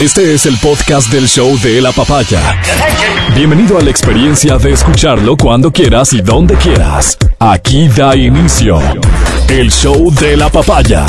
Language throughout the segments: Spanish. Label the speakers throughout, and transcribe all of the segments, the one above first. Speaker 1: Este es el podcast del show de la papaya. Bienvenido a la experiencia de escucharlo cuando quieras y donde quieras. Aquí da inicio el show de la papaya.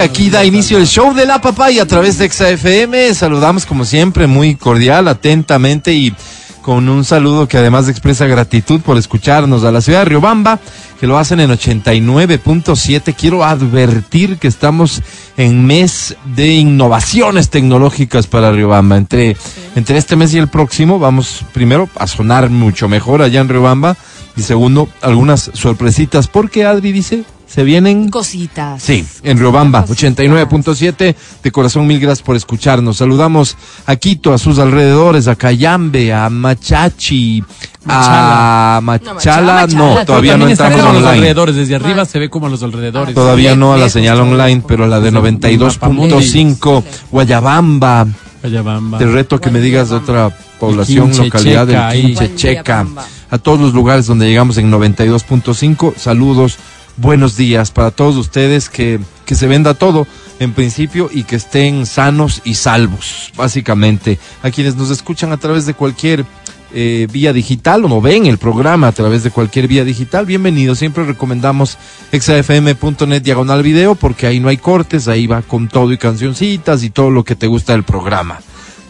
Speaker 2: Aquí da inicio el show de la papaya a través de XFM. Saludamos como siempre muy cordial, atentamente y con un saludo que además expresa gratitud por escucharnos a la ciudad de Riobamba, que lo hacen en 89.7. Quiero advertir que estamos en mes de innovaciones tecnológicas para Riobamba. Entre, entre este mes y el próximo vamos primero a sonar mucho mejor allá en Riobamba y segundo algunas sorpresitas porque Adri dice... Se vienen
Speaker 3: cositas.
Speaker 2: Sí, en Riobamba, 89.7. De corazón, mil gracias por escucharnos. Saludamos a Quito, a sus alrededores, a Cayambe, a Machachi, a Machala.
Speaker 3: Machala. No, Machala,
Speaker 2: No,
Speaker 3: Machala.
Speaker 2: todavía no
Speaker 4: También está
Speaker 2: entramos
Speaker 4: como a los
Speaker 2: online.
Speaker 4: alrededores, desde arriba se ve como a los alrededores.
Speaker 2: Todavía no a la
Speaker 3: Lejos,
Speaker 2: señal
Speaker 3: todavía.
Speaker 2: online, pero la de
Speaker 4: Desde
Speaker 2: 92.5, Guayabamba.
Speaker 4: Cayabamba.
Speaker 2: Te reto a que me digas otra población,
Speaker 4: Quinchecheca,
Speaker 2: localidad del
Speaker 4: ahí.
Speaker 2: Quinchecheca.
Speaker 3: Guayabamba.
Speaker 2: A todos los lugares donde llegamos en 92.5. Saludos, buenos días para todos ustedes. Que, que se venda todo en principio y que estén sanos y salvos, básicamente. A quienes nos escuchan a través de cualquier eh, vía digital o no ven el programa a través de cualquier vía digital, bienvenidos. Siempre recomendamos exafm.net diagonal video porque ahí no hay cortes, ahí va con todo y cancioncitas y todo lo que te gusta del programa.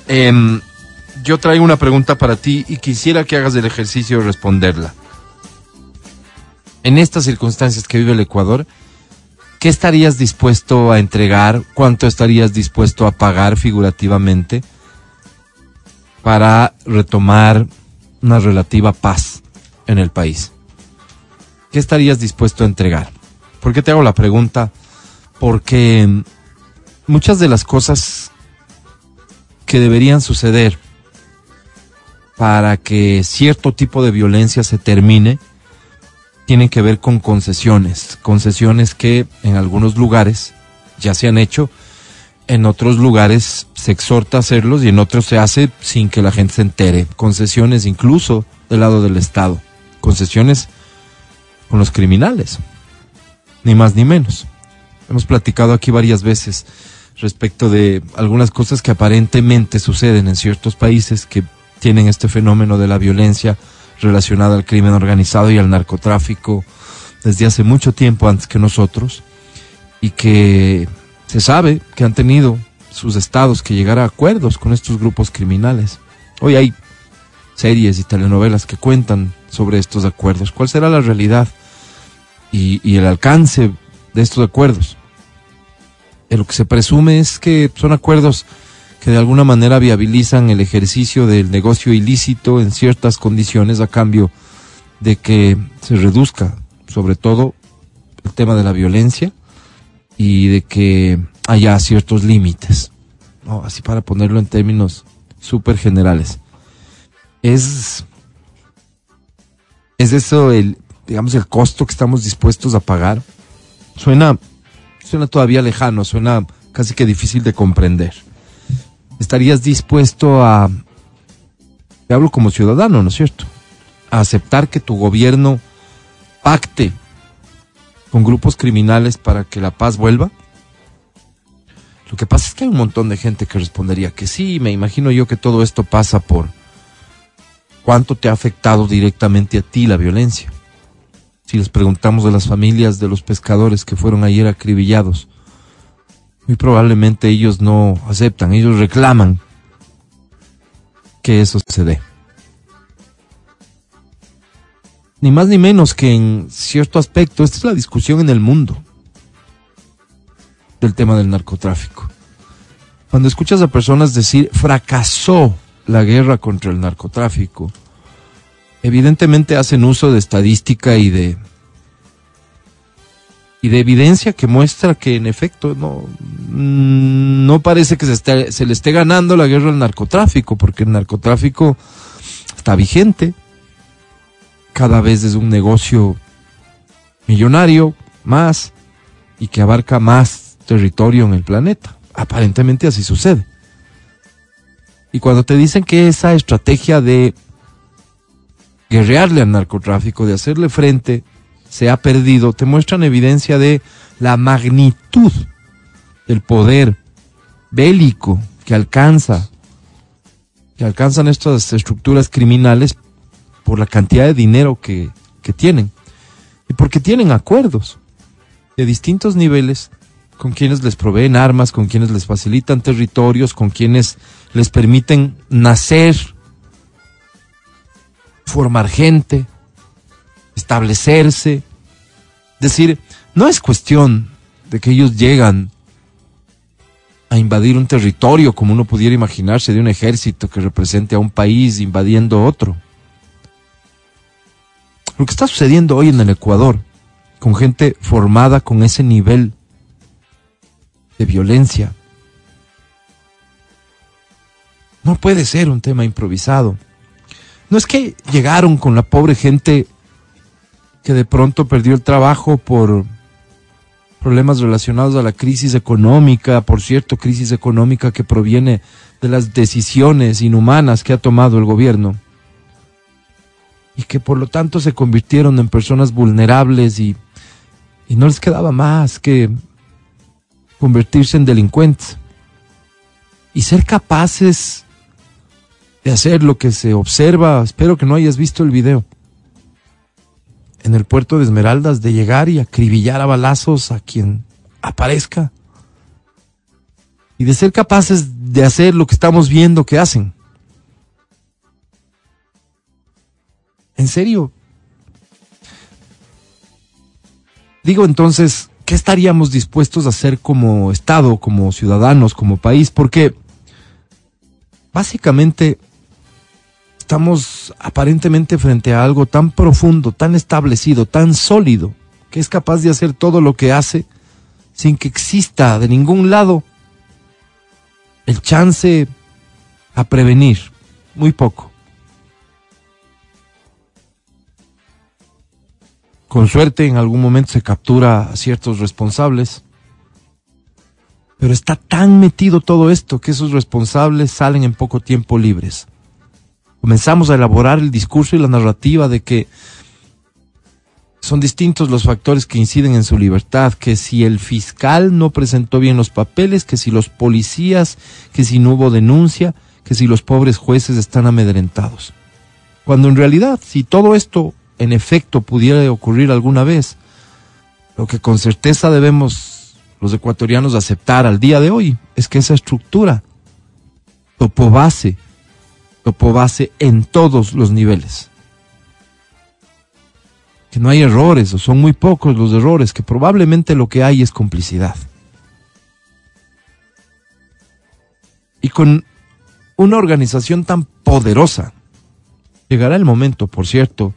Speaker 2: Em, yo traigo una pregunta para ti y quisiera que hagas el ejercicio de responderla. En estas circunstancias que vive el Ecuador, ¿qué estarías dispuesto a entregar? ¿Cuánto estarías dispuesto a pagar figurativamente para retomar una relativa paz en el país? ¿Qué estarías dispuesto a entregar? ¿Por qué te hago la pregunta? Porque mm, muchas de las cosas que deberían suceder para que cierto tipo de violencia se termine tienen que ver con concesiones, concesiones que en algunos lugares ya se han hecho, en otros lugares se exhorta a hacerlos y en otros se hace sin que la gente se entere, concesiones incluso del lado del Estado, concesiones con los criminales, ni más ni menos. Hemos platicado aquí varias veces respecto de algunas cosas que aparentemente suceden en ciertos países que tienen este fenómeno de la violencia relacionada al crimen organizado y al narcotráfico desde hace mucho tiempo antes que nosotros y que se sabe que han tenido sus estados que llegar a acuerdos con estos grupos criminales. Hoy hay series y telenovelas que cuentan sobre estos acuerdos. ¿Cuál será la realidad y, y el alcance de estos acuerdos? de eh, lo que se presume es que son acuerdos que de alguna manera viabilizan el ejercicio del negocio ilícito en ciertas condiciones a cambio de que se reduzca sobre todo el tema de la violencia y de que haya ciertos límites, ¿no? así para ponerlo en términos súper generales. Es, es eso el, digamos, el costo que estamos dispuestos a pagar. Suena suena todavía lejano, suena casi que difícil de comprender. ¿Estarías dispuesto a, te hablo como ciudadano, ¿no es cierto?, a aceptar que tu gobierno pacte con grupos criminales para que la paz vuelva? Lo que pasa es que hay un montón de gente que respondería que sí, me imagino yo que todo esto pasa por cuánto te ha afectado directamente a ti la violencia si les preguntamos de las familias de los pescadores que fueron ayer acribillados, muy probablemente ellos no aceptan, ellos reclaman que eso se dé. Ni más ni menos que en cierto aspecto, esta es la discusión en el mundo del tema del narcotráfico. Cuando escuchas a personas decir fracasó la guerra contra el narcotráfico, evidentemente hacen uso de estadística y de y de evidencia que muestra que en efecto no mm, no parece que se esté- se le esté ganando la guerra al narcotráfico porque el narcotráfico está vigente cada vez es un negocio millonario más y que abarca más territorio en el planeta aparentemente así sucede y cuando te dicen que esa estrategia de guerrearle al narcotráfico, de hacerle frente, se ha perdido, te muestran evidencia de la magnitud del poder bélico que alcanza, que alcanzan estas estructuras criminales por la cantidad de dinero que, que tienen y porque tienen acuerdos de distintos niveles con quienes les proveen armas, con quienes les facilitan territorios, con quienes les permiten nacer, formar gente, establecerse. Es decir, no es cuestión de que ellos llegan a invadir un territorio como uno pudiera imaginarse de un ejército que represente a un país invadiendo otro. Lo que está sucediendo hoy en el Ecuador, con gente formada con ese nivel de violencia, no puede ser un tema improvisado. No es que llegaron con la pobre gente que de pronto perdió el trabajo por problemas relacionados a la crisis económica, por cierto, crisis económica que proviene de las decisiones inhumanas que ha tomado el gobierno y que por lo tanto se convirtieron en personas vulnerables y, y no les quedaba más que convertirse en delincuentes y ser capaces de hacer lo que se observa, espero que no hayas visto el video, en el puerto de Esmeraldas, de llegar y acribillar a balazos a quien aparezca, y de ser capaces de hacer lo que estamos viendo que hacen. ¿En serio? Digo entonces, ¿qué estaríamos dispuestos a hacer como Estado, como ciudadanos, como país? Porque básicamente estamos aparentemente frente a algo tan profundo, tan establecido, tan sólido, que es capaz de hacer todo lo que hace sin que exista de ningún lado el chance a prevenir. Muy poco. Con suerte en algún momento se captura a ciertos responsables. Pero está tan metido todo esto que esos responsables salen en poco tiempo libres. Comenzamos a elaborar el discurso y la narrativa de que son distintos los factores que inciden en su libertad, que si el fiscal no presentó bien los papeles, que si los policías, que si no hubo denuncia, que si los pobres jueces están amedrentados. Cuando en realidad, si todo esto en efecto pudiera ocurrir alguna vez, lo que con certeza debemos los ecuatorianos aceptar al día de hoy es que esa estructura topó base, topó base en todos los niveles. Que no hay errores o son muy pocos los errores, que probablemente lo que hay es complicidad. Y con una organización tan poderosa, llegará el momento, por cierto,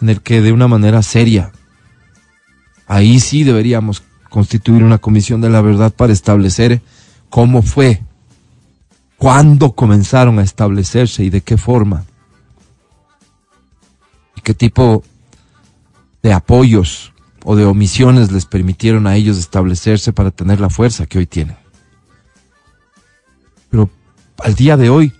Speaker 2: en el que de una manera seria, ahí sí deberíamos constituir una comisión de la verdad para establecer cómo fue, cuándo comenzaron a establecerse y de qué forma, y qué tipo de apoyos o de omisiones les permitieron a ellos establecerse para tener la fuerza que hoy tienen. Pero al día de hoy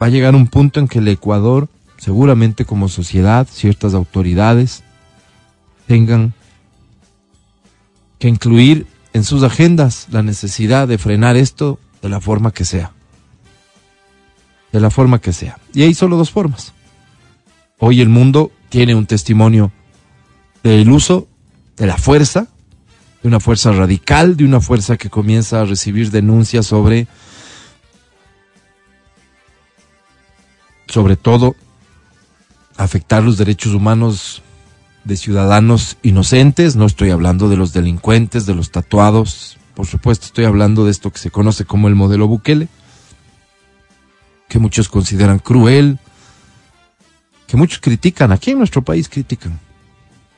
Speaker 2: va a llegar un punto en que el Ecuador, seguramente como sociedad, ciertas autoridades, tengan que incluir en sus agendas la necesidad de frenar esto de la forma que sea. De la forma que sea. Y hay solo dos formas. Hoy el mundo tiene un testimonio del uso de la fuerza, de una fuerza radical, de una fuerza que comienza a recibir denuncias sobre, sobre todo, afectar los derechos humanos de ciudadanos inocentes, no estoy hablando de los delincuentes, de los tatuados, por supuesto estoy hablando de esto que se conoce como el modelo Bukele, que muchos consideran cruel, que muchos critican, aquí en nuestro país critican.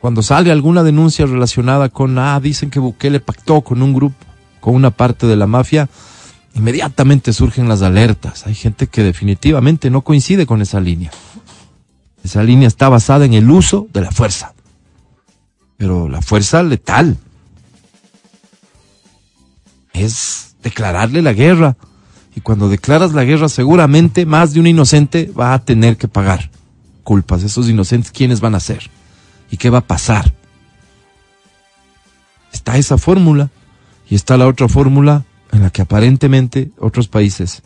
Speaker 2: Cuando sale alguna denuncia relacionada con, ah, dicen que Bukele pactó con un grupo, con una parte de la mafia, inmediatamente surgen las alertas. Hay gente que definitivamente no coincide con esa línea. Esa línea está basada en el uso de la fuerza pero la fuerza letal es declararle la guerra. Y cuando declaras la guerra, seguramente más de un inocente va a tener que pagar culpas. Esos inocentes, ¿quiénes van a ser? ¿Y qué va a pasar? Está esa fórmula y está la otra fórmula en la que aparentemente otros países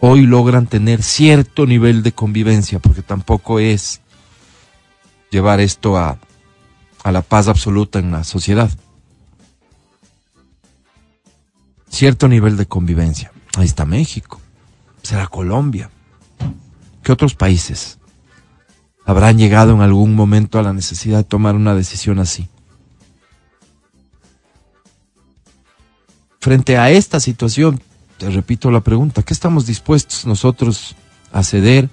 Speaker 2: hoy logran tener cierto nivel de convivencia, porque tampoco es llevar esto a, a la paz absoluta en la sociedad. Cierto nivel de convivencia. Ahí está México. Será Colombia. ¿Qué otros países habrán llegado en algún momento a la necesidad de tomar una decisión así? Frente a esta situación, te repito la pregunta, ¿qué estamos dispuestos nosotros a ceder?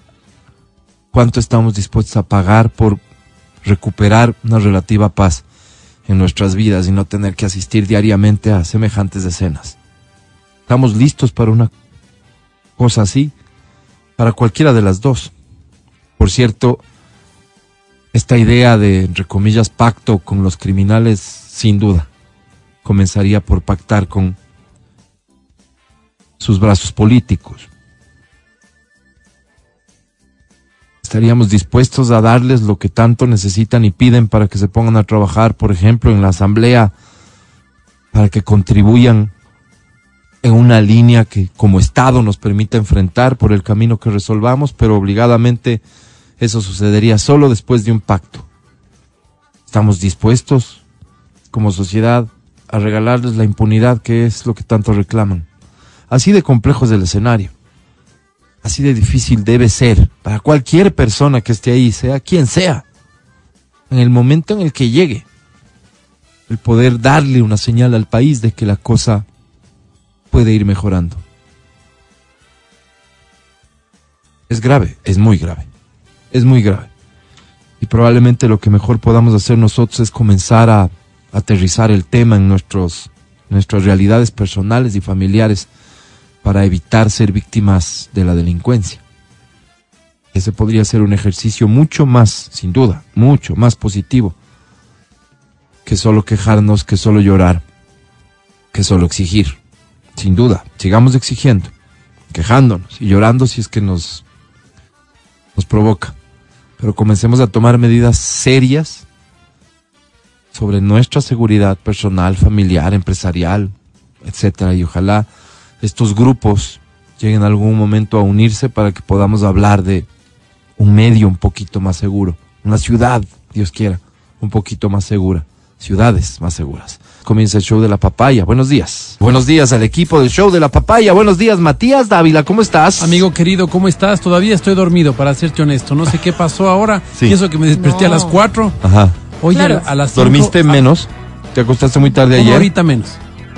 Speaker 2: ¿Cuánto estamos dispuestos a pagar por recuperar una relativa paz en nuestras vidas y no tener que asistir diariamente a semejantes escenas? ¿Estamos listos para una cosa así? Para cualquiera de las dos. Por cierto, esta idea de, entre comillas, pacto con los criminales, sin duda, comenzaría por pactar con sus brazos políticos. Estaríamos dispuestos a darles lo que tanto necesitan y piden para que se pongan a trabajar, por ejemplo, en la asamblea, para que contribuyan en una línea que como Estado nos permita enfrentar por el camino que resolvamos, pero obligadamente eso sucedería solo después de un pacto. Estamos dispuestos como sociedad a regalarles la impunidad que es lo que tanto reclaman. Así de complejo es el escenario. Así de difícil debe ser para cualquier persona que esté ahí, sea quien sea, en el momento en el que llegue, el poder darle una señal al país de que la cosa puede ir mejorando. Es grave, es muy grave, es muy grave. Y probablemente lo que mejor podamos hacer nosotros es comenzar a aterrizar el tema en nuestros, nuestras realidades personales y familiares para evitar ser víctimas de la delincuencia. Ese podría ser un ejercicio mucho más, sin duda, mucho más positivo que solo quejarnos, que solo llorar, que solo exigir. Sin duda, sigamos exigiendo, quejándonos y llorando si es que nos, nos provoca. Pero comencemos a tomar medidas serias sobre nuestra seguridad personal, familiar, empresarial, etcétera, y ojalá estos grupos lleguen en algún momento a unirse para que podamos hablar de un medio un poquito más seguro, una ciudad, Dios quiera, un poquito más segura, ciudades más seguras. Comienza el show de la papaya. Buenos días. Buenos días al equipo del show de la papaya. Buenos días, Matías Dávila. ¿Cómo estás?
Speaker 4: Amigo querido, ¿cómo estás? Todavía estoy dormido, para serte honesto. No sé qué pasó ahora.
Speaker 2: Sí.
Speaker 4: Pienso que me desperté a las 4.
Speaker 2: Ajá.
Speaker 4: Oye,
Speaker 3: Claro.
Speaker 4: a las 5.
Speaker 2: ¿Dormiste
Speaker 4: ah,
Speaker 2: menos? ¿Te acostaste muy tarde
Speaker 4: Una
Speaker 2: ayer?
Speaker 4: horita menos.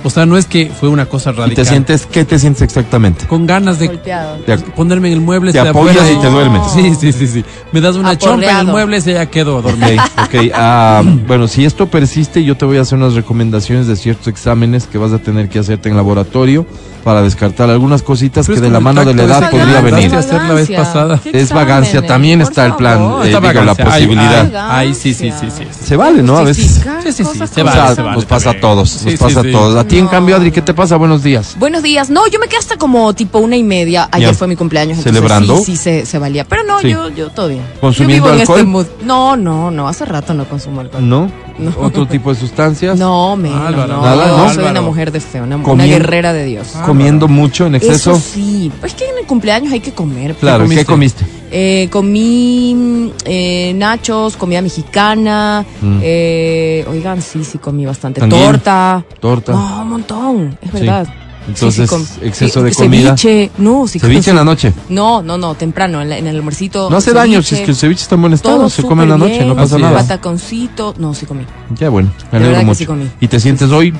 Speaker 4: O sea, no es que fue una cosa
Speaker 2: ¿Y
Speaker 4: radical.
Speaker 2: te sientes, qué te sientes exactamente?
Speaker 4: Con ganas de
Speaker 3: golpeado.
Speaker 2: Te ac-
Speaker 4: ponerme en el mueble.
Speaker 2: Te
Speaker 4: se
Speaker 2: apoyas
Speaker 4: afuera
Speaker 2: y te duermes.
Speaker 4: Sí, sí, sí, sí. Me das una chompa en el
Speaker 3: Aporreado.
Speaker 4: mueble y ya quedó dormido.
Speaker 2: Ok, ok. Ah, bueno, si esto persiste, yo te voy a hacer unas recomendaciones de ciertos exámenes que vas a tener que hacerte en laboratorio para descartar algunas cositas
Speaker 4: Pero
Speaker 2: que
Speaker 4: es
Speaker 2: de
Speaker 4: con
Speaker 2: la
Speaker 4: el
Speaker 2: mano de la edad
Speaker 4: tacto ese
Speaker 2: Ah,
Speaker 4: que
Speaker 2: podría
Speaker 4: me
Speaker 2: venir.
Speaker 4: mandaste. hacer la vez
Speaker 3: Vagancia.
Speaker 4: pasada.
Speaker 3: ¿Qué
Speaker 2: Es vagancia,
Speaker 3: exámenes?
Speaker 2: también
Speaker 3: Por
Speaker 2: está el plan,
Speaker 3: favor.
Speaker 2: eh,
Speaker 4: Esta
Speaker 2: digo, la
Speaker 4: vacancia. Ay,
Speaker 2: posibilidad.
Speaker 4: Ay, ay, sí, sí, sí, sí. sí.
Speaker 2: Se vale, ¿no? A veces.
Speaker 3: Justificar
Speaker 4: Sí, sí, sí,
Speaker 3: cosas
Speaker 4: se
Speaker 3: como
Speaker 2: o sea,
Speaker 4: vale,
Speaker 3: esas.
Speaker 4: vale
Speaker 2: nos pasa a
Speaker 4: también.
Speaker 2: todos,
Speaker 4: Sí,
Speaker 2: nos
Speaker 4: sí,
Speaker 2: pasa
Speaker 4: sí.
Speaker 2: a todos. A ti, en
Speaker 3: No.
Speaker 2: cambio, Adri, ¿qué te pasa? Buenos días.
Speaker 3: Buenos días. No, yo me quedé hasta como tipo una y media. Ayer
Speaker 2: Ya.
Speaker 3: fue mi cumpleaños. entonces
Speaker 2: ¿Celebrando?
Speaker 3: Sí, sí, se, se valía. Pero no,
Speaker 2: Sí.
Speaker 3: yo, yo todo bien.
Speaker 2: ¿Consumiendo
Speaker 3: yo vivo
Speaker 2: alcohol?
Speaker 3: En este mood. No, no, no. Hace rato no consumo alcohol.
Speaker 2: ¿No?
Speaker 3: No.
Speaker 2: ¿Otro tipo de sustancias?
Speaker 3: No, me. No,
Speaker 4: Álvaro,
Speaker 3: no,
Speaker 2: Nada,
Speaker 3: yo
Speaker 2: ¿no? Ah,
Speaker 3: soy
Speaker 4: Álvaro.
Speaker 3: una mujer de fe, una, una
Speaker 2: Comien-
Speaker 3: guerrera de Dios.
Speaker 2: ¿Comiendo mucho en exceso?
Speaker 3: Eso sí. Pues que en el cumpleaños hay que comer.
Speaker 2: Claro, ¿qué
Speaker 4: ¿Qué
Speaker 2: comiste?
Speaker 3: Eh, comí mm, eh, nachos, comida mexicana. eh, oigan, sí, sí, comí bastante.
Speaker 2: Mm. También.
Speaker 3: Torta.
Speaker 2: Torta.
Speaker 3: No, un montón, es
Speaker 2: Sí.
Speaker 3: verdad.
Speaker 2: Entonces,
Speaker 3: com- eh,
Speaker 2: exceso de
Speaker 3: Ceviche, no, sí,
Speaker 2: ¿Ceviche en la noche?
Speaker 3: No, no, no, temprano, en, la- en el almuercito.
Speaker 2: No hace
Speaker 3: ceviche,
Speaker 2: daño, si es que el ceviche está en buen estado,
Speaker 3: todo
Speaker 2: se come en la
Speaker 3: súper
Speaker 2: noche, no
Speaker 3: bien,
Speaker 2: pasa
Speaker 4: así
Speaker 2: nada.
Speaker 4: es.
Speaker 3: Pataconcito, no, sí comí.
Speaker 2: Ya bueno, me
Speaker 3: De verdad
Speaker 2: alegro
Speaker 3: que
Speaker 2: mucho.
Speaker 3: sí comí.
Speaker 2: ¿Y te sientes hoy?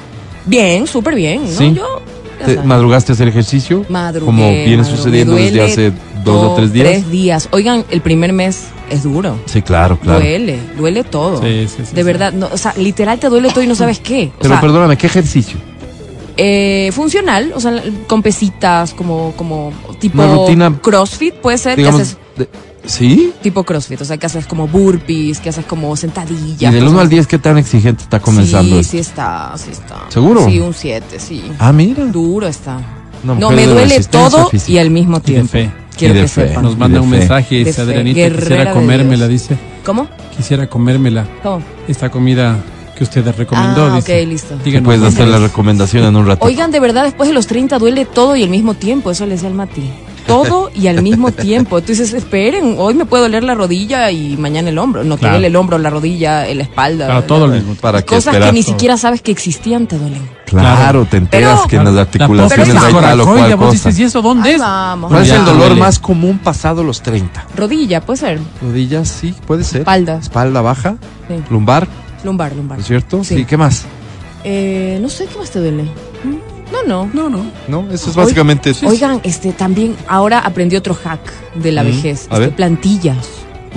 Speaker 3: Bien, súper bien, ¿no?
Speaker 2: Sí.
Speaker 3: Yo, ya
Speaker 2: ¿Te-
Speaker 3: sabes.
Speaker 2: ¿Madrugaste a hacer ejercicio?
Speaker 3: Madrugué,
Speaker 2: Como viene
Speaker 3: madrugué,
Speaker 2: sucediendo desde
Speaker 3: duele
Speaker 2: hace dos o tres días.
Speaker 3: Tres días. Oigan, el primer mes es duro.
Speaker 2: Sí, claro, claro.
Speaker 3: Duele, duele todo.
Speaker 4: Sí, sí, sí,
Speaker 3: de
Speaker 4: sí.
Speaker 3: verdad, no, o sea, literal te duele todo y no sabes qué. O
Speaker 2: Pero
Speaker 3: sea,
Speaker 2: perdóname, ¿qué ejercicio?
Speaker 3: eh, funcional, o sea, con pesitas, como, como tipo
Speaker 2: Una rutina-
Speaker 3: crossfit, puede ser
Speaker 2: Digamos,
Speaker 3: que haces
Speaker 2: de- ¿sí?
Speaker 3: tipo crossfit, o sea, que haces como burpees, que haces como
Speaker 2: Y
Speaker 3: sentadillas.
Speaker 2: del
Speaker 3: cosas
Speaker 2: 1 al
Speaker 3: así.
Speaker 2: 10, ¿qué tan exigente está comenzando?
Speaker 3: Sí,
Speaker 2: esto?
Speaker 3: sí está, sí está.
Speaker 2: ¿Seguro?
Speaker 3: Sí, un 7, sí.
Speaker 2: Ah, mira.
Speaker 3: Duro está.
Speaker 2: Una
Speaker 3: No,
Speaker 2: mujer
Speaker 3: me
Speaker 2: de
Speaker 3: duele
Speaker 2: resistencia
Speaker 3: todo
Speaker 2: física.
Speaker 3: y al mismo tiempo.
Speaker 4: fe.
Speaker 3: Quiero
Speaker 2: Y de
Speaker 3: que
Speaker 2: fe.
Speaker 3: sepan.
Speaker 4: Nos manda
Speaker 2: De
Speaker 4: un
Speaker 2: fe.
Speaker 4: mensaje y
Speaker 3: De fe,
Speaker 4: dice Adrianita,
Speaker 3: guerrera
Speaker 4: quisiera
Speaker 3: de
Speaker 4: comérmela,
Speaker 3: Dios.
Speaker 4: dice.
Speaker 3: ¿Cómo?
Speaker 4: Quisiera comérmela.
Speaker 3: ¿Cómo?
Speaker 4: Esta comida que usted recomendó.
Speaker 3: Ah,
Speaker 4: dice.
Speaker 3: ok, listo.
Speaker 2: Que
Speaker 4: Díganos,
Speaker 2: puedes
Speaker 4: ¿cuál
Speaker 2: hacer la
Speaker 4: es?
Speaker 2: recomendación en un rato.
Speaker 3: Oigan, de verdad, después de los 30 duele todo y al mismo tiempo, eso le decía al Mati. Todo y al mismo tiempo. Entonces, esperen, hoy me puede doler la rodilla y mañana el hombro. No, te
Speaker 4: Claro.
Speaker 3: duele el hombro, la rodilla, la espalda.
Speaker 4: Claro,
Speaker 3: la-
Speaker 4: todo lo mismo.
Speaker 2: para que
Speaker 3: Cosas que
Speaker 2: esperar.
Speaker 3: ni siquiera sabes que existían te duelen.
Speaker 2: Claro,
Speaker 4: Claro.
Speaker 2: te enteras
Speaker 3: Pero-
Speaker 2: que en las
Speaker 4: La
Speaker 2: articulaciones
Speaker 4: prótesis
Speaker 2: hay tal o
Speaker 4: coracoidea,
Speaker 2: cual
Speaker 4: vos
Speaker 2: cosa.
Speaker 4: dices, ¿y eso dónde
Speaker 3: Ay,
Speaker 4: es?
Speaker 3: vamos.
Speaker 2: ¿Cuál es
Speaker 4: Ya,
Speaker 2: el dolor
Speaker 4: duele.
Speaker 2: más común pasado los 30?
Speaker 3: Rodilla, puede ser.
Speaker 2: Rodillas, sí, puede ser.
Speaker 3: Espalda.
Speaker 2: Espalda baja,
Speaker 3: Sí.
Speaker 2: lumbar,
Speaker 3: Lumbar, lumbar.
Speaker 2: ¿no es cierto?
Speaker 3: Sí.
Speaker 2: ¿qué más?
Speaker 3: Eh, no sé, ¿qué más te duele? Mm, No, no.
Speaker 4: No, no.
Speaker 2: ¿No? Eso es
Speaker 3: Oiga-
Speaker 2: básicamente
Speaker 3: Oigan, este también ahora aprendí otro hack de la
Speaker 2: Mm,
Speaker 3: vejez.
Speaker 2: a
Speaker 3: Este,
Speaker 2: ver.
Speaker 3: plantillas.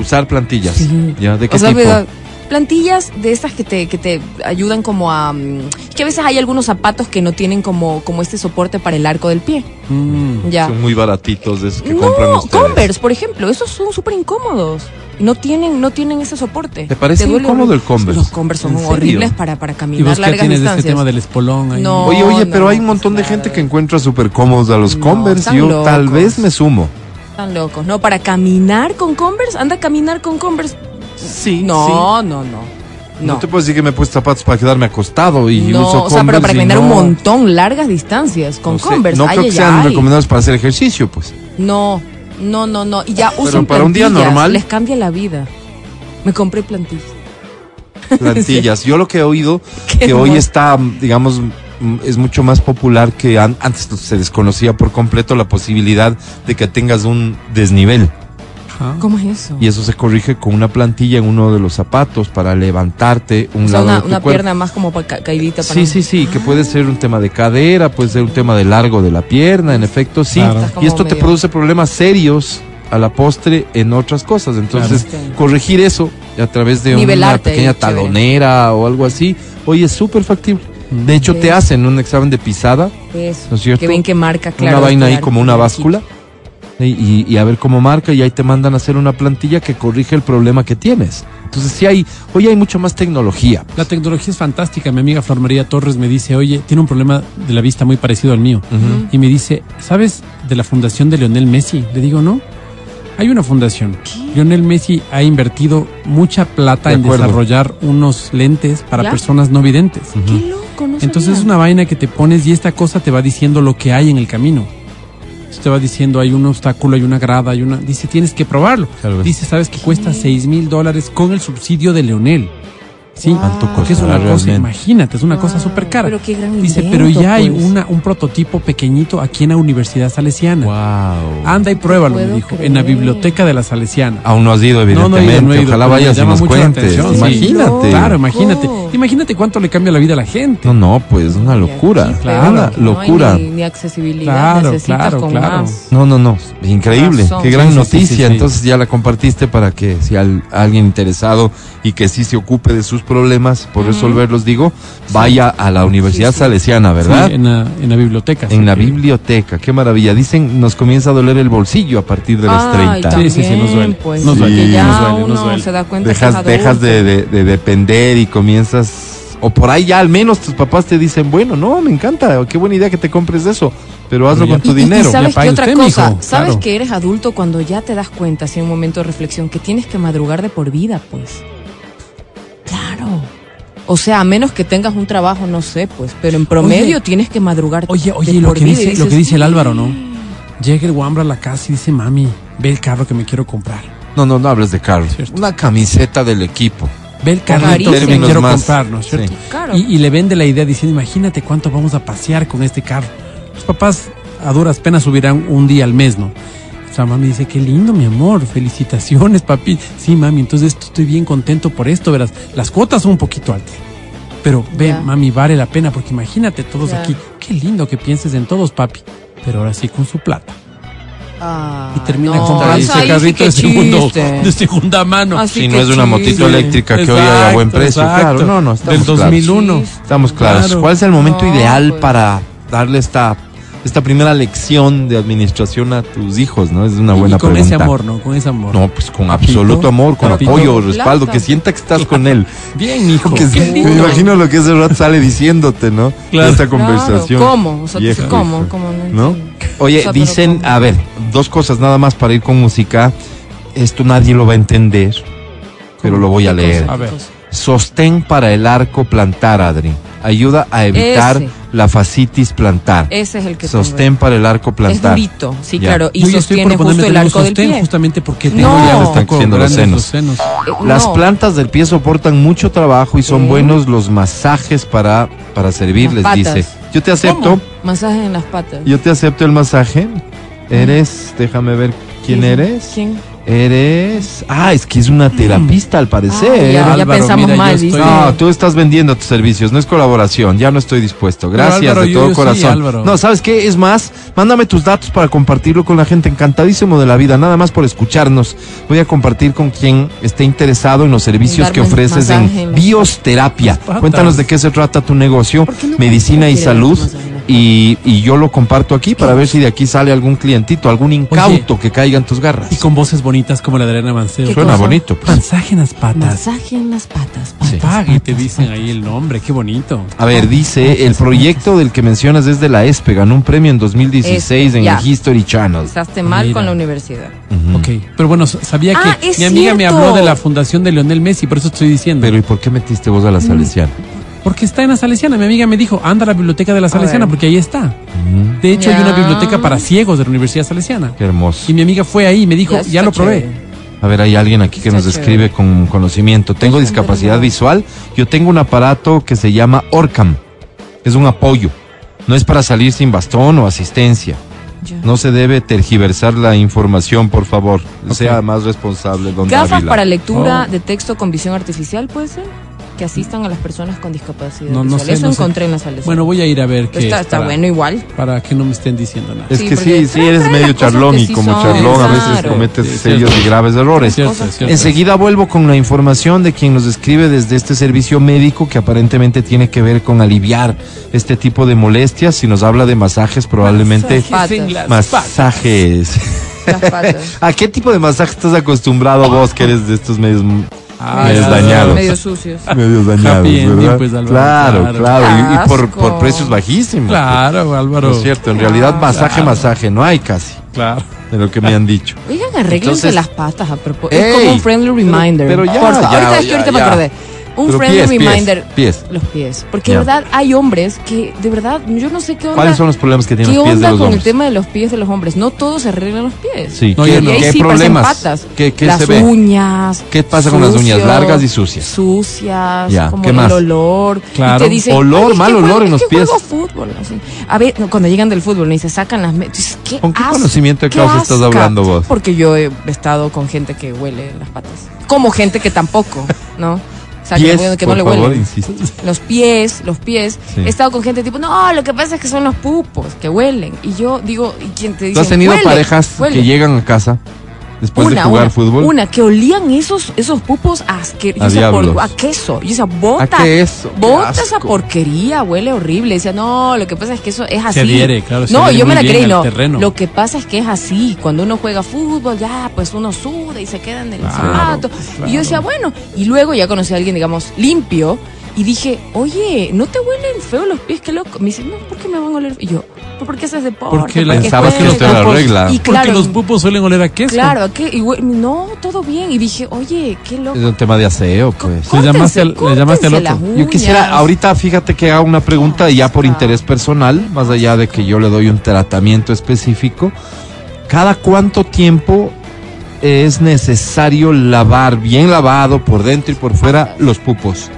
Speaker 2: usar plantillas.
Speaker 3: Sí.
Speaker 2: ¿Ya? ¿De qué
Speaker 3: O sea,
Speaker 2: tipo?
Speaker 3: pero, plantillas de estas que te, que te ayudan como a... mm, es que a veces hay algunos zapatos que no tienen como, como este soporte para el arco del pie.
Speaker 4: Mm.
Speaker 3: Ya.
Speaker 2: Son muy baratitos de esos que compran
Speaker 3: No,
Speaker 2: ustedes.
Speaker 3: Converse, por ejemplo, esos son súper incómodos. No tienen, no tienen ese soporte.
Speaker 2: ¿Te parece
Speaker 3: duele
Speaker 2: incómodo el
Speaker 3: horrible.
Speaker 2: Converse?
Speaker 3: Los Converse son
Speaker 2: ¿En serio?
Speaker 3: horribles para, para
Speaker 4: ¿Y
Speaker 3: caminar
Speaker 4: vos qué
Speaker 3: largas
Speaker 4: tienes de
Speaker 3: distancias.
Speaker 4: este tema del espolón? ahí?
Speaker 3: No.
Speaker 2: Oye, oye, pero
Speaker 3: no,
Speaker 2: hay un
Speaker 3: pues
Speaker 2: montón de
Speaker 3: nada.
Speaker 2: gente que encuentra súper cómodos a los
Speaker 3: No,
Speaker 2: Converse.
Speaker 3: están
Speaker 2: Yo tal
Speaker 3: locos.
Speaker 2: vez me sumo.
Speaker 3: Están locos, ¿no? Para caminar con Converse, anda a caminar con Converse.
Speaker 2: Sí,
Speaker 3: No, no, no.
Speaker 2: No.
Speaker 3: No,
Speaker 2: te puedo decir que me he puesto zapatos para quedarme acostado y
Speaker 3: No,
Speaker 2: uso
Speaker 3: o sea, pero
Speaker 2: Converse
Speaker 3: para
Speaker 2: y
Speaker 3: caminar un
Speaker 2: no-
Speaker 3: montón largas distancias con
Speaker 2: no sé,
Speaker 3: Converse.
Speaker 2: No
Speaker 3: Ay,
Speaker 2: creo que
Speaker 3: ay,
Speaker 2: sean
Speaker 3: ay.
Speaker 2: recomendados para hacer ejercicio, pues.
Speaker 3: No, no, no, no. Y ya usan
Speaker 2: para un día
Speaker 3: plantillas,
Speaker 2: normal.
Speaker 3: Les cambia la vida. Me compré plantillas.
Speaker 2: Plantillas. Yo lo que he oído,
Speaker 3: Qué
Speaker 2: que hoy
Speaker 3: hermoso.
Speaker 2: está, digamos, mm, es mucho más popular que an- antes se desconocía por completo la posibilidad de que tengas un desnivel.
Speaker 4: Ajá.
Speaker 3: ¿Cómo es eso?
Speaker 2: Y eso se corrige con una plantilla en uno de los zapatos para levantarte un
Speaker 3: o sea,
Speaker 2: lado
Speaker 3: una,
Speaker 2: de tu
Speaker 3: una
Speaker 2: cuerpo.
Speaker 3: pierna más como pa- ca- caidita para
Speaker 2: Sí, sí, sí, que
Speaker 3: Ah.
Speaker 2: puede ser un tema de cadera, puede ser un tema de largo de la pierna, en efecto, sí.
Speaker 4: Claro.
Speaker 3: Estás como
Speaker 2: Y esto te
Speaker 3: medio-
Speaker 2: produce problemas serios a la postre en otras cosas. Entonces,
Speaker 3: Claro.
Speaker 2: corregir eso a través de una
Speaker 3: Nivelarte,
Speaker 2: pequeña
Speaker 3: chévere.
Speaker 2: talonera o algo así, hoy es súper factible. De hecho,
Speaker 3: Sí.
Speaker 2: te hacen un examen de pisada,
Speaker 3: Eso.
Speaker 2: ¿No es cierto?
Speaker 3: Que ven que marca, claro.
Speaker 2: una vaina ahí
Speaker 3: claro,
Speaker 2: como una
Speaker 3: claro.
Speaker 2: báscula, y, y- y a ver cómo marca, y ahí te mandan a hacer una plantilla que corrige el problema que tienes. Entonces, sí hay, hoy hay mucho más tecnología.
Speaker 4: La tecnología es fantástica. Mi amiga Flor María Torres me dice, oye, tiene un problema de la vista muy parecido al mío.
Speaker 2: Mm.
Speaker 4: Y me dice, ¿sabes de la fundación de Lionel Messi? Le digo, no. Hay una fundación. Lionel Messi ha invertido mucha plata
Speaker 2: De
Speaker 4: en
Speaker 2: acuerdo.
Speaker 4: desarrollar unos lentes para
Speaker 3: Claro.
Speaker 4: personas no videntes.
Speaker 3: Qué loco, no
Speaker 4: Entonces es una vaina que te pones y esta cosa te va diciendo lo que hay en el camino. Entonces, te va diciendo, hay un obstáculo, hay una grada, hay una... Dice, tienes que probarlo.
Speaker 2: Claro.
Speaker 4: Dice, sabes que cuesta 6 mil dólares con el subsidio de Leonel. Sí,
Speaker 3: ¿Cuánto
Speaker 4: porque es una
Speaker 2: costará
Speaker 4: cosa,
Speaker 2: realmente?
Speaker 4: imagínate, es una cosa
Speaker 3: Wow,
Speaker 4: súper cara.
Speaker 3: pero qué gran
Speaker 4: Dice,
Speaker 3: invento,
Speaker 4: pero ya hay
Speaker 3: pues.
Speaker 4: una, un prototipo pequeñito aquí en la Universidad Salesiana.
Speaker 2: Wow.
Speaker 4: Anda y pruébalo,
Speaker 3: No
Speaker 4: me
Speaker 3: puedo
Speaker 4: dijo, en la
Speaker 3: creer.
Speaker 4: biblioteca de la Salesiana.
Speaker 2: Aún no has ido,
Speaker 4: No, no
Speaker 2: evidentemente.
Speaker 4: he ido, no he ido,
Speaker 2: Ojalá
Speaker 4: pero me
Speaker 2: vayas y
Speaker 4: llama
Speaker 2: nos
Speaker 4: mucho la
Speaker 2: cuentes.
Speaker 4: atención, sí.
Speaker 2: Imagínate.
Speaker 4: Claro, imagínate.
Speaker 3: Wow.
Speaker 4: Imagínate cuánto le cambia la vida a la gente.
Speaker 2: No, no, pues una locura.
Speaker 3: Aquí,
Speaker 4: claro,
Speaker 2: una
Speaker 3: aquí no hay
Speaker 2: locura.
Speaker 3: ni, ni accesibilidad,
Speaker 4: Claro,
Speaker 3: necesitas
Speaker 4: claro,
Speaker 3: con
Speaker 4: claro.
Speaker 3: más.
Speaker 2: No, no, no. Increíble.
Speaker 3: Razón.
Speaker 2: Qué
Speaker 3: Sí,
Speaker 2: gran
Speaker 4: sí, sí,
Speaker 2: noticia.
Speaker 4: sí, sí.
Speaker 2: Entonces ya la compartiste para que si al- alguien interesado y que sí se ocupe de sus problemas por resolverlos, digo, vaya a la Universidad
Speaker 3: Sí, sí.
Speaker 2: Salesiana, ¿verdad?
Speaker 4: Sí, en, la, en la biblioteca.
Speaker 2: en
Speaker 4: sí,
Speaker 2: la
Speaker 4: que-
Speaker 2: biblioteca. Qué maravilla. Dicen, nos comienza a doler el bolsillo a partir de las
Speaker 3: Ay,
Speaker 2: 30.
Speaker 3: también,
Speaker 4: Sí, sí, sí, nos duele,
Speaker 3: Pues,
Speaker 4: nos
Speaker 2: duele,
Speaker 3: que ya
Speaker 4: nos duele, nos
Speaker 3: uno
Speaker 4: duele.
Speaker 3: se da cuenta
Speaker 2: dejas,
Speaker 3: que es
Speaker 2: dejas
Speaker 3: adulto.
Speaker 2: de, de- de depender y comienzas o por ahí ya al menos tus papás te dicen bueno no me encanta qué buena idea que te compres eso pero hazlo
Speaker 4: Pero ya-
Speaker 2: con tu
Speaker 3: Y- y- y
Speaker 2: dinero
Speaker 4: sabe-
Speaker 3: sabes
Speaker 4: ya
Speaker 3: que
Speaker 4: pague
Speaker 3: otra
Speaker 4: usted,
Speaker 3: cosa,
Speaker 4: mijo,
Speaker 3: sabes
Speaker 4: claro.
Speaker 3: que eres adulto cuando ya te das cuenta, así en un momento de reflexión, que tienes que madrugar de por vida, pues. Claro. O sea, a menos que tengas un trabajo, no sé, pues, pero en promedio
Speaker 4: Oye.
Speaker 3: tienes que madrugar.
Speaker 4: Oye, oye,
Speaker 3: de
Speaker 4: lo
Speaker 3: por
Speaker 4: que,
Speaker 3: vida, y
Speaker 4: dice, lo
Speaker 3: dices,
Speaker 4: que dice el Álvaro, ¿no? Llega el Wambra a la casa y dice, mami, ve el carro que me quiero comprar.
Speaker 2: no no no hables de carro
Speaker 4: Cierto.
Speaker 2: una camiseta del equipo
Speaker 4: Ve el carrito
Speaker 3: Carísimo.
Speaker 4: que me
Speaker 3: Términos
Speaker 4: quiero
Speaker 2: más.
Speaker 4: comprar, ¿no es cierto?
Speaker 2: Sí.
Speaker 3: Claro.
Speaker 4: Y, y le vende la idea diciendo, imagínate cuánto vamos a pasear con este carro. Los papás a duras penas subirán un día al mes, ¿no? La mami dice, qué lindo, mi amor, felicitaciones, papi. Sí, mami, entonces esto- estoy bien contento por esto, verás. Las cuotas son un poquito altas. Pero ve,
Speaker 3: Ya.
Speaker 4: mami, vale la pena porque imagínate todos
Speaker 3: Ya.
Speaker 4: aquí. Qué lindo que pienses en todos, papi. Pero ahora sí con su plata.
Speaker 3: Ah,
Speaker 4: Y termina
Speaker 3: no,
Speaker 4: comprando
Speaker 3: eso
Speaker 4: ese
Speaker 3: ahí sí
Speaker 4: carrito
Speaker 3: que
Speaker 4: de, segundo,
Speaker 3: chiste.
Speaker 4: de segunda mano.
Speaker 3: Así
Speaker 2: si
Speaker 3: que
Speaker 2: no es una motito
Speaker 3: chiste.
Speaker 2: eléctrica que hoy hay a buen
Speaker 4: Exacto,
Speaker 2: precio claro
Speaker 4: exacto.
Speaker 2: no no
Speaker 4: Del
Speaker 2: estamos claros
Speaker 4: 2001.
Speaker 3: Chiste.
Speaker 2: estamos claros
Speaker 4: Claro.
Speaker 2: cuál es el momento
Speaker 3: No,
Speaker 2: ideal
Speaker 3: pues.
Speaker 2: para darle esta esta primera lección de administración a tus hijos no es una buena
Speaker 4: y con
Speaker 2: pregunta
Speaker 4: ese amor, ¿no? Con ese amor.
Speaker 2: no pues con
Speaker 4: Papito,
Speaker 2: absoluto amor con
Speaker 4: papito.
Speaker 2: apoyo respaldo
Speaker 3: Plata.
Speaker 2: que sienta que estás con él
Speaker 4: Bien, hijo.
Speaker 2: Que sí,
Speaker 3: lindo.
Speaker 2: me imagino lo que ese rat sale diciéndote, ¿no?
Speaker 4: Claro.
Speaker 2: De Esta
Speaker 3: Claro,
Speaker 2: conversación.
Speaker 3: ¿Cómo? O sea,
Speaker 2: Vieja,
Speaker 3: ¿cómo?
Speaker 2: vieja.
Speaker 3: ¿Cómo?
Speaker 2: ¿No?
Speaker 3: entiendo.
Speaker 2: Oye,
Speaker 3: O sea, pero
Speaker 2: dicen,
Speaker 3: ¿cómo?
Speaker 2: a ver, dos cosas nada más para ir con música. Esto nadie lo va a entender, pero lo voy a
Speaker 3: ¿Qué
Speaker 2: leer.
Speaker 3: cosa?
Speaker 4: A
Speaker 3: ¿Qué
Speaker 4: ver.
Speaker 3: cosa?
Speaker 2: Sostén para el arco plantar, Adri. Ayuda a evitar
Speaker 3: Ese.
Speaker 2: la fascitis plantar.
Speaker 3: Ese es el que tengo.
Speaker 2: Sostén para el arco
Speaker 3: Es
Speaker 2: plantar.
Speaker 3: durito, sí,
Speaker 2: Ya.
Speaker 3: claro. Y
Speaker 4: Oye, estoy
Speaker 3: sostiene
Speaker 4: por ponerme
Speaker 3: justo el
Speaker 4: también un
Speaker 3: arco del
Speaker 4: sostén
Speaker 3: pie.
Speaker 4: Justamente porque
Speaker 3: No.
Speaker 4: tengo ya
Speaker 3: Me
Speaker 4: un
Speaker 2: están
Speaker 4: poco
Speaker 2: creciendo los
Speaker 4: grandes
Speaker 2: senos.
Speaker 3: Eh,
Speaker 2: Las
Speaker 3: no,
Speaker 2: plantas del pie soportan mucho trabajo y son
Speaker 3: Sí.
Speaker 2: buenos los masajes para, para servir,
Speaker 3: Las
Speaker 2: les
Speaker 3: patas.
Speaker 2: dice. Yo te acepto,
Speaker 3: ¿cómo? Masaje en las patas.
Speaker 2: yo te acepto el masaje. Eres, déjame ver quién eres.
Speaker 3: ¿Quién?
Speaker 2: Eres. Ah, es que es una terapista al
Speaker 3: Ah,
Speaker 2: parecer.
Speaker 3: ya, ya
Speaker 4: Álvaro,
Speaker 3: pensamos
Speaker 4: mira, yo
Speaker 3: mal,
Speaker 4: estoy-
Speaker 3: ¿viste?
Speaker 2: No, tú estás vendiendo tus servicios, no es colaboración, ya no estoy dispuesto. Gracias
Speaker 4: Álvaro,
Speaker 2: de
Speaker 4: yo-
Speaker 2: todo
Speaker 4: yo sí,
Speaker 2: corazón.
Speaker 4: Álvaro.
Speaker 2: no, ¿sabes qué? Es más, mándame tus datos para compartirlo con la gente. Encantadísimo de la vida, nada más por escucharnos. Voy a compartir con quien esté interesado en los servicios
Speaker 3: En
Speaker 2: que
Speaker 3: darme
Speaker 2: ofreces
Speaker 3: masaje en
Speaker 2: en
Speaker 3: las
Speaker 2: biosterapia.
Speaker 4: patas.
Speaker 2: Cuéntanos de qué se trata tu negocio,
Speaker 3: ¿Por qué no
Speaker 2: medicina y
Speaker 3: cualquiera quiere
Speaker 2: salud.
Speaker 3: darse masaje en las
Speaker 2: Y, y yo lo comparto aquí para ver si de aquí sale algún clientito, algún incauto que caiga en tus garras.
Speaker 4: Y con voces bonitas como la de Elena Manceo.
Speaker 3: ¿Qué
Speaker 2: Suena
Speaker 3: cosa?
Speaker 2: bonito, pues.
Speaker 4: Masaje en las patas.
Speaker 3: Masaje en las patas.
Speaker 2: Sí.
Speaker 3: patas,
Speaker 4: Paga y te
Speaker 3: patas,
Speaker 4: dicen ahí el nombre, qué bonito.
Speaker 2: A ver, dice, el proyecto del que mencionas es de la E ESPE, ganó un premio en 2016
Speaker 3: Este,
Speaker 2: en
Speaker 3: ya.
Speaker 2: el History Channel.
Speaker 3: Empezaste mal
Speaker 4: Mira.
Speaker 3: con la universidad.
Speaker 2: Ujú.
Speaker 4: Ok, pero bueno, s- sabía
Speaker 3: Ah,
Speaker 4: que mi
Speaker 3: es
Speaker 4: amiga me
Speaker 3: cierto.
Speaker 4: habló de la fundación de Lionel Messi, por eso estoy diciendo.
Speaker 2: Pero ¿y por qué metiste vos a la Salesiana?
Speaker 4: porque está en la Salesiana, mi amiga me dijo, anda a la biblioteca de la Salesiana,
Speaker 3: ver.
Speaker 4: porque ahí está.
Speaker 2: Ujú,
Speaker 4: De hecho, hay una
Speaker 3: Ya.
Speaker 4: biblioteca para ciegos de la Universidad Salesiana.
Speaker 2: Qué hermoso.
Speaker 4: Y mi amiga fue ahí y me dijo,
Speaker 3: Ya
Speaker 4: ya,
Speaker 3: está
Speaker 4: lo probé.
Speaker 3: chévere.
Speaker 2: A ver, hay alguien aquí que
Speaker 3: Está
Speaker 2: nos
Speaker 3: chévere.
Speaker 2: describe con conocimiento. Tengo discapacidad visual, yo tengo un aparato que se llama Orcam. Es un apoyo. No es para salir sin bastón o asistencia.
Speaker 3: Ya.
Speaker 2: No se debe tergiversar la información, por favor.
Speaker 4: Ok.
Speaker 2: Sea más responsable, don
Speaker 3: Gafas
Speaker 2: Ávila.
Speaker 3: para lectura
Speaker 4: Oh.
Speaker 3: de texto con visión artificial, ¿puede ser? Que asistan a las personas con discapacidad
Speaker 4: No, no
Speaker 3: visual.
Speaker 4: sé,
Speaker 3: Eso
Speaker 4: no sé.
Speaker 3: encontré en la sala.
Speaker 4: Bueno, voy a ir a ver qué
Speaker 3: está,
Speaker 4: es
Speaker 3: está
Speaker 4: para,
Speaker 3: bueno igual.
Speaker 4: para que no me estén diciendo nada.
Speaker 2: Es
Speaker 3: Sí,
Speaker 2: que
Speaker 3: porque
Speaker 2: sí, sí, eres
Speaker 3: trae
Speaker 2: medio
Speaker 3: las cosas
Speaker 2: charlón
Speaker 3: que
Speaker 2: y
Speaker 3: sí
Speaker 2: como
Speaker 3: son,
Speaker 2: charlón a veces
Speaker 3: claro.
Speaker 2: cometes
Speaker 4: Sí, es
Speaker 2: serios
Speaker 4: cierto.
Speaker 2: y graves errores.
Speaker 4: Cierto, es cierto.
Speaker 2: Enseguida vuelvo con la información de quien nos escribe desde este servicio médico que aparentemente tiene que ver con aliviar este tipo de molestias. Si nos habla de masajes, probablemente
Speaker 4: Masajes en las patas.
Speaker 2: masajes.
Speaker 3: Las patas.
Speaker 2: ¿A qué tipo de masaje estás acostumbrado vos que eres de estos medios
Speaker 4: Ah,
Speaker 2: medios
Speaker 4: ya.
Speaker 2: dañados?
Speaker 3: Medio sucios.
Speaker 2: medios dañados,
Speaker 4: ending,
Speaker 2: ¿verdad?
Speaker 4: pues, Álvaro,
Speaker 2: claro,
Speaker 4: claro.
Speaker 2: claro, y- y, por,
Speaker 3: Asco.
Speaker 2: por precios bajísimos.
Speaker 4: Claro, Álvaro.
Speaker 2: No es cierto, en realidad masaje, masaje, no hay casi,
Speaker 4: Claro.
Speaker 2: de lo que me han dicho.
Speaker 3: Oigan, arréglense
Speaker 2: Entonces-
Speaker 3: las patas a propósito. Es
Speaker 2: Ey,
Speaker 3: como un friendly reminder.
Speaker 2: pero ya,
Speaker 3: Por favor,
Speaker 2: ya,
Speaker 3: ahorita, es que
Speaker 2: ya,
Speaker 3: ahorita me
Speaker 2: ya.
Speaker 3: acordé. Un
Speaker 2: Pero
Speaker 3: friendly
Speaker 2: pies, pies,
Speaker 3: reminder.
Speaker 2: pies.
Speaker 3: Los pies. Porque
Speaker 2: Ya.
Speaker 3: de verdad hay hombres que, de verdad, yo no sé qué onda.
Speaker 2: ¿Cuáles son los problemas que tienen
Speaker 3: ¿Qué
Speaker 2: los pies de
Speaker 3: onda
Speaker 2: los
Speaker 3: con el
Speaker 2: hombres?
Speaker 3: tema de los pies de los hombres? No todos se arreglan los pies.
Speaker 2: Sí,
Speaker 4: No,
Speaker 2: ¿qué,
Speaker 4: yo no.
Speaker 3: Y ahí
Speaker 2: qué
Speaker 3: sí parecen
Speaker 2: problemas?
Speaker 3: patas.
Speaker 2: ¿Qué, qué
Speaker 3: las
Speaker 2: se ve?
Speaker 3: uñas.
Speaker 2: ¿Qué pasa con las uñas largas y sucias?
Speaker 3: Sucias,
Speaker 2: Ya,
Speaker 3: como
Speaker 2: ¿qué más?
Speaker 3: el olor.
Speaker 4: Claro.
Speaker 3: Y te dicen,
Speaker 2: Olor,
Speaker 3: "Ay, es
Speaker 2: mal
Speaker 3: que
Speaker 2: olor
Speaker 3: juego-
Speaker 2: en los
Speaker 3: es que
Speaker 2: pies".
Speaker 3: juego fútbol, así. A ver, no, cuando llegan del fútbol y se sacan las... me- Dices, ¿Qué
Speaker 2: ¿Con qué
Speaker 3: asco,
Speaker 2: conocimiento de
Speaker 3: qué
Speaker 2: causa estás
Speaker 3: asca?
Speaker 2: hablando vos?
Speaker 3: Porque yo he estado con gente que huele las patas. Como gente que tampoco, ¿no? O sea, que,
Speaker 2: Pies,
Speaker 3: no- que no
Speaker 2: por
Speaker 3: le
Speaker 2: favor,
Speaker 3: huele.
Speaker 2: insisto.
Speaker 3: Los pies, los pies.
Speaker 2: Sí.
Speaker 3: He estado con gente tipo, no, lo que pasa es que son los pupos, que huelen. Y yo digo, ¿y quién te dice?
Speaker 2: ¿Tú has tenido
Speaker 3: "Huele,
Speaker 2: parejas
Speaker 3: huele"?
Speaker 2: que llegan a casa después
Speaker 3: una,
Speaker 2: de jugar
Speaker 3: una,
Speaker 2: fútbol?
Speaker 3: Una, que olían esos, esos pupos asquerosos.
Speaker 2: A
Speaker 3: A,
Speaker 2: diablos.
Speaker 3: a queso. Y esa bota.
Speaker 2: ¿A qué eso? Qué
Speaker 3: Bota esa
Speaker 2: asco.
Speaker 3: porquería, huele horrible. Decía, no, lo que pasa es que eso es así.
Speaker 4: adhiere, claro, se
Speaker 3: no,
Speaker 4: adhiere
Speaker 3: yo me
Speaker 4: muy
Speaker 3: la
Speaker 4: bien
Speaker 3: creí,
Speaker 4: al
Speaker 3: no.
Speaker 4: terreno.
Speaker 3: Lo que pasa es que es así. Cuando uno juega fútbol, ya, pues uno suda y se queda en el
Speaker 4: Claro,
Speaker 3: zapato. Y yo decía, bueno. Y luego ya conocí a alguien, digamos, limpio. Y dije, oye, ¿no te huelen feo los pies? Qué loco. Me dice, no, ¿por qué me van a oler? Y yo, "Pues porque haces deporte.
Speaker 4: Porque la-
Speaker 2: Pensabas que no te
Speaker 3: juegas".
Speaker 2: la regla.
Speaker 3: Y
Speaker 4: Porque
Speaker 3: claro,
Speaker 4: los pupos suelen oler a queso.
Speaker 3: Claro, ¿qué? Y, güey, no, todo bien. Y dije, oye, qué loco.
Speaker 2: Es un tema de aseo, pues.
Speaker 3: Córtense,
Speaker 4: llamaste al- le
Speaker 3: córtense
Speaker 4: llamaste al otro.
Speaker 3: las
Speaker 2: Yo quisiera,
Speaker 3: uñas.
Speaker 2: ahorita fíjate que haga una pregunta ya por
Speaker 3: Ah.
Speaker 2: interés personal, más allá de que yo le doy un tratamiento específico. ¿Cada cuánto tiempo es necesario lavar, bien lavado por dentro y por fuera, los pupos?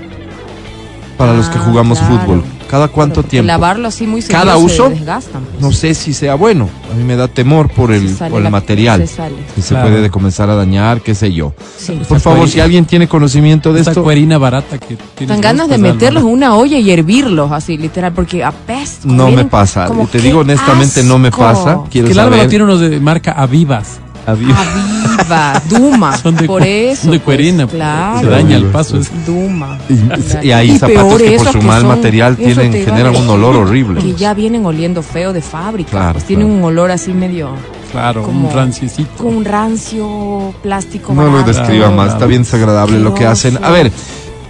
Speaker 2: Para los que
Speaker 3: Ah,
Speaker 2: jugamos
Speaker 3: claro.
Speaker 2: fútbol. ¿Cada cuánto
Speaker 3: Porque
Speaker 2: tiempo?
Speaker 3: Lavarlo así muy seguido
Speaker 2: ¿Cada
Speaker 3: se
Speaker 2: uso?
Speaker 3: desgastan, pues.
Speaker 2: No sé si sea bueno. A mí me da temor por el,
Speaker 3: Se sale
Speaker 2: por el
Speaker 3: la-
Speaker 2: material.
Speaker 3: Se sale. Pues
Speaker 2: Y se
Speaker 4: Claro.
Speaker 2: puede de comenzar a dañar, qué sé yo.
Speaker 3: Sí.
Speaker 2: Por favor,
Speaker 4: cuerina-
Speaker 2: si alguien tiene conocimiento de
Speaker 4: Esa
Speaker 2: esto,
Speaker 4: cuerina barata que tienes.
Speaker 3: Tan ganas de
Speaker 4: pues,
Speaker 3: meterlos en
Speaker 4: Álvaro.
Speaker 3: una olla y hervirlos así, literal, porque apesta.
Speaker 2: no me
Speaker 3: miren,
Speaker 2: pasa.
Speaker 3: como,
Speaker 2: Te
Speaker 3: qué
Speaker 2: digo honestamente, no me
Speaker 3: asco.
Speaker 2: pasa. Quiero
Speaker 4: Que el
Speaker 2: saber.
Speaker 4: Álvaro tiene unos de marca Avivas.
Speaker 2: Adiós.
Speaker 3: Ah, Aviva, Duma,
Speaker 4: Son de,
Speaker 3: por
Speaker 4: cu-
Speaker 3: eso.
Speaker 4: son de
Speaker 3: pues,
Speaker 4: cuerina. Se
Speaker 3: claro.
Speaker 4: daña el
Speaker 2: Avivas,
Speaker 4: paso. es-
Speaker 3: Duma.
Speaker 2: Y, y hay zapatos
Speaker 3: peor
Speaker 2: que por
Speaker 3: esos
Speaker 2: su
Speaker 3: que
Speaker 2: mal
Speaker 3: son-
Speaker 2: material
Speaker 3: eso
Speaker 2: tienen,
Speaker 3: te iba a
Speaker 2: generan un
Speaker 3: decir.
Speaker 2: olor horrible.
Speaker 3: Que ya vienen oliendo feo de fábrica.
Speaker 2: Claro,
Speaker 3: pues tienen
Speaker 2: claro.
Speaker 3: un olor así medio.
Speaker 4: Claro,
Speaker 3: Como-
Speaker 4: un ranciecito.
Speaker 3: con un rancio plástico.
Speaker 2: No lo
Speaker 3: barato.
Speaker 2: describa más, está bien desagradable lo que hacen. A ver,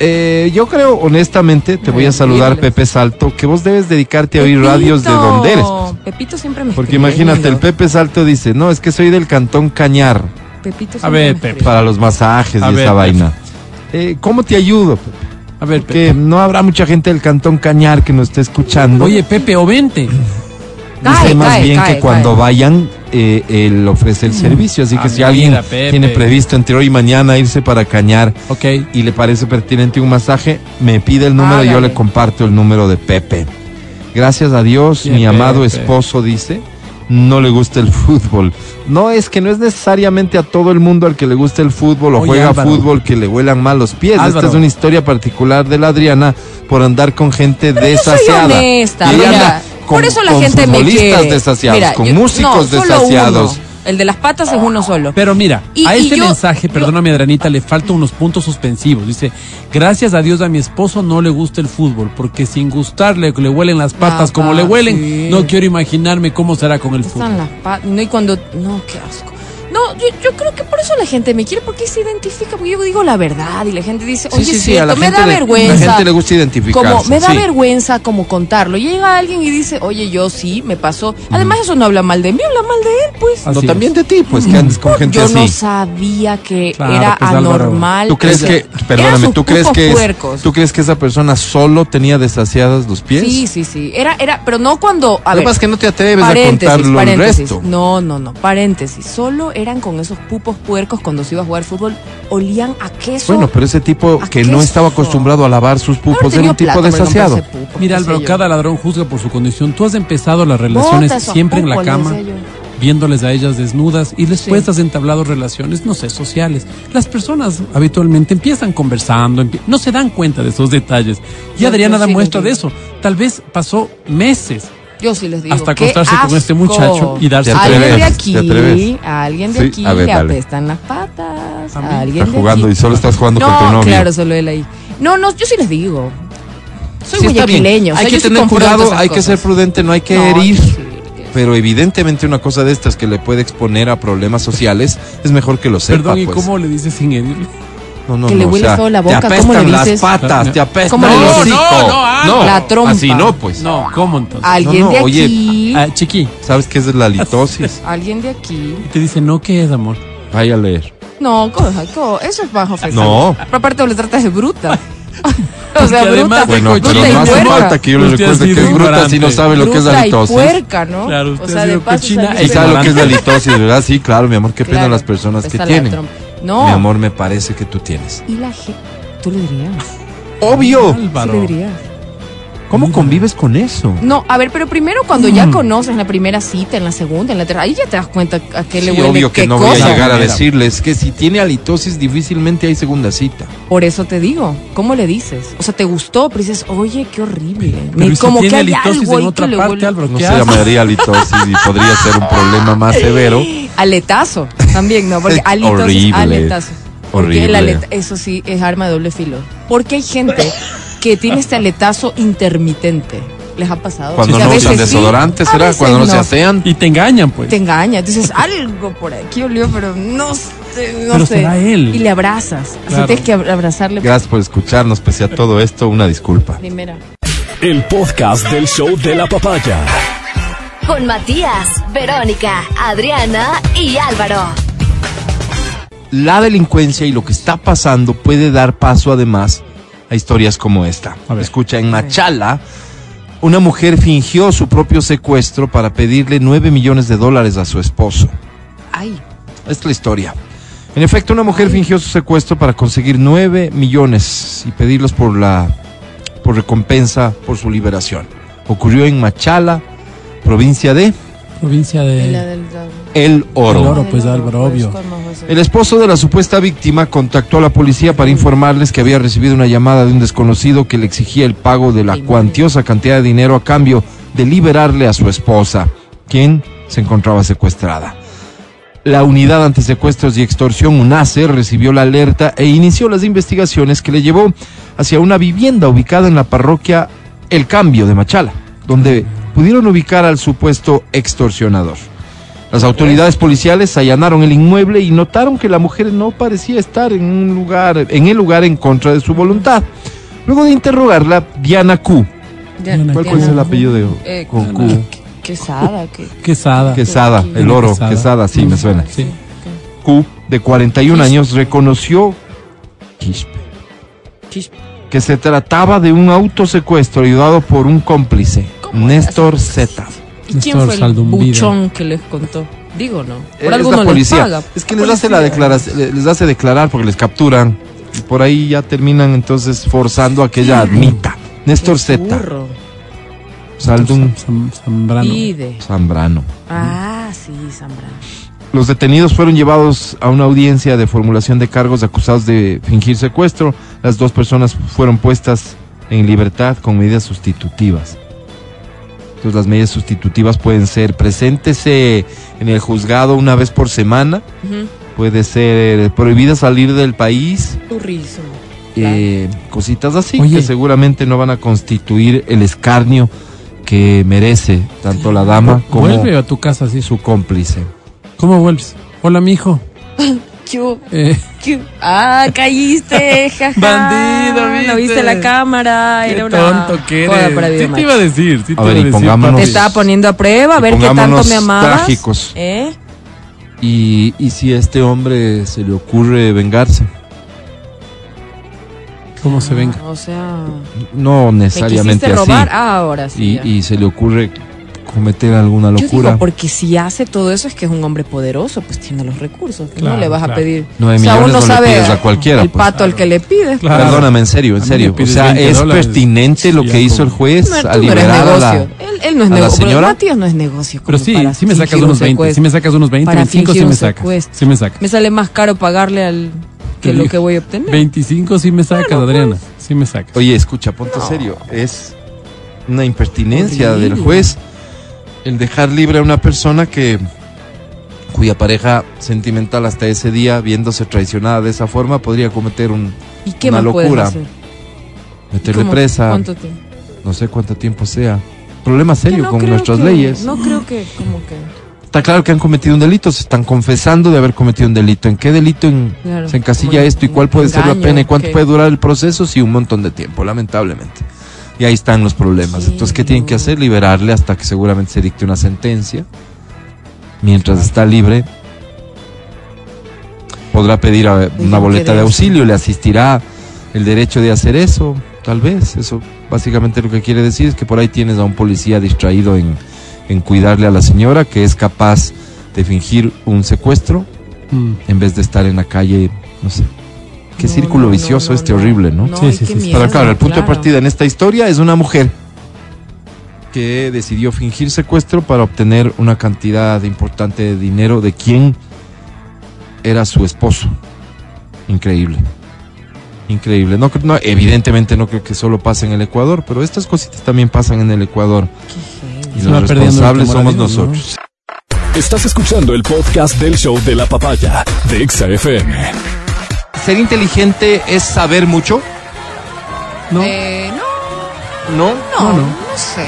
Speaker 2: eh, yo creo honestamente, te voy a saludar Pepe Salto, que vos debes dedicarte a oír
Speaker 3: Pepito.
Speaker 2: radios de donde eres.
Speaker 3: Pepito siempre me
Speaker 2: Porque
Speaker 3: escribe,
Speaker 2: imagínate, el
Speaker 3: lindo.
Speaker 2: Pepe Salto dice, no, es que soy del Cantón Cañar
Speaker 3: Pepito
Speaker 4: ver,
Speaker 3: siempre me
Speaker 4: Pepe.
Speaker 3: escribe.
Speaker 2: para los masajes
Speaker 4: A
Speaker 2: y
Speaker 4: ver,
Speaker 2: esa
Speaker 4: Pepe.
Speaker 2: vaina. Eh, ¿Cómo te ayudo?
Speaker 4: A ver,
Speaker 2: Que no habrá mucha gente del Cantón Cañar que nos esté escuchando.
Speaker 4: Oye, Pepe, o vente.
Speaker 2: Dice
Speaker 3: Cae,
Speaker 2: más
Speaker 3: cae,
Speaker 2: bien
Speaker 3: cae, Mm.
Speaker 2: que cuando
Speaker 3: cae.
Speaker 2: vayan, eh, él ofrece el servicio. Así que
Speaker 4: Ah,
Speaker 2: si
Speaker 4: mira,
Speaker 2: alguien
Speaker 4: Pepe.
Speaker 2: tiene previsto entre hoy y mañana irse para Cañar
Speaker 4: Ok.
Speaker 2: y le parece pertinente un masaje, me pide el número y yo
Speaker 3: Hágale.
Speaker 2: le comparto el número de Pepe. Gracias a Dios,
Speaker 4: Bien,
Speaker 2: mi amado
Speaker 4: Pepe.
Speaker 2: esposo dice, no le gusta el fútbol. No, es que no es necesariamente a todo el mundo al que le gusta el fútbol o
Speaker 4: Oye,
Speaker 2: juega
Speaker 4: Álvaro.
Speaker 2: fútbol que le huelan mal los pies. Esta
Speaker 4: Álvaro.
Speaker 2: es una historia particular de la Adriana por andar con gente desaciada.
Speaker 3: Soy honesta,
Speaker 2: Y ella
Speaker 3: mira.
Speaker 2: anda con-
Speaker 3: por eso la
Speaker 2: con
Speaker 3: gente me
Speaker 2: futbolistas
Speaker 3: quiere.
Speaker 2: desasiados,
Speaker 3: Mira,
Speaker 2: con
Speaker 3: yo-
Speaker 2: músicos
Speaker 3: no, solo uno.
Speaker 2: desasiados.
Speaker 3: El de las patas es uno solo.
Speaker 4: Pero mira,
Speaker 3: Y-
Speaker 4: a
Speaker 3: y
Speaker 4: este
Speaker 3: yo-
Speaker 4: mensaje,
Speaker 3: yo-
Speaker 4: perdóname, Adranita, le faltan unos puntos suspensivos. Dice, gracias a Dios a mi esposo no le gusta el fútbol, porque sin gustarle que le huelen las patas
Speaker 3: Ah,
Speaker 4: como le
Speaker 3: pa,
Speaker 4: huelen,
Speaker 3: sí.
Speaker 4: no quiero imaginarme cómo será con el
Speaker 3: Están
Speaker 4: fútbol.
Speaker 3: las patas. No, y cuando. No, qué asco. No, yo, yo creo que por eso la gente me quiere, porque se identifica, porque yo digo la verdad y la gente dice, oye, es
Speaker 2: a
Speaker 3: cierto,
Speaker 2: la
Speaker 3: me
Speaker 2: gente
Speaker 3: da
Speaker 2: le-
Speaker 3: vergüenza.
Speaker 2: La gente le gusta identificarse.
Speaker 3: Como, me da
Speaker 2: sí.
Speaker 3: vergüenza como contarlo. Llega alguien y dice, oye, yo sí, me pasó. Además, eso no habla mal de mí, habla mal de él, pues.
Speaker 2: No,
Speaker 4: Así
Speaker 2: también de ti, pues que andes con Ah, gente
Speaker 3: yo
Speaker 2: así.
Speaker 3: no sabía que
Speaker 4: Claro,
Speaker 3: era
Speaker 4: pues, Álvaro,
Speaker 3: anormal.
Speaker 2: ¿Tú crees
Speaker 3: Era-
Speaker 2: que, perdóname,
Speaker 3: eran
Speaker 2: ¿tú
Speaker 3: sus
Speaker 2: crees
Speaker 3: pujos
Speaker 2: que, es-
Speaker 3: puercos.
Speaker 2: tú crees que esa persona solo tenía desasiados los pies?
Speaker 3: Sí, sí, sí. Era, era, pero no cuando. A
Speaker 2: Lo que
Speaker 3: ver,
Speaker 2: pasa es que no te atreves a
Speaker 3: paréntesis,
Speaker 2: contarlo al
Speaker 3: paréntesis.
Speaker 2: resto.
Speaker 3: No, no, no, paréntesis. Solo eran con esos pupos puercos cuando se iba a jugar fútbol. Olían a queso.
Speaker 2: Bueno, pero ese tipo
Speaker 3: ¿A
Speaker 2: que
Speaker 3: qué
Speaker 2: no estaba
Speaker 3: eso?
Speaker 2: acostumbrado a lavar sus pupos era un tipo desasiado.
Speaker 4: Mira, Álvaro, cada ladrón juzga por su condición. Tú has empezado las relaciones siempre en la cama. viéndoles a ellas desnudas y después
Speaker 3: Sí.
Speaker 4: has entablado relaciones, no sé, sociales. Las personas habitualmente empiezan conversando, empie- no se dan cuenta de esos detalles. Y
Speaker 3: Yo-
Speaker 4: Adriana
Speaker 3: yo
Speaker 4: da
Speaker 3: sí lo
Speaker 4: muestra de
Speaker 3: entiendo.
Speaker 4: eso. Tal vez pasó meses.
Speaker 3: Yo sí les digo.
Speaker 4: Hasta
Speaker 3: qué
Speaker 4: acostarse con
Speaker 3: asco.
Speaker 4: este muchacho y darse-
Speaker 2: Te
Speaker 3: Alguien de
Speaker 2: atreves, te
Speaker 3: aquí,
Speaker 2: atreves.
Speaker 3: a alguien de
Speaker 2: Sí,
Speaker 3: aquí
Speaker 2: a ver,
Speaker 3: le
Speaker 2: dale.
Speaker 3: apestan las patas.
Speaker 4: A mí.
Speaker 3: A alguien
Speaker 2: Estás
Speaker 3: de
Speaker 2: jugando
Speaker 3: aquí.
Speaker 2: y solo estás jugando con tu
Speaker 3: No,
Speaker 2: novio.
Speaker 3: claro, solo él ahí. No, no, yo sí les digo. Soy
Speaker 2: Sí, está bien.
Speaker 3: guayaquileño. o sea,
Speaker 2: hay que
Speaker 3: yo sí
Speaker 2: tener
Speaker 3: confronto
Speaker 2: cuidado,
Speaker 3: esas
Speaker 2: hay que
Speaker 3: cosas.
Speaker 2: ser prudente, no hay que
Speaker 3: No,
Speaker 2: herir.
Speaker 3: sí, sí.
Speaker 2: Pero evidentemente una cosa de estas que le puede exponer a problemas sociales es mejor que lo sepa.
Speaker 4: Perdón, ¿y
Speaker 2: pues.
Speaker 4: cómo le dices sin herirle?
Speaker 2: No, no,
Speaker 3: Que le
Speaker 2: no,
Speaker 3: huele feo la boca,
Speaker 2: Te
Speaker 3: ¿cómo
Speaker 2: apestan
Speaker 3: le
Speaker 2: las
Speaker 3: dices?
Speaker 2: patas, te apestan
Speaker 3: ¿Cómo le
Speaker 2: el
Speaker 3: dices?
Speaker 2: hocico.
Speaker 4: No, no, ah,
Speaker 3: La trompa.
Speaker 2: Así no, pues.
Speaker 4: No, ¿cómo entonces?
Speaker 3: Alguien
Speaker 2: No, no,
Speaker 3: de
Speaker 2: oye,
Speaker 3: aquí.
Speaker 4: Ah, chiqui,
Speaker 2: ¿Sabes qué es la litosis?
Speaker 3: Alguien de aquí.
Speaker 4: te dice, no, ¿qué es, amor?
Speaker 2: Vaya a leer.
Speaker 3: No, co- co- eso es bajo ofensa.
Speaker 2: No.
Speaker 3: Pero aparte le tratas de bruta. o
Speaker 4: Porque
Speaker 3: sea,
Speaker 4: además
Speaker 3: bruta.
Speaker 4: de
Speaker 2: Bueno,
Speaker 4: Bruta
Speaker 2: pero
Speaker 4: y
Speaker 2: no hace
Speaker 4: puerca.
Speaker 2: falta que yo le
Speaker 4: Usted ha
Speaker 2: recuerde que
Speaker 4: sido
Speaker 2: es bruta si no
Speaker 4: ignorante.
Speaker 2: sabe lo que es ¿eh? la
Speaker 3: Bruta y
Speaker 2: litosis.
Speaker 3: puerca, ¿no?
Speaker 4: Claro, usted
Speaker 3: o sea,
Speaker 4: ha
Speaker 3: de
Speaker 4: sido
Speaker 3: paso
Speaker 4: cochina
Speaker 3: saliste
Speaker 2: Y
Speaker 4: Sí,
Speaker 2: sabe lo que es la
Speaker 4: ignorante.
Speaker 2: litosis, ¿verdad? Sí, claro, mi amor, qué pena
Speaker 3: Claro,
Speaker 2: las personas que
Speaker 3: pesa la
Speaker 2: tienen.
Speaker 3: trompa. No.
Speaker 2: Mi amor, me parece que tú tienes.
Speaker 3: Y la gente. Tú le dirías.
Speaker 2: Obvio.
Speaker 3: Sí
Speaker 4: Álvaro.
Speaker 3: le dirías.
Speaker 2: ¿Cómo convives con eso?
Speaker 3: No, a ver, pero primero cuando
Speaker 2: Mm.
Speaker 3: ya conoces la primera cita, en la segunda, en la tercera, ahí ya te das cuenta a qué le
Speaker 2: Sí,
Speaker 3: huele
Speaker 2: obvio que
Speaker 3: qué
Speaker 2: no
Speaker 3: cosa.
Speaker 2: voy a llegar a
Speaker 4: Mira.
Speaker 2: decirles que si tiene halitosis difícilmente hay segunda cita.
Speaker 3: Por eso te digo, ¿cómo le dices? O sea, te gustó, pero dices, oye, qué horrible.
Speaker 4: Pero
Speaker 3: Me-
Speaker 4: ¿y si
Speaker 3: como que
Speaker 4: tiene
Speaker 3: hay
Speaker 4: halitosis
Speaker 3: algo
Speaker 4: en
Speaker 3: ahí
Speaker 4: otra
Speaker 3: que le
Speaker 4: parte,
Speaker 3: huele-
Speaker 4: Álvaro?
Speaker 2: No
Speaker 4: ¿qué
Speaker 2: se
Speaker 4: haces?
Speaker 2: llamaría halitosis y podría ser un problema más severo.
Speaker 3: Aletazo, también, ¿no? Porque alitosis,
Speaker 2: Horrible.
Speaker 3: aletazo. Porque
Speaker 2: Horrible.
Speaker 3: el aleta- eso sí, es arma de doble filo. Porque hay gente que tiene este aletazo intermitente. ¿Les ha pasado?
Speaker 2: Cuando
Speaker 3: Que a
Speaker 2: no usan
Speaker 3: veces sí,
Speaker 2: desodorante,
Speaker 3: a
Speaker 2: será
Speaker 3: veces
Speaker 2: cuando no, se
Speaker 3: no.
Speaker 2: asean.
Speaker 4: Y te engañan, pues.
Speaker 3: te engaña. Dices, algo por aquí olió, pero no, sé, no
Speaker 4: Pero
Speaker 3: sé.
Speaker 4: será él.
Speaker 3: Y le abrazas. Así
Speaker 4: Claro.
Speaker 3: tienes que ab- abrazarle
Speaker 2: Gracias por escucharnos, pese a todo esto, una disculpa.
Speaker 3: primera.
Speaker 1: El podcast del show de la papaya.
Speaker 5: Con Matías, Verónica, Adriana y Álvaro.
Speaker 2: La delincuencia y lo que está pasando puede dar paso además a historias como esta.
Speaker 4: A ver.
Speaker 2: Escucha, en Machala, una mujer fingió su propio secuestro para pedirle 9 millones de dólares a su esposo.
Speaker 3: Ay,
Speaker 2: Esta es la historia. En efecto, una mujer fingió su secuestro para conseguir 9 millones y pedirlos por la por recompensa por su liberación. Ocurrió en Machala, provincia de
Speaker 4: Provincia
Speaker 3: y la
Speaker 4: de...
Speaker 3: del
Speaker 2: El Oro.
Speaker 4: El Oro. pues, Álvaro, obvio.
Speaker 2: El esposo de la supuesta víctima contactó a la policía para informarles que había recibido una llamada de un desconocido que le exigía el pago de la cuantiosa cantidad de dinero a cambio de liberarle a su esposa, quien se encontraba secuestrada. La unidad antisecuestros y extorsión UNACE recibió la alerta e inició las investigaciones que le llevó hacia una vivienda ubicada en la parroquia El Cambio de Machala, donde pudieron ubicar al supuesto extorsionador. Las autoridades policiales allanaron el inmueble y notaron que la mujer no parecía estar en un lugar, en el lugar en contra de su voluntad. Luego de interrogarla, Diana Q. ¿Cuál
Speaker 4: ¿Cuál- cuál
Speaker 2: es el
Speaker 4: Diana Q.
Speaker 2: apellido de
Speaker 3: Eh,
Speaker 2: con
Speaker 4: Diana
Speaker 2: Q?
Speaker 3: Quesada, que.
Speaker 4: Quesada.
Speaker 2: Quesada,
Speaker 3: Q.
Speaker 2: el oro,
Speaker 4: Quesada.
Speaker 2: Ah. Quesada, sí, me suena.
Speaker 4: Sí.
Speaker 2: Q, de 41 años, reconoció Quispe. que se trataba de un autosecuestro ayudado por un cómplice,
Speaker 3: ¿Cómo
Speaker 2: Néstor
Speaker 3: eras?
Speaker 2: Z.
Speaker 3: ¿Y quién
Speaker 4: Néstor
Speaker 3: fue el
Speaker 4: Saldumbido.
Speaker 3: buchón que les contó? Digo, no. Por
Speaker 2: es
Speaker 3: algo
Speaker 2: la
Speaker 3: no les
Speaker 2: policía.
Speaker 3: paga. pues,
Speaker 2: es que les hace, la declaración, le- les hace declarar porque les capturan. Y por ahí ya terminan entonces forzando a que ella admita. Néstor Z.
Speaker 3: Burro.
Speaker 2: Saldun
Speaker 4: Sam- Zambrano.
Speaker 3: Ide.
Speaker 2: Zambrano.
Speaker 3: Ah, sí, Zambrano.
Speaker 2: Los detenidos fueron llevados a una audiencia de formulación de cargos acusados de fingir secuestro. Las dos personas fueron puestas en libertad con medidas sustitutivas. Entonces las medidas sustitutivas pueden ser preséntese en el juzgado una vez por semana,
Speaker 3: Ujú.
Speaker 2: puede ser prohibida salir del país,
Speaker 3: Turrismo.
Speaker 2: eh, cositas así
Speaker 4: Oye.
Speaker 2: que seguramente no van a constituir el escarnio que merece tanto la dama como
Speaker 4: Vuelve a tu casa así.
Speaker 2: su cómplice.
Speaker 4: ¿Cómo vuelves? Hola, mijo.
Speaker 3: Yo,
Speaker 4: Eh,
Speaker 3: ¿Qué? Ah, caíste, jaja.
Speaker 4: Bandido,
Speaker 3: No
Speaker 4: ¿viste?
Speaker 3: viste la cámara,
Speaker 4: qué
Speaker 3: era una
Speaker 4: tonto que
Speaker 3: joda
Speaker 4: eres.
Speaker 3: para
Speaker 4: Sí
Speaker 3: videomatch.
Speaker 4: te iba a decir, sí
Speaker 2: A
Speaker 4: te
Speaker 2: ver,
Speaker 4: iba
Speaker 2: y
Speaker 4: a decir.
Speaker 2: pongámonos-
Speaker 4: papi.
Speaker 3: Te estaba poniendo a prueba, a ver qué tanto
Speaker 2: Pongámonos
Speaker 3: me amabas.
Speaker 2: trágicos.
Speaker 3: ¿Eh?
Speaker 2: ¿Y, y si a este hombre se le ocurre vengarse?
Speaker 4: ¿Cómo se venga?
Speaker 3: Ah, O sea,
Speaker 2: No
Speaker 3: me quisiste
Speaker 2: necesariamente así.
Speaker 3: robar, ah, ahora sí.
Speaker 2: Y,
Speaker 3: ya.
Speaker 2: y se le ocurre cometer alguna
Speaker 3: Yo digo,
Speaker 2: locura.
Speaker 3: porque si hace todo eso es que es un hombre poderoso, pues tiene los recursos. que
Speaker 4: Claro,
Speaker 3: no le vas
Speaker 4: claro.
Speaker 3: a pedir.
Speaker 2: Nueve
Speaker 3: o sea,
Speaker 2: millones
Speaker 3: uno
Speaker 2: no le
Speaker 3: sabe
Speaker 2: pides a cualquiera,
Speaker 3: el
Speaker 2: pues.
Speaker 3: pato al que le pides. pues.
Speaker 4: Claro.
Speaker 2: Perdóname, en serio, en
Speaker 4: Ah, A mí
Speaker 2: serio.
Speaker 4: me
Speaker 2: O
Speaker 4: pides
Speaker 2: sea,
Speaker 4: 20
Speaker 2: es
Speaker 4: dólares.
Speaker 2: pertinente lo
Speaker 4: Sí,
Speaker 2: que
Speaker 4: ya,
Speaker 2: hizo el
Speaker 4: como-
Speaker 2: juez
Speaker 3: No,
Speaker 2: al
Speaker 3: tú no eres
Speaker 2: liberar a la...
Speaker 3: negocio. Él, él no es
Speaker 2: a la
Speaker 3: negocio.
Speaker 2: señora.
Speaker 3: Matías no es negocio.
Speaker 4: Pero
Speaker 3: como
Speaker 4: sí,
Speaker 3: para
Speaker 4: sí me sacas
Speaker 3: fingir un
Speaker 4: unos 20,
Speaker 3: secuestro.
Speaker 4: sí me sacas unos 20,
Speaker 3: Para
Speaker 4: 25 sí
Speaker 3: fingir
Speaker 4: me
Speaker 3: un
Speaker 4: sacas.
Speaker 3: secuestro.
Speaker 4: Sí me sacas.
Speaker 3: Me sale más caro pagarle al que
Speaker 4: Te
Speaker 3: lo
Speaker 4: digo.
Speaker 3: que voy a obtener.
Speaker 4: 25 sí me sacas,
Speaker 3: pues.
Speaker 4: Adriana. Sí me sacas.
Speaker 2: Oye, escucha, ponte serio. Es una impertinencia
Speaker 3: Horrible.
Speaker 2: del juez el dejar libre a una persona que cuya pareja sentimental hasta ese día, viéndose traicionada de esa forma, podría cometer un
Speaker 3: ¿Y qué
Speaker 2: una
Speaker 3: más puedes
Speaker 2: locura.
Speaker 3: hacer? ¿Y
Speaker 2: meterle
Speaker 3: cómo?
Speaker 2: presa,
Speaker 3: ¿Cuánto tiempo?
Speaker 2: no sé cuánto tiempo sea. Problema
Speaker 3: Que
Speaker 2: serio
Speaker 3: no
Speaker 2: con
Speaker 3: creo
Speaker 2: nuestras
Speaker 3: que-
Speaker 2: leyes.
Speaker 3: No creo que, como que.
Speaker 2: Está claro que han cometido un delito, se están confesando de haber cometido un delito. ¿En qué delito en-
Speaker 3: Claro,
Speaker 2: se encasilla
Speaker 3: como
Speaker 2: esto y cuál puede ser la
Speaker 3: engaño,
Speaker 2: pena y cuánto
Speaker 3: que-
Speaker 2: puede durar el proceso? Sí, un montón de tiempo, lamentablemente. Y ahí están los problemas.
Speaker 3: Sí,
Speaker 2: Entonces, ¿qué tienen que
Speaker 3: no.
Speaker 2: hacer? Liberarle hasta que seguramente se dicte una sentencia. Mientras está libre, podrá pedir a- una
Speaker 3: que
Speaker 2: boleta de
Speaker 3: de
Speaker 2: auxilio, le asistirá el derecho de hacer eso, tal vez. Eso básicamente lo que quiere decir es que por ahí tienes a un policía distraído en, en cuidarle a la señora que es capaz de fingir un secuestro
Speaker 4: Mm.
Speaker 2: en vez de estar en la calle, no sé. Qué
Speaker 3: No,
Speaker 2: círculo
Speaker 3: no,
Speaker 2: vicioso
Speaker 3: no,
Speaker 2: este
Speaker 3: no.
Speaker 2: horrible, ¿no?
Speaker 3: No,
Speaker 4: Sí,
Speaker 3: y
Speaker 4: sí,
Speaker 3: qué
Speaker 4: sí, sí.
Speaker 2: Pero
Speaker 3: miedo,
Speaker 2: claro, el punto
Speaker 3: claro.
Speaker 2: de partida en esta historia es una mujer que decidió fingir secuestro para obtener una cantidad importante de dinero de quien era su esposo. Increíble. Increíble. No, cre- no, evidentemente no creo que solo pase en el Ecuador, pero estas cositas también pasan en el Ecuador.
Speaker 3: Qué
Speaker 2: Y
Speaker 4: Se va
Speaker 2: los
Speaker 4: perdiendo el
Speaker 2: responsables
Speaker 4: temor a
Speaker 2: somos
Speaker 4: Dios, ¿no?
Speaker 2: nosotros.
Speaker 1: Estás escuchando el podcast del show de la papaya de Exa FM.
Speaker 2: ¿Ser inteligente es saber mucho?
Speaker 4: No,
Speaker 3: Eh, no,
Speaker 2: No.
Speaker 3: no,
Speaker 4: No,
Speaker 3: no,
Speaker 4: no.
Speaker 3: sé.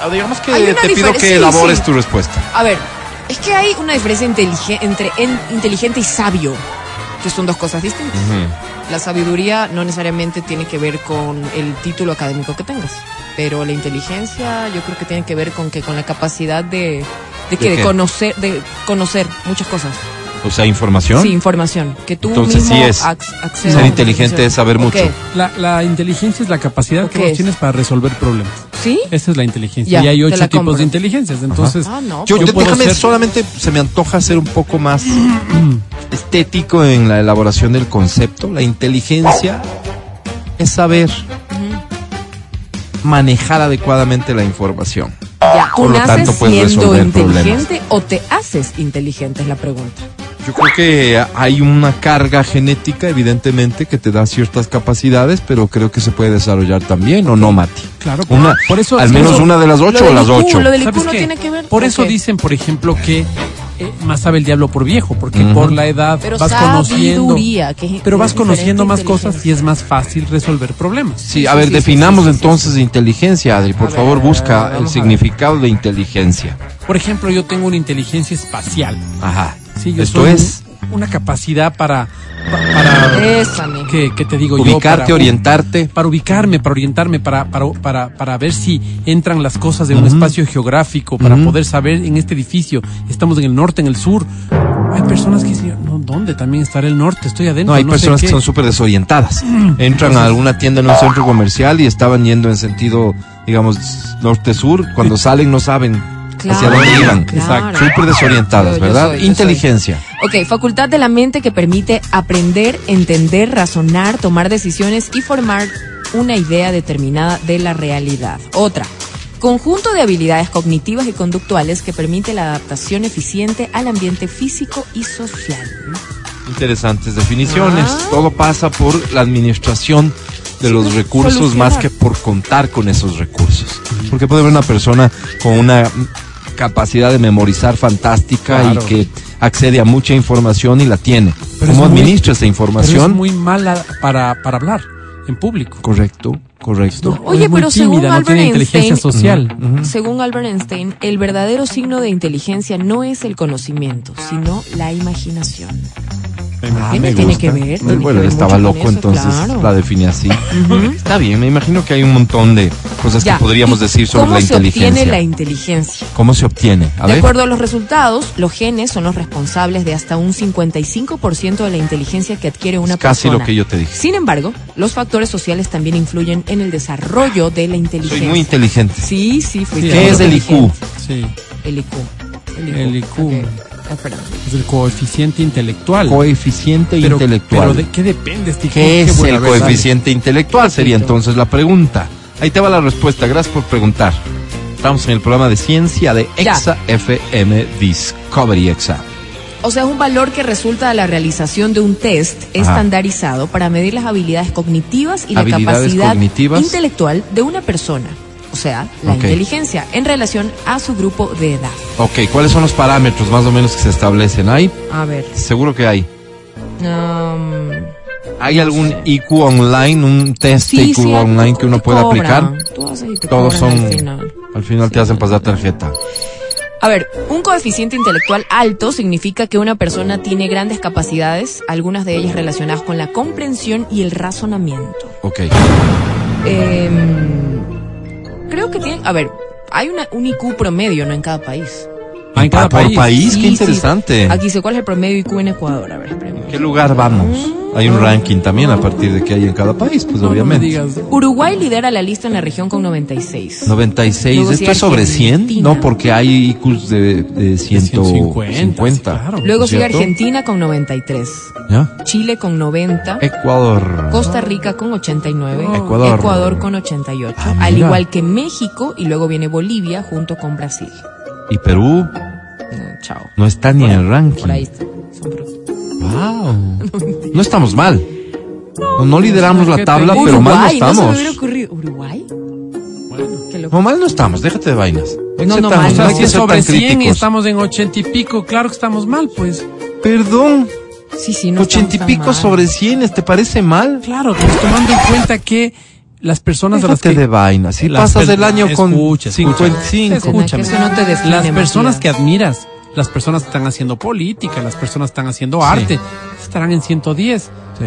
Speaker 2: Ah, Digamos que
Speaker 3: Hay una
Speaker 2: te pido
Speaker 3: diferencia,
Speaker 2: que
Speaker 3: sí,
Speaker 2: elabores
Speaker 3: sí.
Speaker 2: tu respuesta.
Speaker 3: A ver, es que hay una diferencia inteligen- entre en- inteligente y sabio, que son dos cosas distintas. La sabiduría no necesariamente tiene que ver con el título académico que tengas, pero la inteligencia yo creo que tiene que ver con que con la capacidad de de, que,
Speaker 2: ¿De
Speaker 3: de
Speaker 2: qué?
Speaker 3: conocer de conocer muchas cosas.
Speaker 2: O sea, información.
Speaker 3: Sí, información que tú
Speaker 2: Entonces,
Speaker 3: mismo
Speaker 2: sí es.
Speaker 3: ac- accedas
Speaker 2: Ser
Speaker 3: a la
Speaker 2: inteligente
Speaker 3: información.
Speaker 2: es saber mucho.
Speaker 3: Ok,
Speaker 4: la, la inteligencia es la capacidad que
Speaker 3: ¿Qué
Speaker 4: vos
Speaker 3: es?
Speaker 4: tienes para resolver problemas.
Speaker 3: ¿Sí?
Speaker 4: Esa es la inteligencia.
Speaker 3: Ya,
Speaker 4: y hay
Speaker 3: te
Speaker 4: ocho
Speaker 3: la
Speaker 4: tipos
Speaker 3: compro.
Speaker 4: de inteligencias. Entonces,
Speaker 3: Ah, no.
Speaker 2: Yo,
Speaker 4: Yo
Speaker 2: yo
Speaker 4: puedo
Speaker 2: déjame
Speaker 4: ser-
Speaker 2: solamente se me antoja ser un poco más estético en la elaboración del concepto. La inteligencia es saber manejar adecuadamente la información.
Speaker 3: Ya,
Speaker 2: Por
Speaker 3: ¿tú
Speaker 2: lo tanto,
Speaker 3: naces
Speaker 2: puedes
Speaker 3: siendo
Speaker 2: resolver problemas.
Speaker 3: inteligente o te haces inteligente? Es la pregunta.
Speaker 2: Yo creo que hay una carga genética, evidentemente, que te da ciertas capacidades, pero creo que se puede desarrollar también, ¿o no, Mati?
Speaker 4: Claro,
Speaker 2: Una,
Speaker 4: por eso-
Speaker 2: al
Speaker 4: por
Speaker 2: menos
Speaker 4: eso-
Speaker 2: una de las ocho
Speaker 3: Lo
Speaker 2: o
Speaker 3: del
Speaker 2: las
Speaker 3: IQ,
Speaker 2: ocho.
Speaker 3: Lo del IQ
Speaker 4: ¿Sabes
Speaker 3: no
Speaker 4: qué?
Speaker 3: tiene que ver.
Speaker 4: Por eso
Speaker 3: Ok.
Speaker 4: dicen, por ejemplo, que eh, más sabe el diablo por viejo, porque por la edad
Speaker 3: Pero
Speaker 4: vas conociendo.
Speaker 3: sabiduría, que es
Speaker 4: Pero vas
Speaker 3: diferente
Speaker 4: conociendo más cosas y
Speaker 3: inteligencia.
Speaker 4: es más fácil resolver problemas.
Speaker 2: Sí, a ver,
Speaker 3: sí, sí,
Speaker 2: definamos
Speaker 3: sí, sí, sí,
Speaker 2: entonces inteligencia, Adri. Por
Speaker 3: A ver,
Speaker 2: favor,
Speaker 3: a ver,
Speaker 2: busca
Speaker 3: vamos a
Speaker 2: el
Speaker 3: ver.
Speaker 2: significado de inteligencia.
Speaker 4: Por ejemplo, yo tengo una inteligencia espacial.
Speaker 2: Ajá.
Speaker 4: Sí, yo
Speaker 2: Esto
Speaker 4: soy un-
Speaker 2: es
Speaker 4: una capacidad para. pa- para
Speaker 3: Esa, mijo.
Speaker 4: ¿qué, qué te digo yo?
Speaker 2: ubicarte,
Speaker 4: Para-
Speaker 2: orientarte.
Speaker 4: para ubicarme, para orientarme, para, para, para, para ver si entran las cosas de un espacio geográfico, para poder saber en este edificio, estamos en el norte, en el sur. Hay personas que dicen, "No, ¿dónde también estará el norte? Estoy adentro.
Speaker 2: No, hay
Speaker 4: sé
Speaker 2: personas que
Speaker 4: qué".
Speaker 2: son súper desorientadas. Entran a alguna tienda en un centro comercial y estaban yendo en sentido, digamos, norte-sur. Cuando salen no saben
Speaker 3: Claro,
Speaker 2: hacia dónde iban.
Speaker 3: claro. Exacto.
Speaker 2: Súper desorientadas,
Speaker 3: Yo- yo
Speaker 2: ¿verdad?
Speaker 3: soy, yo soy.
Speaker 2: Inteligencia.
Speaker 3: Ok, facultad de la mente que permite aprender, entender, razonar, tomar decisiones y formar una idea determinada de la realidad. Otra, conjunto de habilidades cognitivas y conductuales que permite la adaptación eficiente al ambiente físico y social.
Speaker 2: Interesantes definiciones.
Speaker 3: Ah.
Speaker 2: Todo pasa por la administración de los recursos
Speaker 3: solucionar.
Speaker 2: más que por contar con esos recursos. Porque puede haber una persona con una capacidad de memorizar fantástica y que accede a mucha información y la tiene.
Speaker 4: Pero
Speaker 2: ¿Cómo
Speaker 4: es muy-
Speaker 2: administra esa
Speaker 4: Pero
Speaker 2: información?
Speaker 4: es muy mala para, para hablar en público.
Speaker 2: Correcto, correcto.
Speaker 4: No,
Speaker 3: Oye,
Speaker 4: es muy
Speaker 3: pero según
Speaker 4: tímida, no
Speaker 3: Albert
Speaker 4: tiene
Speaker 3: Einstein-
Speaker 4: inteligencia social.
Speaker 3: Según Albert Einstein, el verdadero signo de inteligencia no es el conocimiento, sino la imaginación. Tiene,
Speaker 2: me
Speaker 3: tiene
Speaker 2: gusta.
Speaker 3: que ver. tiene
Speaker 2: bueno,
Speaker 3: que
Speaker 2: él
Speaker 3: ver
Speaker 2: estaba
Speaker 3: mucho con
Speaker 2: loco,
Speaker 3: eso,
Speaker 2: entonces
Speaker 3: claro.
Speaker 2: la definí así. Está bien, me imagino que hay un montón de cosas
Speaker 3: Ya.
Speaker 2: que podríamos
Speaker 3: ¿Y
Speaker 2: decir sobre
Speaker 3: ¿Cómo
Speaker 2: la
Speaker 3: se obtiene
Speaker 2: inteligencia.
Speaker 3: la inteligencia?
Speaker 2: ¿Cómo se obtiene? A
Speaker 3: de
Speaker 2: ver.
Speaker 3: acuerdo a los resultados, los genes son los responsables de hasta un 55% de la inteligencia que adquiere una
Speaker 2: Es casi
Speaker 3: persona.
Speaker 2: lo que yo te dije.
Speaker 3: Sin embargo, los factores sociales también influyen en el desarrollo de la
Speaker 2: Soy
Speaker 3: inteligencia.
Speaker 2: muy inteligente.
Speaker 3: Sí, sí, fuiste
Speaker 4: ¿Qué
Speaker 3: muy
Speaker 2: es el IQ?
Speaker 3: inteligente.
Speaker 4: Sí,
Speaker 3: El IQ.
Speaker 4: El IQ.
Speaker 3: Ok. Ah, perdón.
Speaker 4: es el coeficiente intelectual.
Speaker 2: Coeficiente
Speaker 4: pero,
Speaker 2: intelectual.
Speaker 4: pero ¿de qué depende este
Speaker 2: ¿Qué es
Speaker 4: buena
Speaker 2: el
Speaker 4: vez,
Speaker 2: coeficiente intelectual? Sería entonces la pregunta. Ahí te va la respuesta. Gracias por preguntar. Estamos en el programa de ciencia de
Speaker 3: Ya.
Speaker 2: Exa FM Discovery Exa.
Speaker 3: O sea, es un valor que resulta de la realización de un test estandarizado para medir las habilidades cognitivas y la
Speaker 2: Habilidades
Speaker 3: capacidad
Speaker 2: cognitivas.
Speaker 3: intelectual de una persona, o sea, la
Speaker 2: Ok.
Speaker 3: inteligencia en relación a su grupo de edad.
Speaker 2: Ok, ¿cuáles son los parámetros más o menos que se establecen? ¿Hay?
Speaker 3: A ver,
Speaker 2: Seguro que hay.
Speaker 3: um,
Speaker 2: ¿Hay algún IQ online, un test IQ
Speaker 3: a-
Speaker 2: online que uno
Speaker 3: te
Speaker 2: puede
Speaker 3: cobran,
Speaker 2: aplicar?
Speaker 3: tú haces y te
Speaker 2: Todos
Speaker 3: cobran
Speaker 2: son...
Speaker 3: al final.
Speaker 2: Al final te hacen pasar tarjeta.
Speaker 3: A ver, un coeficiente intelectual alto significa que una persona tiene grandes capacidades, algunas de ellas relacionadas con la comprensión y el razonamiento.
Speaker 2: Ok.
Speaker 3: Em, creo que tienen. A ver, hay una, un IQ promedio, ¿no? En cada país.
Speaker 4: Ah, en cada
Speaker 2: Ah, por
Speaker 4: país.
Speaker 2: país,
Speaker 3: Sí,
Speaker 2: qué
Speaker 3: sí.
Speaker 2: interesante.
Speaker 3: Aquí dice, ¿cuál es el promedio IQ en Ecuador? A ver, espérame.
Speaker 2: ¿Qué lugar vamos? Hay un ranking también a partir de que hay en cada país, pues
Speaker 4: No, no me
Speaker 2: obviamente.
Speaker 4: digas.
Speaker 3: Uruguay lidera la lista en la región con 96.
Speaker 2: 96,
Speaker 3: Luego
Speaker 2: ¿esto
Speaker 3: sigue
Speaker 2: es sobre 100?
Speaker 3: Argentina.
Speaker 2: No, porque hay IQs de, de 150.
Speaker 4: 150, sí, claro.
Speaker 3: Luego sigue
Speaker 2: ¿cierto?
Speaker 3: Argentina con 93.
Speaker 2: ¿Ya?
Speaker 3: Chile con 90.
Speaker 2: Ecuador.
Speaker 3: Costa Rica con 89.
Speaker 2: Oh. Ecuador.
Speaker 3: con 88.
Speaker 2: Ah,
Speaker 3: al
Speaker 2: mira.
Speaker 3: igual que México y luego viene Bolivia junto con Brasil.
Speaker 2: Y Perú
Speaker 3: Eh, chao.
Speaker 2: no está ni en el
Speaker 3: Por ahí
Speaker 2: ranking.
Speaker 3: está. Son pros.
Speaker 2: Wow. No estamos mal. No, no lideramos la
Speaker 4: ¿qué
Speaker 2: tabla,
Speaker 4: tengo?
Speaker 2: pero mal no
Speaker 3: Uruguay, no se me
Speaker 2: estamos.
Speaker 3: hubiera ocurrido. ¿Uruguay? Qué loco.
Speaker 2: No, mal no estamos, déjate de vainas. Hay que
Speaker 3: No,
Speaker 2: ser
Speaker 3: no,
Speaker 2: tan-
Speaker 3: mal
Speaker 2: hay
Speaker 4: O sea,
Speaker 3: no.
Speaker 2: que
Speaker 4: si es
Speaker 2: ser
Speaker 4: sobre
Speaker 2: tan
Speaker 4: 100 y
Speaker 2: críticos.
Speaker 4: estamos en 80 y pico, claro que estamos mal, pues.
Speaker 2: Perdón,
Speaker 3: Sí, sí, no estamos
Speaker 2: 80 y
Speaker 3: tan
Speaker 2: pico
Speaker 3: mal.
Speaker 2: sobre 100, ¿te parece mal?
Speaker 4: Claro, pues, tomando en cuenta que las personas a las
Speaker 2: Déjate
Speaker 4: que...
Speaker 2: de vaina. Si
Speaker 4: las
Speaker 2: pasas
Speaker 4: per-
Speaker 2: el año con
Speaker 4: Escucha, escucha.
Speaker 2: 55.
Speaker 4: Escúchame.
Speaker 3: Eso no te define,
Speaker 4: las personas
Speaker 3: Matías.
Speaker 4: que admiras, las personas que están haciendo política, las personas que están haciendo
Speaker 2: Sí.
Speaker 4: arte, estarán en 110.
Speaker 2: Sí.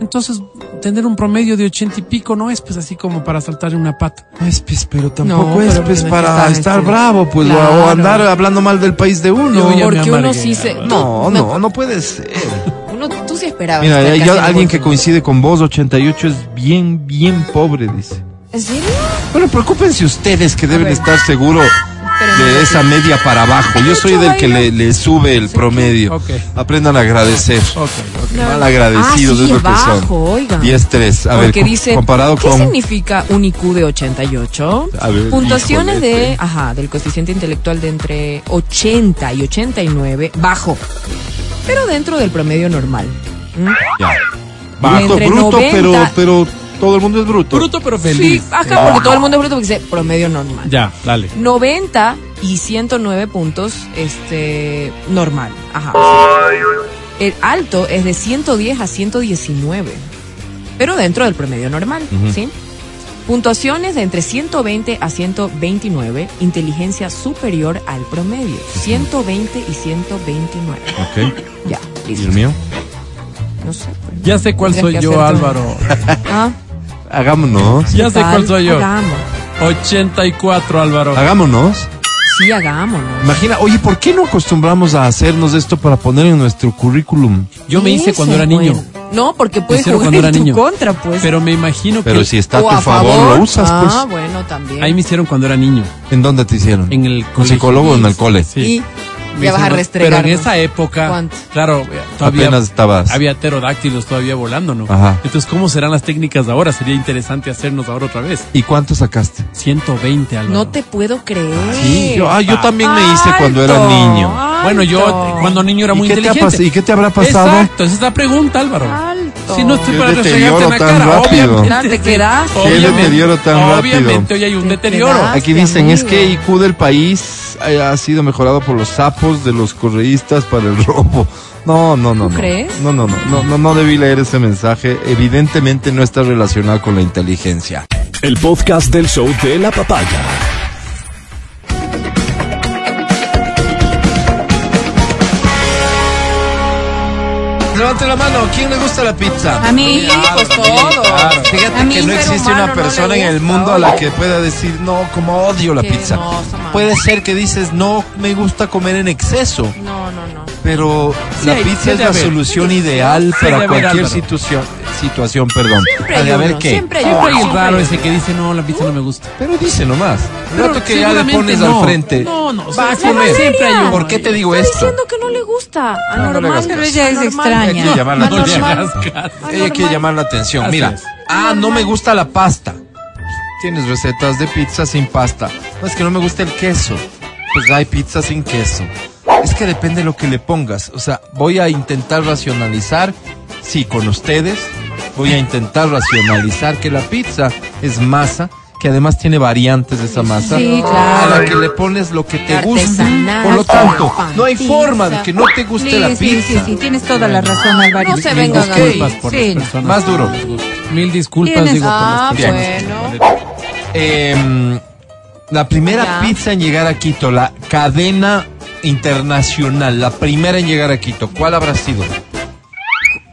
Speaker 4: Entonces, tener un promedio de 80 y pico no es pues así como para saltar en una pata.
Speaker 2: No es pez, pero pues, tampoco es pez
Speaker 3: pero tienes que
Speaker 2: para
Speaker 3: estar,
Speaker 2: estar
Speaker 3: este,
Speaker 2: bravo, pues, o-
Speaker 3: claro.
Speaker 2: o andar hablando mal del país de uno.
Speaker 4: Yo ya me
Speaker 3: Porque uno
Speaker 4: amargué,
Speaker 3: sí se.
Speaker 2: No,
Speaker 3: tú-
Speaker 2: no, no puede ser.
Speaker 3: Uno, tú sí esperabas.
Speaker 2: Mira,
Speaker 3: estar
Speaker 2: hay
Speaker 3: casi en
Speaker 2: alguien que
Speaker 3: Bolsonaro.
Speaker 2: coincide con vos, 88, es bien, bien pobre, dice.
Speaker 3: ¿En serio?
Speaker 2: Bueno, preocupense ustedes que deben
Speaker 3: ver.
Speaker 2: estar seguro
Speaker 3: Pero no,
Speaker 2: de esa media para abajo. Yo soy del que le,
Speaker 3: bailas.
Speaker 2: le sube el promedio.
Speaker 4: Ok.
Speaker 2: Aprendan a agradecer.
Speaker 4: Ok, ok.
Speaker 2: Mal
Speaker 3: Ah, sí,
Speaker 2: agradecidos es lo
Speaker 3: es
Speaker 2: que
Speaker 3: bajo,
Speaker 2: son.
Speaker 3: oigan.
Speaker 2: 10-3. A ver,
Speaker 3: Porque
Speaker 2: co-
Speaker 3: dice,
Speaker 2: comparado
Speaker 3: ¿qué
Speaker 2: con.
Speaker 3: significa un IQ de 88?
Speaker 2: A ver,
Speaker 3: Puntuaciones
Speaker 2: híjole,
Speaker 3: de,
Speaker 2: este.
Speaker 3: ajá, del coeficiente intelectual de entre 80 y 89, bajo, pero dentro del promedio normal. ¿Mm?
Speaker 2: Ya. Bruto,
Speaker 3: Bruto, Entre
Speaker 2: bruto,
Speaker 3: 90.
Speaker 2: pero, pero todo el mundo es bruto.
Speaker 4: Bruto pero
Speaker 3: Sí,
Speaker 4: feliz.
Speaker 3: acá porque todo el mundo es bruto porque dice promedio normal.
Speaker 4: Ya, dale.
Speaker 3: 90 y 109 puntos, este, normal. Ajá. El alto es de 110 a 119, pero dentro del promedio normal, ¿sí? Puntuaciones de entre 120 a 129, inteligencia superior al promedio, 120 y 129.
Speaker 2: Ok.
Speaker 3: Ya,
Speaker 2: ¿Y
Speaker 3: listo.
Speaker 2: el mío?
Speaker 3: No sé. pues.
Speaker 4: Ya sé cuál soy
Speaker 3: Tendrías que
Speaker 4: yo,
Speaker 3: hacer tú.
Speaker 4: Álvaro.
Speaker 3: Ah,
Speaker 2: Hagámonos.
Speaker 4: Ya sé
Speaker 3: tal?
Speaker 4: cuál soy yo.
Speaker 3: Hagamos.
Speaker 4: 84, Álvaro.
Speaker 2: Hagámonos.
Speaker 3: Sí, hagámonos.
Speaker 2: Imagina, oye, ¿por qué no acostumbramos a hacernos esto para poner en nuestro currículum?
Speaker 4: Yo me hice cuando era
Speaker 3: Ese,
Speaker 4: niño.
Speaker 3: bueno. No, porque puedes
Speaker 4: Cero
Speaker 3: jugar
Speaker 4: cuando era
Speaker 3: en tu
Speaker 4: niño.
Speaker 3: contra, pues.
Speaker 4: Pero me imagino que
Speaker 2: Pero si está a
Speaker 3: O
Speaker 2: tu favor, lo usas,
Speaker 3: Ah,
Speaker 2: pues.
Speaker 3: bueno, también.
Speaker 4: ahí me hicieron cuando era niño.
Speaker 2: ¿En dónde te hicieron?
Speaker 4: En el
Speaker 2: ¿Un
Speaker 4: colegio.
Speaker 2: psicólogo o en el cole?
Speaker 4: Sí.
Speaker 3: Y ya vas a restregar.
Speaker 4: Pero en
Speaker 3: ¿no?
Speaker 4: esa época,
Speaker 3: ¿Cuánto?
Speaker 4: claro, eh, todavía
Speaker 2: Apenas estabas.
Speaker 4: había pterodáctilos todavía volando, ¿no?
Speaker 2: Ajá.
Speaker 4: Entonces, ¿cómo serán las técnicas de ahora? Sería interesante hacernos ahora otra vez.
Speaker 2: ¿Y cuánto sacaste?
Speaker 4: 120 Álvaro.
Speaker 3: No te puedo creer.
Speaker 2: Yo, ah, yo también me hice cuando era
Speaker 3: Alto,
Speaker 2: niño.
Speaker 4: Bueno, yo
Speaker 3: alto,
Speaker 4: eh, cuando niño era
Speaker 2: ¿Y
Speaker 4: muy
Speaker 2: qué te ha
Speaker 4: inteligente.
Speaker 2: pas- y qué te habrá pasado?
Speaker 4: Exacto, esa es la pregunta, Álvaro.
Speaker 3: Alto.
Speaker 4: Si no estoy
Speaker 2: Qué
Speaker 4: para restregarte
Speaker 2: deterioro
Speaker 4: en la
Speaker 2: tan
Speaker 4: cara,
Speaker 2: rápido.
Speaker 4: obviamente.
Speaker 3: Ah, te quedas.
Speaker 2: Qué deterioro tan rápido.
Speaker 4: Obviamente hoy hay un
Speaker 3: Te
Speaker 4: deterioro.
Speaker 3: quedas.
Speaker 2: Aquí
Speaker 3: Hazte
Speaker 2: dicen, es
Speaker 3: amigo.
Speaker 2: que IQ del país eh, ha sido mejorado por los sapos de los correístas para el robo. No, no, no.
Speaker 3: ¿Tú
Speaker 2: no.
Speaker 3: crees?
Speaker 2: No, no, no, no, no, no debí leer ese mensaje. Evidentemente no está relacionado con la inteligencia.
Speaker 1: El podcast del show de la papaya.
Speaker 2: Levante la mano, ¿quién le gusta la pizza?
Speaker 6: A mí.
Speaker 3: Chicos, todos.
Speaker 2: Fíjate
Speaker 6: A mí,
Speaker 2: que no
Speaker 6: ser
Speaker 2: existe
Speaker 3: humano,
Speaker 2: una
Speaker 3: no le
Speaker 2: persona en el
Speaker 3: gusta.
Speaker 2: mundo a la que pueda decir, no, como odio la
Speaker 3: Qué
Speaker 2: pizza.
Speaker 3: hermoso, man.
Speaker 2: Puede ser que dices, no me gusta comer en exceso,
Speaker 3: No, no, no.
Speaker 2: pero
Speaker 4: Sí,
Speaker 2: la
Speaker 4: hay- sí
Speaker 2: pizza
Speaker 4: hay
Speaker 2: es
Speaker 4: de
Speaker 2: la
Speaker 4: haber.
Speaker 2: solución ideal
Speaker 4: Sí hay de
Speaker 2: para
Speaker 4: haber,
Speaker 2: cualquier
Speaker 4: Álvaro.
Speaker 2: situación, situación, perdón.
Speaker 3: Siempre
Speaker 2: Ha de
Speaker 3: hay
Speaker 2: haber
Speaker 3: uno,
Speaker 2: qué?
Speaker 3: siempre hay
Speaker 4: Siempre
Speaker 3: uno,
Speaker 4: hay el
Speaker 3: siempre
Speaker 4: raro
Speaker 3: hay
Speaker 4: ese
Speaker 3: uno.
Speaker 4: que dice, no, la pizza no me gusta.
Speaker 2: Pero dice nomás. El
Speaker 4: Pero
Speaker 2: rato que ya le
Speaker 4: seguramente
Speaker 2: pones
Speaker 4: no.
Speaker 2: al frente.
Speaker 4: No, no,
Speaker 2: va a
Speaker 4: sí, la
Speaker 2: comer.
Speaker 4: mayoría.
Speaker 2: Siempre hay uno. ¿Por qué te digo
Speaker 3: Está
Speaker 2: esto?
Speaker 3: diciendo que no le gusta.
Speaker 2: no le
Speaker 3: Anormal.
Speaker 2: gusta.
Speaker 6: Pero ella es
Speaker 3: Anormal.
Speaker 6: extraña.
Speaker 2: Hay que llamar la
Speaker 4: No le
Speaker 2: atención.
Speaker 4: hagas
Speaker 6: Ah,
Speaker 4: caso.
Speaker 2: Ella quiere llamar la atención.
Speaker 4: Así
Speaker 2: Mira,
Speaker 4: es.
Speaker 2: ah, no me gusta la pasta. Tienes recetas de pizza sin pasta. No es que no me gusta el queso. Pues hay pizza sin queso. Es que depende de lo que le pongas. O sea, voy a intentar racionalizar, sí, con ustedes, voy a intentar racionalizar que la pizza es masa, que además tiene variantes de esa masa,
Speaker 6: Sí, claro.
Speaker 2: a la que le pones lo que te gusta.
Speaker 3: Artesanal,
Speaker 2: Por lo tanto, no hay
Speaker 3: pan,
Speaker 2: forma de
Speaker 3: pizza.
Speaker 2: que no te guste
Speaker 6: Sí,
Speaker 2: la
Speaker 6: sí,
Speaker 2: pizza.
Speaker 6: sí, sí, tienes toda la razón, Álvaro.
Speaker 3: No se vengan
Speaker 2: Ok.
Speaker 4: Disculpas
Speaker 3: a
Speaker 4: por
Speaker 6: Sí,
Speaker 4: las
Speaker 6: no.
Speaker 4: personas.
Speaker 2: Más duro.
Speaker 4: Mil disculpas,
Speaker 6: Tienes-
Speaker 4: digo, por
Speaker 3: Ah,
Speaker 4: las personas.
Speaker 3: bueno.
Speaker 2: Em, la primera
Speaker 3: Ya.
Speaker 2: pizza en llegar a Quito, la cadena internacional, la primera en llegar a Quito, ¿cuál habrá sido?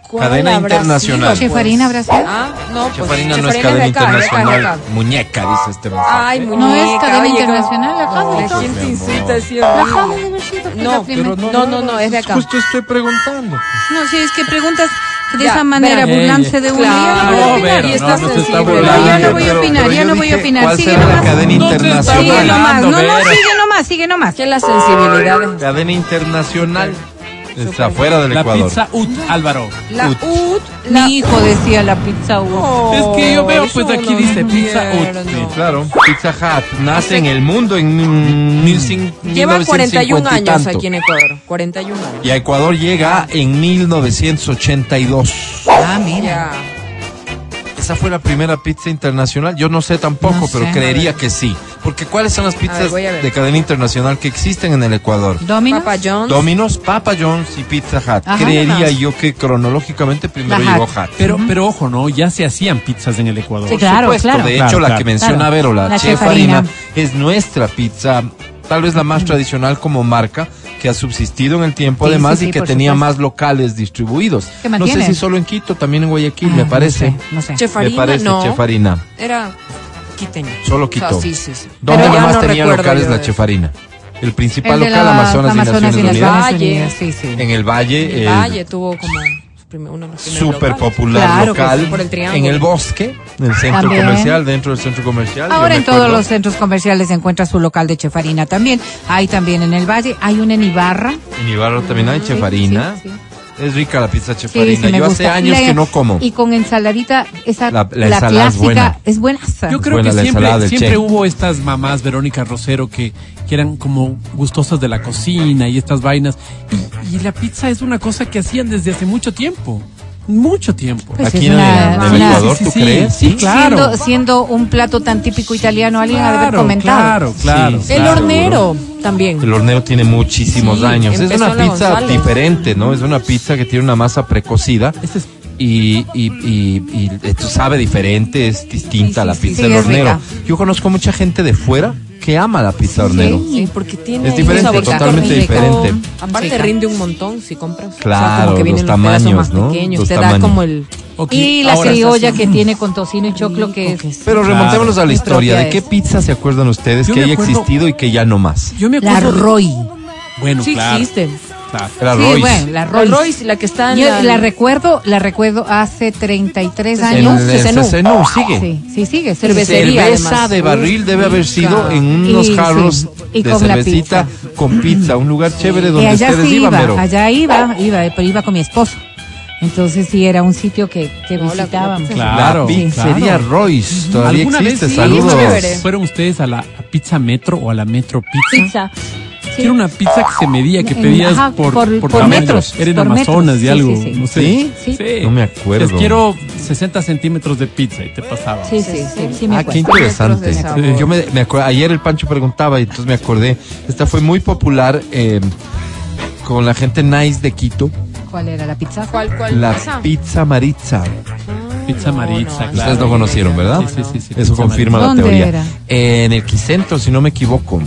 Speaker 3: ¿Cuál
Speaker 2: Cadena
Speaker 3: habrá
Speaker 2: internacional.
Speaker 3: sido, pues?
Speaker 6: ¿Chefarina habrá sido?
Speaker 3: Ah, no, pues.
Speaker 2: Chefarina no es
Speaker 3: Chefarina
Speaker 2: cadena
Speaker 3: de acá, de acá, de
Speaker 2: internacional.
Speaker 3: acá.
Speaker 2: Muñeca, dice este mensaje.
Speaker 3: Ay, muñeca.
Speaker 6: No es cadena
Speaker 3: oye,
Speaker 6: internacional, la
Speaker 3: no,
Speaker 6: casa.
Speaker 3: ¿Quién te
Speaker 2: mi amor.
Speaker 3: incita así?
Speaker 6: La
Speaker 3: hermano?
Speaker 6: casa de haber sido, pues, la
Speaker 3: No,
Speaker 6: primera.
Speaker 3: pero no, no, no, no, es de acá.
Speaker 2: Justo estoy preguntando.
Speaker 6: No, si es que preguntas de
Speaker 3: Ya,
Speaker 6: esa manera,
Speaker 4: vean.
Speaker 6: burlándose de uno. Ya no voy a
Speaker 4: Claro,
Speaker 6: opinar.
Speaker 4: pero
Speaker 3: y
Speaker 4: no,
Speaker 3: estás
Speaker 4: no se está
Speaker 3: sensible.
Speaker 6: No, ya
Speaker 4: burlando.
Speaker 6: no voy a opinar,
Speaker 2: pero
Speaker 6: ya
Speaker 2: yo
Speaker 6: no voy a
Speaker 2: dije,
Speaker 6: opinar.
Speaker 2: ¿Cuál
Speaker 6: Sigue
Speaker 2: será la
Speaker 6: nomás.
Speaker 2: cadena
Speaker 4: No te está
Speaker 6: Sigue
Speaker 2: internacional?
Speaker 4: burlando.
Speaker 6: nomás. No, no,
Speaker 4: Vera.
Speaker 6: sigue nomás, sigue nomás.
Speaker 3: Que las sensibilidades.
Speaker 2: Cadena internacional. Está afuera del
Speaker 4: La
Speaker 2: Ecuador.
Speaker 4: pizza UT, Álvaro.
Speaker 6: La
Speaker 2: Ut.
Speaker 6: UT. Mi hijo decía la pizza UT.
Speaker 4: Es que yo veo,
Speaker 3: eso
Speaker 4: pues aquí
Speaker 3: no
Speaker 4: dice
Speaker 3: lo
Speaker 4: pizza
Speaker 3: entiendo.
Speaker 4: Ut.
Speaker 2: Sí, claro. Pizza Hut nace en el mundo en
Speaker 3: Lleva
Speaker 2: 1950
Speaker 3: 41
Speaker 2: y
Speaker 3: años
Speaker 2: tanto.
Speaker 3: aquí en Ecuador. 41 años.
Speaker 2: Y a Ecuador llega en 1982.
Speaker 6: Ah, mira.
Speaker 3: Ya.
Speaker 2: Esa fue la primera pizza internacional. Yo no sé tampoco,
Speaker 6: No
Speaker 2: pero
Speaker 6: sé.
Speaker 2: creería que sí. Porque ¿cuáles son las
Speaker 3: ver,
Speaker 2: pizzas
Speaker 3: voy a ver.
Speaker 2: de cadena internacional que existen en el Ecuador?
Speaker 6: Domino.
Speaker 3: Papa John's.
Speaker 2: Domino's, Papa John's y Pizza Hut.
Speaker 6: Ajá,
Speaker 2: creería
Speaker 6: nomás.
Speaker 2: yo que cronológicamente primero
Speaker 6: La
Speaker 2: llegó
Speaker 6: Hut.
Speaker 2: Hut.
Speaker 4: Pero, pero ojo, ¿no? Ya se hacían pizzas en el Ecuador.
Speaker 6: Sí, claro,
Speaker 2: supuesto.
Speaker 6: claro.
Speaker 2: De hecho,
Speaker 4: Claro,
Speaker 2: la
Speaker 4: claro.
Speaker 2: que menciona
Speaker 6: Claro.
Speaker 2: Vero, la,
Speaker 6: La
Speaker 2: Chef
Speaker 6: Chef
Speaker 2: Harina,
Speaker 6: Harina.
Speaker 2: es nuestra pizza, tal vez la más tradicional como marca, que ha subsistido en el tiempo
Speaker 6: Sí,
Speaker 2: además
Speaker 6: sí, sí,
Speaker 2: y que
Speaker 6: por
Speaker 2: tenía
Speaker 6: supuesto.
Speaker 2: más locales distribuidos.
Speaker 6: Que
Speaker 2: No sé
Speaker 6: mantiene.
Speaker 2: si solo en Quito, también en Guayaquil,
Speaker 6: Ah,
Speaker 2: me parece.
Speaker 6: No sé. no sé.
Speaker 2: Me
Speaker 3: Chefarina,
Speaker 2: parece,
Speaker 3: no.
Speaker 2: Chef Harina.
Speaker 3: Era quiteño.
Speaker 2: Solo
Speaker 3: O sea,
Speaker 2: Quito.
Speaker 3: sí, sí, sí.
Speaker 2: ¿Dónde
Speaker 3: Pero ya
Speaker 2: más
Speaker 3: no
Speaker 2: tenía
Speaker 3: recuerdo
Speaker 2: locales
Speaker 3: yo
Speaker 2: la
Speaker 3: de-
Speaker 2: Chefarina? El principal
Speaker 6: El de
Speaker 2: local,
Speaker 6: la-
Speaker 2: Amazonas,
Speaker 6: Amazonas
Speaker 2: y Naciones
Speaker 6: las
Speaker 2: Unidas.
Speaker 6: Naciones
Speaker 3: Valle.
Speaker 6: Unidas, Sí, sí.
Speaker 2: En el Valle,
Speaker 3: El
Speaker 2: eh,
Speaker 3: Valle tuvo como sus prim- uno de los primeros
Speaker 2: súper
Speaker 3: locales.
Speaker 2: popular
Speaker 6: Claro, pues,
Speaker 2: local
Speaker 3: por el triángulo.
Speaker 2: en el bosque, en el centro
Speaker 6: También.
Speaker 2: comercial, dentro del centro comercial. yo
Speaker 6: Ahora
Speaker 2: me
Speaker 6: en todos
Speaker 2: acuerdo.
Speaker 6: los centros comerciales se encuentra su local de chefarina también. Hay también en el Valle, hay una en Ibarra.
Speaker 2: En Ibarra también hay chefarina.
Speaker 6: sí,
Speaker 2: Es rica la pizza
Speaker 6: Sí,
Speaker 2: chefarina.
Speaker 6: sí, me
Speaker 2: Yo hace
Speaker 6: gusta.
Speaker 2: años
Speaker 6: Y la-
Speaker 2: que no como.
Speaker 6: Y con ensaladita, esa
Speaker 2: La-
Speaker 6: la,
Speaker 2: la ensalada es
Speaker 6: clásica
Speaker 2: buena.
Speaker 6: es buenaza.
Speaker 4: Yo creo
Speaker 2: buena
Speaker 4: que
Speaker 2: la ensalada
Speaker 4: siempre,
Speaker 2: del
Speaker 4: siempre
Speaker 2: Che.
Speaker 4: hubo estas mamás, Verónica Rosero, que, que eran como gustosas de la cocina y estas vainas. Y, y la pizza es una cosa que hacían desde hace mucho tiempo. Mucho tiempo.
Speaker 6: Pues
Speaker 2: Aquí
Speaker 6: es
Speaker 2: en el,
Speaker 6: una-
Speaker 2: en
Speaker 6: es
Speaker 2: el
Speaker 6: una-
Speaker 2: Ecuador,
Speaker 4: sí,
Speaker 2: ¿tú
Speaker 4: sí,
Speaker 2: crees?
Speaker 4: sí, claro.
Speaker 6: siendo, siendo un plato tan típico italiano, alguien ha de haber
Speaker 4: claro,
Speaker 6: comentado.
Speaker 4: claro, claro.
Speaker 2: Sí.
Speaker 3: El
Speaker 2: Claro,
Speaker 3: hornero también.
Speaker 2: El horneo tiene muchísimos
Speaker 3: Sí,
Speaker 2: años. Es
Speaker 3: empezó
Speaker 2: una
Speaker 3: la
Speaker 2: pizza
Speaker 3: González.
Speaker 2: diferente, ¿no? Es una pizza que tiene una masa precocida.
Speaker 4: Este es-
Speaker 2: Y, y, y, y esto sabe diferente, es distinta
Speaker 6: Sí,
Speaker 2: a la
Speaker 6: sí,
Speaker 2: pizza
Speaker 6: sí,
Speaker 2: del
Speaker 6: es
Speaker 2: hornero.
Speaker 6: rica.
Speaker 2: Yo conozco mucha gente de fuera que ama la pizza hornero.
Speaker 3: Sí, porque tiene
Speaker 2: Es
Speaker 3: un
Speaker 2: diferente,
Speaker 3: saborcito
Speaker 2: totalmente
Speaker 3: rico.
Speaker 2: diferente.
Speaker 3: Aparte
Speaker 6: Sí, claro.
Speaker 3: rinde un montón si compras.
Speaker 2: Claro,
Speaker 3: como que
Speaker 2: los
Speaker 3: vienen los pedazos
Speaker 2: tamaños,
Speaker 3: más
Speaker 2: ¿no?
Speaker 3: pequeños.
Speaker 2: Los
Speaker 3: te
Speaker 2: tamaños.
Speaker 3: da como el
Speaker 4: Ok,
Speaker 6: Y la
Speaker 4: ahora-
Speaker 6: criolla que tiene con tocino y choclo que
Speaker 3: Rico que
Speaker 6: es.
Speaker 2: Pero
Speaker 4: Claro.
Speaker 2: remontémonos a la
Speaker 3: Mi
Speaker 2: historia.
Speaker 3: propia
Speaker 2: ¿De qué
Speaker 3: es.
Speaker 2: pizza se acuerdan ustedes
Speaker 4: Yo
Speaker 2: que
Speaker 4: me
Speaker 2: haya
Speaker 4: acuerdo-
Speaker 2: existido y que ya no más?
Speaker 4: Yo me
Speaker 6: La
Speaker 4: acuerdo. de-
Speaker 6: Roy.
Speaker 4: Bueno,
Speaker 3: Sí
Speaker 4: claro.
Speaker 3: existe.
Speaker 4: claro.
Speaker 2: Era
Speaker 6: Sí,
Speaker 2: Royce.
Speaker 6: bueno, la
Speaker 3: La
Speaker 6: Roy.
Speaker 3: Royce, la que está en
Speaker 6: Yo
Speaker 3: la,
Speaker 6: la recuerdo, la recuerdo hace 33
Speaker 2: En
Speaker 6: años.
Speaker 2: el en
Speaker 3: Cecenú.
Speaker 2: Cecenú, sigue.
Speaker 6: Sí, sí, sigue.
Speaker 3: Cervecería,
Speaker 6: Cervecería.
Speaker 2: cerveza
Speaker 3: además.
Speaker 2: de barril debe haber sido en
Speaker 6: Y,
Speaker 2: unos
Speaker 6: sí,
Speaker 2: jarros
Speaker 6: y
Speaker 2: de
Speaker 6: con la
Speaker 2: cervecita con pizza, un lugar chévere
Speaker 6: Y
Speaker 2: donde
Speaker 6: Eh, allá
Speaker 2: ustedes
Speaker 6: sí
Speaker 2: iban,
Speaker 6: iba,
Speaker 2: pero
Speaker 6: allá iba, iba, pero iba con mi esposo. Entonces sí era un sitio que, que
Speaker 3: Hola, hola,
Speaker 6: visitábamos.
Speaker 3: pizza.
Speaker 2: la
Speaker 4: Claro,
Speaker 2: pizzería
Speaker 4: claro.
Speaker 2: Royce todavía
Speaker 4: ¿Alguna
Speaker 2: existe.
Speaker 4: vez sí,
Speaker 2: Saludos.
Speaker 4: alguna
Speaker 3: chévere.
Speaker 4: vez fueron ustedes a la a Pizza Metro o a la Metro Pizza?
Speaker 6: Pizza.
Speaker 4: Que era una pizza que se medía, que
Speaker 6: En-
Speaker 4: pedías
Speaker 6: ajá,
Speaker 4: por,
Speaker 6: por-
Speaker 4: por,
Speaker 6: por
Speaker 4: tamaño.
Speaker 6: metros,
Speaker 4: Era en
Speaker 6: por
Speaker 4: Amazonas
Speaker 6: metros,
Speaker 4: y
Speaker 6: sí,
Speaker 4: algo,
Speaker 6: sí, sí.
Speaker 4: no sé.
Speaker 2: ¿Sí?
Speaker 6: Sí.
Speaker 2: No me acuerdo.
Speaker 4: Les quiero 60 centímetros de pizza y te pasaba.
Speaker 6: Sí, sí, sí, sí me
Speaker 2: Ah,
Speaker 6: acuerdo.
Speaker 2: qué interesante.
Speaker 3: Metros de sabor.
Speaker 2: Eh, Yo me, me acuer- ayer el Pancho preguntaba y entonces me acordé. Esta fue muy popular eh, con la gente nice de Quito,
Speaker 6: ¿Cuál era la pizza?
Speaker 3: ¿Cuál, cuál?
Speaker 2: la
Speaker 3: esa?
Speaker 2: pizza Maritza.
Speaker 4: Pizza Maritza,
Speaker 3: no,
Speaker 4: claro.
Speaker 2: Ustedes lo conocieron, ¿verdad?
Speaker 4: Sí, sí, sí, sí,
Speaker 2: Eso
Speaker 4: Pizza
Speaker 2: confirma la
Speaker 6: Maritza.
Speaker 2: teoría.
Speaker 6: ¿Dónde
Speaker 2: en el Quicentro, si no me equivoco.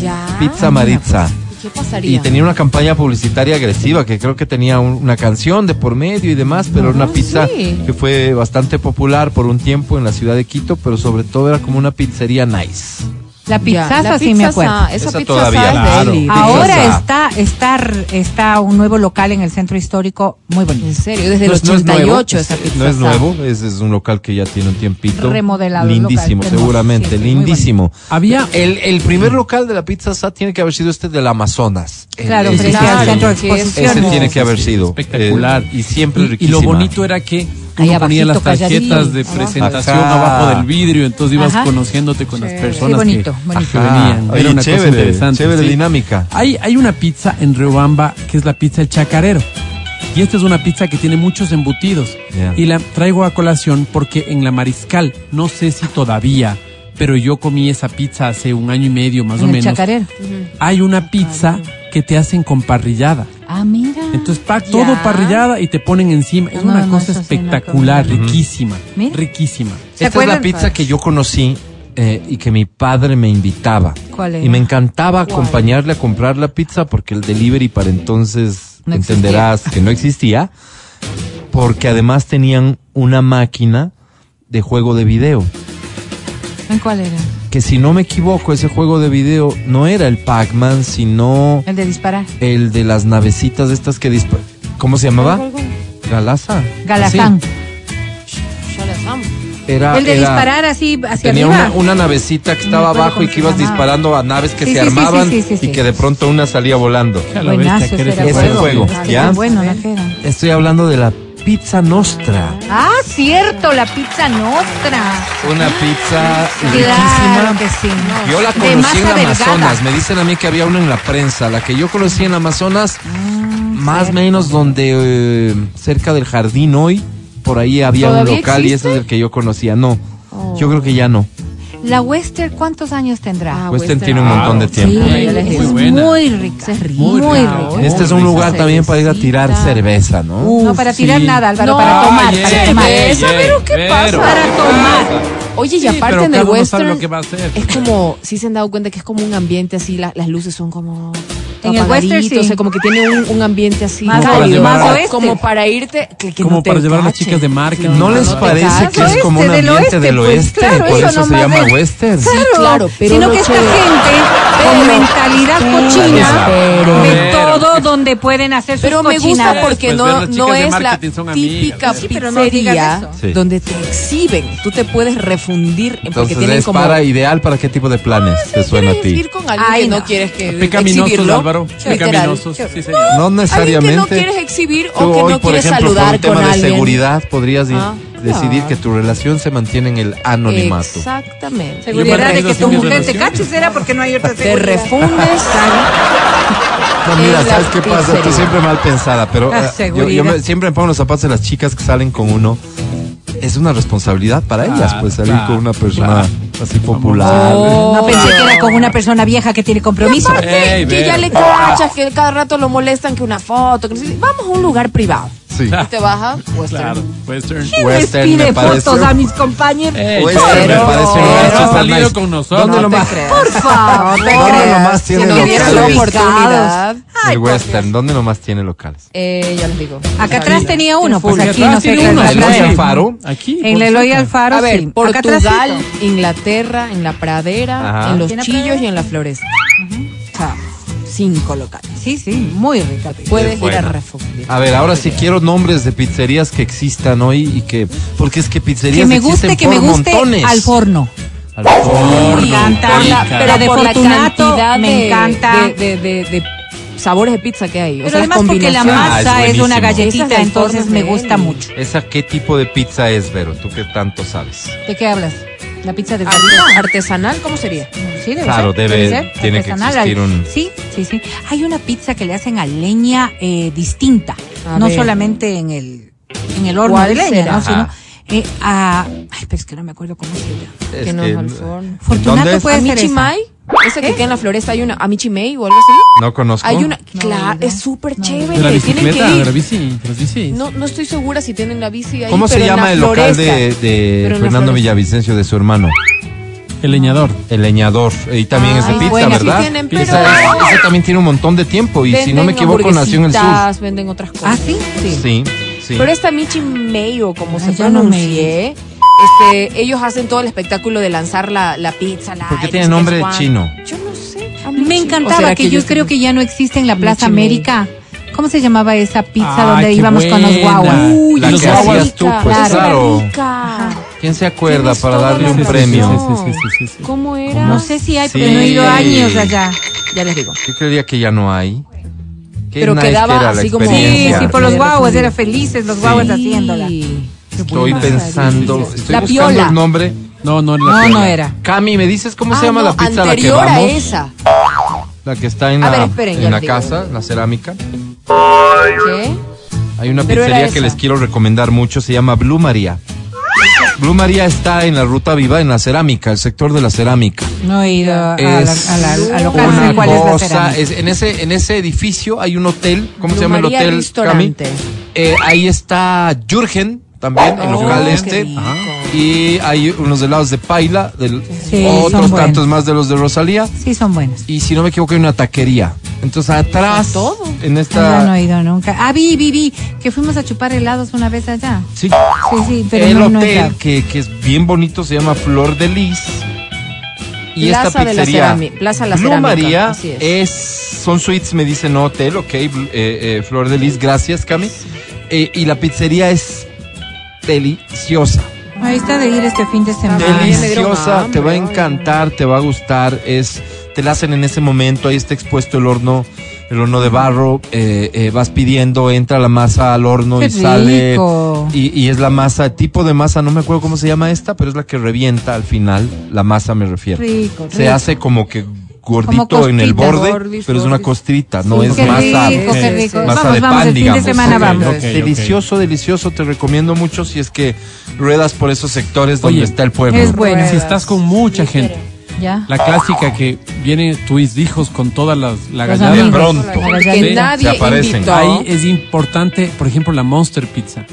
Speaker 3: Ya.
Speaker 6: Ah,
Speaker 2: Pizza Maritza.
Speaker 3: ¿Y qué
Speaker 2: Y
Speaker 3: pasaría?
Speaker 2: tenía una campaña publicitaria agresiva que creo que tenía un- una canción de por medio y demás, pero
Speaker 6: Ah,
Speaker 2: era una pizza
Speaker 3: sí.
Speaker 2: que fue bastante popular por un tiempo en la ciudad de Quito, pero sobre todo era como una pizzería nice.
Speaker 6: La
Speaker 3: Ya,
Speaker 6: pizzaza
Speaker 3: la
Speaker 6: sí me
Speaker 3: pizza
Speaker 6: acuerdo.
Speaker 3: sa- Esa,
Speaker 2: Esa
Speaker 3: pizza
Speaker 2: todavía,
Speaker 3: sa-
Speaker 4: claro.
Speaker 3: deli.
Speaker 2: Ah,
Speaker 6: Ahora
Speaker 2: Pizzaza.
Speaker 6: está, está, está un nuevo local en el centro histórico muy bonito.
Speaker 3: En serio, desde
Speaker 2: No
Speaker 3: el
Speaker 2: es- no es nuevo,
Speaker 3: 88 esa
Speaker 2: es-
Speaker 3: pizza.
Speaker 2: No es
Speaker 3: sa-
Speaker 2: nuevo, es, es un local que ya tiene un tiempito.
Speaker 6: Remodelado,
Speaker 2: Lindísimo,
Speaker 6: local, hermoso,
Speaker 2: seguramente,
Speaker 6: sí, sí, muy
Speaker 2: lindísimo.
Speaker 4: Había-
Speaker 2: El, el primer local de la pizza Sa tiene que haber sido este del Amazonas. El-
Speaker 6: Claro,
Speaker 2: ese
Speaker 6: frente
Speaker 2: tiene-
Speaker 6: al
Speaker 3: claro,
Speaker 6: centro de
Speaker 3: que es-
Speaker 6: exposiciones.
Speaker 2: Ese tiene que haber
Speaker 4: Sí,
Speaker 2: sido.
Speaker 4: Espectacular.
Speaker 2: eh, y siempre
Speaker 4: y, y
Speaker 2: riquísima.
Speaker 4: lo bonito era que
Speaker 6: Ahí
Speaker 4: uno ponía
Speaker 6: abajito,
Speaker 4: las tarjetas
Speaker 6: calladito,
Speaker 4: de
Speaker 6: abajo.
Speaker 4: presentación
Speaker 2: Ajá.
Speaker 4: abajo del vidrio, entonces ibas
Speaker 6: Ajá.
Speaker 4: conociéndote con las personas
Speaker 6: Sí, bonito,
Speaker 4: que,
Speaker 6: bonito.
Speaker 4: que
Speaker 2: Ajá.
Speaker 4: venían.
Speaker 2: Ah, Oye,
Speaker 4: Era una
Speaker 2: chévere,
Speaker 4: cosa interesante.
Speaker 2: chévere dinámica.
Speaker 4: Hay, hay una pizza en Riobamba que es la pizza El Chacarero. Y esta es una pizza que tiene muchos embutidos.
Speaker 2: Ya.
Speaker 4: Y la traigo a colación porque en la Mariscal, no sé si todavía, pero yo comí esa pizza hace un año y medio más o
Speaker 6: En el
Speaker 4: menos.
Speaker 6: chacarero.
Speaker 4: Hay una pizza que te hacen con parrillada.
Speaker 6: Ah, mira.
Speaker 4: Entonces pa, todo
Speaker 3: Ya.
Speaker 4: parrillada y te ponen encima. Es
Speaker 6: No,
Speaker 4: una
Speaker 6: no,
Speaker 4: cosa
Speaker 6: eso sí, no
Speaker 4: espectacular,
Speaker 6: comí.
Speaker 4: riquísima,
Speaker 6: Mira.
Speaker 4: riquísima.
Speaker 6: ¿Se
Speaker 2: Esta es la
Speaker 6: acuerdan?
Speaker 2: pizza que yo conocí eh, y que mi padre me invitaba.
Speaker 6: ¿Cuál era?
Speaker 2: Y me encantaba acompañarle a comprar la pizza porque el delivery para entonces
Speaker 6: No existía.
Speaker 2: entenderás que no existía. Porque además tenían una máquina de juego de video.
Speaker 6: ¿En cuál era?
Speaker 2: Que si no me equivoco, ese juego de video no era el Pac-Man, sino
Speaker 6: El de disparar.
Speaker 2: el de las navecitas estas que dispa- ¿Cómo se llamaba? Galaza.
Speaker 6: Galazán.
Speaker 2: Sí,
Speaker 3: Ya las amo.
Speaker 2: era,
Speaker 6: el de
Speaker 2: era-
Speaker 6: disparar así hacia
Speaker 2: Tenía
Speaker 6: arriba.
Speaker 2: una, una navecita que estaba
Speaker 6: acuerdo
Speaker 2: abajo y
Speaker 6: cómo
Speaker 2: que
Speaker 6: se
Speaker 2: ibas
Speaker 6: llamaba.
Speaker 2: disparando a naves que
Speaker 6: Sí,
Speaker 2: se
Speaker 6: sí, sí,
Speaker 2: armaban
Speaker 6: sí, sí, sí.
Speaker 2: y que de pronto una salía volando.
Speaker 4: A la
Speaker 6: Buenazo,
Speaker 4: bestia que
Speaker 6: ese
Speaker 4: eres
Speaker 6: era
Speaker 4: el
Speaker 2: Ese juego,
Speaker 6: Ah,
Speaker 2: ¿ya?
Speaker 6: qué bueno, la que era.
Speaker 2: Estoy hablando de la pizza nostra.
Speaker 6: Ah, cierto, la pizza nostra.
Speaker 2: Una pizza
Speaker 6: Claro
Speaker 2: riquísima.
Speaker 6: que sí.
Speaker 2: Yo la
Speaker 6: De
Speaker 2: conocí en
Speaker 6: masa
Speaker 2: Amazonas.
Speaker 6: delgada.
Speaker 2: Me dicen a mí que había una en la prensa. La que yo conocí en Amazonas,
Speaker 6: Ah,
Speaker 2: más o menos donde eh, cerca del jardín hoy, por ahí había un
Speaker 3: ¿Todavía
Speaker 2: local y ese
Speaker 3: existe?
Speaker 2: es el que yo conocía. No,
Speaker 6: Oh.
Speaker 2: yo creo que ya no.
Speaker 6: La Western, ¿cuántos años tendrá?
Speaker 3: Ah,
Speaker 2: Western
Speaker 3: Western.
Speaker 2: tiene un montón de
Speaker 4: Sí,
Speaker 2: pues, tiempo.
Speaker 4: Muy
Speaker 6: esa
Speaker 4: buena.
Speaker 6: es muy rica. Es muy,
Speaker 4: rica.
Speaker 6: rica.
Speaker 2: Este es un
Speaker 4: Esa
Speaker 2: lugar también para ir a tirar
Speaker 3: cervecita.
Speaker 2: cerveza, ¿no?
Speaker 6: No, para tirar nada, Álvaro,
Speaker 3: No,
Speaker 6: para tomar,
Speaker 4: ay,
Speaker 6: para
Speaker 4: eh,
Speaker 6: tomar.
Speaker 4: eh,
Speaker 3: Eso, pero ¿qué pasa? Para tomar. Oye, y
Speaker 4: Sí, pero
Speaker 3: aparte en
Speaker 4: cada
Speaker 3: el
Speaker 4: uno sabe
Speaker 3: western
Speaker 4: lo que va a hacer.
Speaker 3: es como, si se han dado cuenta que es como un ambiente así, la- las luces son como
Speaker 6: En el western, sí.
Speaker 3: apagadito, o sea, como que tiene un, un ambiente así
Speaker 6: Más
Speaker 2: Como para
Speaker 3: cálido,
Speaker 2: llevar a-
Speaker 6: oeste.
Speaker 3: como para irte, que, que
Speaker 4: Como
Speaker 3: no te
Speaker 4: para llevar a las
Speaker 3: cachen.
Speaker 4: chicas de marketing.
Speaker 2: ¿No les
Speaker 4: te
Speaker 2: parece
Speaker 6: casas.
Speaker 2: que es como un
Speaker 6: Oeste, Ah, del
Speaker 2: ambiente del
Speaker 6: oeste,
Speaker 2: oeste?
Speaker 6: pues, claro,
Speaker 2: Por
Speaker 6: eso
Speaker 2: eso se
Speaker 6: nomás
Speaker 2: llama
Speaker 6: de-
Speaker 2: western.
Speaker 3: Sí, claro, pero
Speaker 6: sino
Speaker 3: lo
Speaker 6: que esta
Speaker 3: chévere-
Speaker 6: gente con
Speaker 3: Pero-
Speaker 6: mentalidad
Speaker 3: pero-
Speaker 6: cochina
Speaker 3: pero-
Speaker 6: ve
Speaker 4: pero-
Speaker 6: todo donde pueden hacer sus
Speaker 3: Pero me gusta
Speaker 6: cochinadas.
Speaker 3: porque
Speaker 4: Pues, ver,
Speaker 3: no,
Speaker 4: las chicas
Speaker 3: no
Speaker 4: de
Speaker 3: es la
Speaker 4: marketing son amigas,
Speaker 3: típica
Speaker 6: Sí, pero no digas
Speaker 3: pizzería
Speaker 6: eso.
Speaker 2: Sí.
Speaker 3: donde te exhiben. Tú te puedes refundir en- porque
Speaker 2: Entonces
Speaker 3: tienen
Speaker 2: es
Speaker 3: como...
Speaker 2: para ideal para qué tipo de planes te suena a
Speaker 3: ¿Quieres
Speaker 2: ti.
Speaker 3: ir con alguien
Speaker 6: Ay,
Speaker 3: que no,
Speaker 6: no.
Speaker 3: quieres que
Speaker 4: Pecaminosos,
Speaker 3: exhibirlo?
Speaker 4: Álvaro.
Speaker 3: Literal.
Speaker 4: Pecaminosos. Sí, señor.
Speaker 2: No
Speaker 3: Alguien que no
Speaker 2: necesariamente.
Speaker 3: quieres exhibir
Speaker 2: Tú
Speaker 3: o que
Speaker 2: hoy,
Speaker 3: no
Speaker 2: por
Speaker 3: quieres
Speaker 2: ejemplo, por
Speaker 3: saludar
Speaker 2: un tema
Speaker 3: con
Speaker 2: de
Speaker 3: alguien.
Speaker 2: seguridad podrías ir-
Speaker 3: Ah,
Speaker 2: decidir
Speaker 3: claro.
Speaker 2: que tu relación se mantiene en el anonimato.
Speaker 3: Exactamente.
Speaker 4: Yo me
Speaker 6: Seguridad de
Speaker 4: arreglo
Speaker 6: que tu
Speaker 4: sin
Speaker 6: mujer te
Speaker 4: relación.
Speaker 6: cache será porque no hay otra
Speaker 3: Te
Speaker 6: seguridad.
Speaker 3: refundes.
Speaker 2: No, mira,
Speaker 3: en la
Speaker 2: ¿sabes qué pasa? Tú
Speaker 3: pizzería.
Speaker 2: siempre mal pensada, pero
Speaker 6: La
Speaker 2: eh, yo,
Speaker 6: seguridad.
Speaker 2: yo me- siempre me pongo en los zapatos de las chicas que salen con uno. Es una responsabilidad para ellas,
Speaker 4: Claro,
Speaker 2: pues salir
Speaker 4: Ah, claro,
Speaker 2: con una persona así popular.
Speaker 3: Oh.
Speaker 6: No pensé que era con una persona vieja que tiene compromiso.
Speaker 4: Ey,
Speaker 3: que
Speaker 4: ve.
Speaker 3: ya le cachas, que cada rato lo molestan, que una foto, que no sé, Vamos a un lugar privado.
Speaker 2: Sí.
Speaker 3: Y te baja Western.
Speaker 4: Claro,
Speaker 2: Western
Speaker 4: Western.
Speaker 6: Les
Speaker 2: pues, me
Speaker 6: pide
Speaker 2: parece.
Speaker 6: fotos a mis compañeros.
Speaker 4: Ey,
Speaker 2: Western me
Speaker 3: pero-
Speaker 2: parece
Speaker 3: pero
Speaker 2: un lugar
Speaker 4: ha
Speaker 2: super
Speaker 4: salido
Speaker 2: nice.
Speaker 4: con nosotros.
Speaker 2: ¿Dónde
Speaker 3: No
Speaker 2: lo
Speaker 3: te
Speaker 2: más?
Speaker 3: creas.
Speaker 6: Por favor.
Speaker 2: ¿Dónde lo más tiene
Speaker 3: Si nos dieran la
Speaker 2: locales?
Speaker 3: oportunidad,
Speaker 2: El Western, ¿dónde lo más tiene locales?
Speaker 3: eh, ya les digo.
Speaker 6: Acá atrás
Speaker 3: Ahí.
Speaker 6: tenía uno, pues
Speaker 4: Porque
Speaker 6: aquí
Speaker 4: atrás
Speaker 6: no sé
Speaker 4: tiene
Speaker 6: qué
Speaker 4: uno,
Speaker 2: ¿El
Speaker 6: atrás
Speaker 2: Eloy
Speaker 4: Ah, sí.
Speaker 6: de-
Speaker 2: Alfaro?
Speaker 4: Aquí.
Speaker 6: En la Eloy
Speaker 4: por cerca.
Speaker 6: Alfaro,
Speaker 3: A ver,
Speaker 6: sí. Acá
Speaker 3: Portugal,
Speaker 6: atrásito.
Speaker 3: Inglaterra, en la pradera,
Speaker 2: Ajá.
Speaker 3: en los
Speaker 6: ¿Tiene
Speaker 3: chillos
Speaker 6: pradera?
Speaker 3: y en la floresta.
Speaker 6: O sea,
Speaker 3: Cinco locales.
Speaker 6: Sí, sí, muy rica. pizza.
Speaker 3: Puedes ir a
Speaker 2: buena.
Speaker 3: refugiar.
Speaker 2: A ver, ahora sí quiero nombres de pizzerías que existan hoy y que. Porque es que pizzerías
Speaker 6: Que me guste,
Speaker 2: existen
Speaker 6: que me
Speaker 2: por
Speaker 6: guste
Speaker 2: montones.
Speaker 6: al forno.
Speaker 2: Al forno.
Speaker 6: Me encanta.
Speaker 2: rica.
Speaker 6: la- pero de
Speaker 3: por la
Speaker 6: Fortunato
Speaker 3: cantidad
Speaker 6: me
Speaker 3: de-
Speaker 6: encanta.
Speaker 3: De, de- de- de sabores de pizza que hay. o
Speaker 6: Pero
Speaker 3: sea,
Speaker 6: además porque la
Speaker 3: combinaciones.
Speaker 2: Ah, es
Speaker 6: masa es, una
Speaker 2: buenísimo.
Speaker 3: Esas
Speaker 6: galletita,
Speaker 3: del
Speaker 6: entonces
Speaker 3: horno
Speaker 6: me
Speaker 3: de
Speaker 6: gusta
Speaker 3: él.
Speaker 6: mucho.
Speaker 2: ¿Esa qué tipo de pizza es, Vero? ¿Tú qué tanto sabes?
Speaker 6: ¿De qué hablas? ¿La pizza de
Speaker 3: Arte- artesanal, ¿cómo sería?
Speaker 6: Sí, debe
Speaker 2: Claro,
Speaker 6: ser,
Speaker 2: debe-
Speaker 6: ser
Speaker 2: tiene que
Speaker 6: artesanal.
Speaker 2: existir un-
Speaker 6: Sí, sí, sí. Hay una pizza que le hacen a leña eh, distinta,
Speaker 3: A
Speaker 6: no
Speaker 3: ver.
Speaker 6: solamente en el en el horno
Speaker 3: ¿Cuál
Speaker 6: de leña,
Speaker 3: será?
Speaker 6: ¿no?
Speaker 2: Ajá.
Speaker 6: sino eh, a ay, pues que no me acuerdo cómo se llama.
Speaker 2: Es
Speaker 3: que no
Speaker 2: que-
Speaker 3: es al forno.
Speaker 6: Fortunato
Speaker 2: ¿Dónde es?
Speaker 6: puede ser esa. ¿Eh?
Speaker 3: Amichimay, esa que queda en la floresta, hay una Amichimay o algo así.
Speaker 2: No conozco.
Speaker 3: Hay una,
Speaker 6: No,
Speaker 3: claro,
Speaker 6: no.
Speaker 3: es súper
Speaker 6: No,
Speaker 3: chévere.
Speaker 4: De la
Speaker 3: Tienen
Speaker 4: bicicleta,
Speaker 3: que
Speaker 4: de
Speaker 3: ir.
Speaker 4: la bici, de las bicis.
Speaker 3: No, no estoy segura si tienen la bici ahí.
Speaker 2: ¿Cómo se
Speaker 3: pero en
Speaker 2: llama
Speaker 3: la
Speaker 2: el local
Speaker 3: floresta.
Speaker 2: de, de
Speaker 3: Pero en la
Speaker 2: Fernando
Speaker 3: floresta.
Speaker 2: Villavicencio, de su hermano?
Speaker 4: El leñador.
Speaker 2: El leñador. Y también es de
Speaker 3: Ay,
Speaker 2: pizza,
Speaker 3: bueno, sí
Speaker 2: ¿verdad?
Speaker 3: tienen, pero-
Speaker 2: Esa, esa también tiene un montón de tiempo y si no me
Speaker 3: Venden
Speaker 2: equivoco nació en el sur.
Speaker 3: hamburguesitas, Venden otras cosas.
Speaker 6: Ah, sí, sí.
Speaker 2: Sí, sí.
Speaker 3: Pero esta Michi Mayo, como se
Speaker 6: Ay, yo no me-
Speaker 3: pronuncie, este, ellos hacen todo el espectáculo de lanzar la, la pizza. La
Speaker 2: ¿Por qué
Speaker 3: el
Speaker 2: tiene
Speaker 3: chicken
Speaker 2: nombre de
Speaker 3: swan.
Speaker 2: chino?
Speaker 3: Yo no sé.
Speaker 6: Me encantaba que yo creo que ya no existe en la Plaza
Speaker 3: Michimay.
Speaker 6: América. ¿Cómo se llamaba esa pizza
Speaker 4: Ay,
Speaker 6: donde
Speaker 4: qué
Speaker 6: íbamos con los
Speaker 4: buena.
Speaker 6: guaguas?
Speaker 3: Uh,
Speaker 4: Uy,
Speaker 2: la
Speaker 4: los
Speaker 2: que
Speaker 4: guaguas.
Speaker 2: hacías tú, pues
Speaker 3: Claro.
Speaker 2: claro.
Speaker 3: Rica.
Speaker 2: ¿Quién se acuerda
Speaker 3: Tienes
Speaker 2: para
Speaker 3: toda
Speaker 2: darle
Speaker 3: la
Speaker 2: un
Speaker 4: razón.
Speaker 2: premio?
Speaker 4: Sí, sí, sí, sí, sí, sí.
Speaker 3: ¿Cómo era?
Speaker 6: No sé si hay,
Speaker 2: Sí.
Speaker 6: pero no he ido años allá.
Speaker 3: Ya les digo.
Speaker 2: Yo creería que ya no hay. Qué
Speaker 3: Pero
Speaker 2: nice
Speaker 3: quedaba
Speaker 2: que era la
Speaker 3: así como-
Speaker 6: Sí,
Speaker 2: experiencia.
Speaker 6: sí, por los
Speaker 3: Sí.
Speaker 6: guaguas, eran felices los guaguas haciéndola.
Speaker 2: Estoy pensando, estoy
Speaker 3: La
Speaker 2: buscando
Speaker 3: piola.
Speaker 2: el nombre.
Speaker 4: No, no, la
Speaker 6: No,
Speaker 4: piola.
Speaker 6: no era.
Speaker 2: Cami, ¿me dices cómo
Speaker 3: Ah,
Speaker 2: se llama
Speaker 3: no,
Speaker 2: la pizza a la que
Speaker 3: anterior a
Speaker 2: vamos?
Speaker 3: esa.
Speaker 2: La que está en
Speaker 3: A
Speaker 2: la,
Speaker 3: ver, esperen, ya
Speaker 2: en la
Speaker 3: les digo.
Speaker 2: casa, la cerámica.
Speaker 3: ¿Qué?
Speaker 2: Hay una
Speaker 3: Pero era
Speaker 2: pizzería que
Speaker 3: esa.
Speaker 2: les quiero recomendar mucho, se llama Blue María. Blue María está en la Ruta Viva, en la cerámica, el sector de la cerámica.
Speaker 6: No he ido a, la-
Speaker 2: Es
Speaker 6: a la- a local, no sé
Speaker 2: una
Speaker 6: cuál es la
Speaker 2: cosa,
Speaker 6: cerámica.
Speaker 2: es- en, ese, en ese edificio hay un hotel, ¿cómo
Speaker 3: Blue
Speaker 2: se llama
Speaker 3: María
Speaker 2: el hotel?
Speaker 3: Restaurante.
Speaker 2: Cami? Eh, ahí está Jürgen, también, el
Speaker 3: Oh,
Speaker 2: local
Speaker 3: qué
Speaker 2: este.
Speaker 3: rico.
Speaker 2: Ajá. Y hay unos helados de paila, del-
Speaker 6: Sí,
Speaker 2: otros
Speaker 6: son buenos.
Speaker 2: tantos más de los de Rosalía.
Speaker 6: Sí, son buenas.
Speaker 2: Y si no me equivoco, hay una taquería. Entonces, atrás,
Speaker 3: todo.
Speaker 2: en
Speaker 6: Allá no
Speaker 2: esta...
Speaker 6: he ido nunca. Ah, vi, vi, vi, que fuimos a chupar helados una vez allá.
Speaker 2: Sí.
Speaker 6: Sí, sí, pero
Speaker 2: el
Speaker 6: no, no he
Speaker 2: hotel
Speaker 6: entrado.
Speaker 2: que, que es bien bonito se llama Flor de Lis. Y
Speaker 3: Plaza
Speaker 2: esta
Speaker 3: de la
Speaker 2: pizzería.
Speaker 3: Cerami- Plaza La
Speaker 2: Blue
Speaker 3: Cerámica,
Speaker 2: María
Speaker 3: así es.
Speaker 2: son suites, me dicen no hotel, ok. Bl- eh, eh, Flor de Lis, gracias, Cami. Eh, y la pizzería es deliciosa.
Speaker 6: Ahí está de ir este fin de semana.
Speaker 3: Ay, Ah, me dieron
Speaker 2: deliciosa,
Speaker 3: hambre,
Speaker 2: te va a
Speaker 3: ay, no.
Speaker 2: encantar, te va a gustar. Es, te la hacen en ese momento, ahí está expuesto el horno. El horno de barro, eh, eh, vas pidiendo, entra la masa al horno
Speaker 6: Qué
Speaker 2: y sale.
Speaker 6: rico.
Speaker 2: Y, y es la masa, tipo de masa, no me acuerdo cómo se llama esta, pero es la que revienta al final, la masa me refiero.
Speaker 6: Rico,
Speaker 2: Se
Speaker 6: rico.
Speaker 2: hace como que gordito
Speaker 6: Como
Speaker 2: en el
Speaker 6: costrita,
Speaker 2: borde,
Speaker 6: gordis,
Speaker 2: pero es una
Speaker 6: gordis.
Speaker 2: costrita, no es
Speaker 6: qué
Speaker 2: masa.
Speaker 6: rico, qué rico.
Speaker 2: masa
Speaker 6: vamos,
Speaker 2: de pan,
Speaker 6: vamos, el fin de
Speaker 2: digamos.
Speaker 6: semana
Speaker 2: Ok,
Speaker 6: vamos.
Speaker 2: ok, delicioso, delicioso, te recomiendo mucho si es que ruedas por esos sectores donde
Speaker 4: Oye,
Speaker 2: está el pueblo.
Speaker 6: es bueno.
Speaker 4: Si estás con mucha gente,
Speaker 6: Ya.
Speaker 4: la clásica que viene tus hijos con todas las la
Speaker 6: Los
Speaker 4: gallada.
Speaker 2: de
Speaker 6: amigos.
Speaker 2: pronto.
Speaker 6: Porque
Speaker 3: Que
Speaker 4: Sí,
Speaker 3: nadie
Speaker 2: se aparecen.
Speaker 3: invitó.
Speaker 4: Ahí es importante, por ejemplo, la Monster Pizza.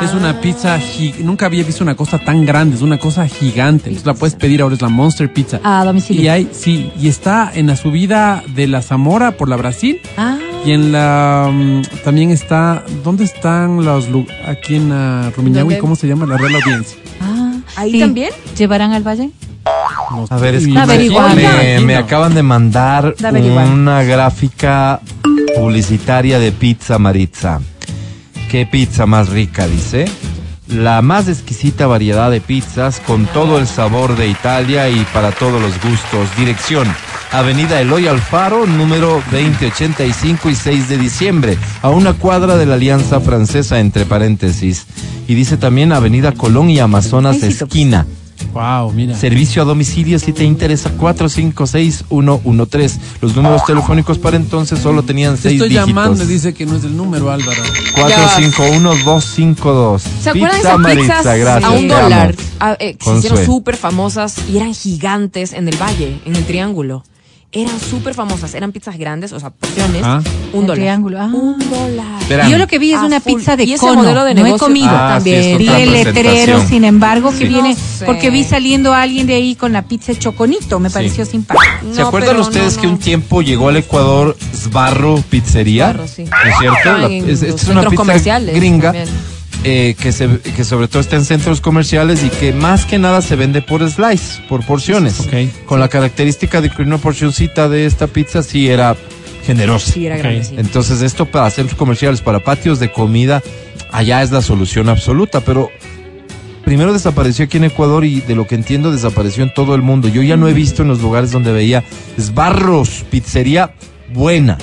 Speaker 4: Es una pizza, gi- nunca había visto una cosa tan grande, es una cosa gigante. Entonces la puedes pedir ahora, es la Monster Pizza.
Speaker 6: A domicilio.
Speaker 4: Y hay, sí, y está en la subida de la Zamora por la Brasil.
Speaker 6: Ah,
Speaker 4: Y en la. mm, también está. ¿Dónde están los. lu- Aquí en la Rumiñahui,
Speaker 3: ¿Dónde?
Speaker 4: ¿cómo se llama? La Real Audiencia.
Speaker 6: ah.
Speaker 3: ¿Ahí
Speaker 6: Sí.
Speaker 3: también?
Speaker 6: ¿Llevarán al valle?
Speaker 4: No
Speaker 2: A ver,
Speaker 4: sé.
Speaker 2: es
Speaker 4: Y-
Speaker 2: que
Speaker 6: averiguar.
Speaker 2: me, me
Speaker 4: Imagino.
Speaker 2: acaban de mandar
Speaker 6: De averiguar.
Speaker 2: una gráfica publicitaria de Pizza Maritza. Qué pizza más rica, dice. La más exquisita variedad de pizzas con todo el sabor de Italia y para todos los gustos. Dirección, Avenida Eloy Alfaro, número 2085 y 6 de diciembre, a una cuadra de la Alianza Francesa, entre paréntesis. Y dice también Avenida Colón y Amazonas,
Speaker 6: Ay, sí, tops.
Speaker 2: esquina.
Speaker 4: Wow, mira.
Speaker 2: Servicio a domicilio si te interesa 456-113. Los números telefónicos para entonces solo tenían
Speaker 4: Te
Speaker 2: seis
Speaker 4: estoy
Speaker 2: dígitos.
Speaker 4: llamando, dice que no es el número, Álvaro.
Speaker 2: 451-252.
Speaker 3: ¿Se acuerdan de
Speaker 2: eh, Pizza
Speaker 3: esas
Speaker 2: Maritza,
Speaker 3: pizzas
Speaker 2: gracias,
Speaker 3: a un
Speaker 2: te amo.
Speaker 3: dólar? Ah, eh, que se hicieron
Speaker 2: Consuelo.
Speaker 3: súper famosas y eran gigantes en el valle, en el triángulo. eran súper famosas. Eran pizzas grandes, o sea, porciones.
Speaker 2: Ah.
Speaker 3: Un
Speaker 6: El
Speaker 3: dólar.
Speaker 6: triángulo, ah.
Speaker 3: Un dólar.
Speaker 2: Verán.
Speaker 6: Yo lo que vi es
Speaker 3: A
Speaker 6: una
Speaker 3: full.
Speaker 6: pizza de
Speaker 3: Y ese
Speaker 6: cono.
Speaker 3: modelo de
Speaker 6: no he
Speaker 3: negocio
Speaker 6: comido.
Speaker 2: Ah, sí, es
Speaker 6: también. vi
Speaker 2: otra
Speaker 6: el letrero,
Speaker 2: presentación.
Speaker 6: sin embargo, que
Speaker 2: Sí.
Speaker 6: viene
Speaker 3: No sé.
Speaker 6: porque vi saliendo a alguien de ahí con la pizza de choconito. Me
Speaker 2: Sí.
Speaker 6: pareció simpático.
Speaker 2: ¿Se
Speaker 3: No,
Speaker 2: acuerdan
Speaker 3: pero
Speaker 2: ustedes
Speaker 3: no,
Speaker 2: que
Speaker 3: no.
Speaker 2: un tiempo llegó al Ecuador Sbarro Pizzería?
Speaker 3: Sbarro, sí.
Speaker 2: ¿No es cierto?
Speaker 3: Ah,
Speaker 2: La-
Speaker 3: en
Speaker 2: es,
Speaker 3: los
Speaker 2: esta es una
Speaker 3: centros
Speaker 2: pizza
Speaker 3: comerciales
Speaker 2: gringa
Speaker 3: también.
Speaker 2: eh, que, se, que sobre todo está en centros comerciales y que más que nada se vende por slice, por porciones.
Speaker 4: Ok.
Speaker 2: Con la característica de que una porcioncita de esta pizza sí era generosa.
Speaker 3: Sí, era
Speaker 4: Ok.
Speaker 3: grande, sí.
Speaker 2: Entonces esto para centros comerciales, para patios de comida, allá es la solución absoluta, pero primero desapareció aquí en Ecuador y de lo que entiendo desapareció en todo el mundo. Yo ya no he visto en los lugares donde veía esbarros, pizzería buena,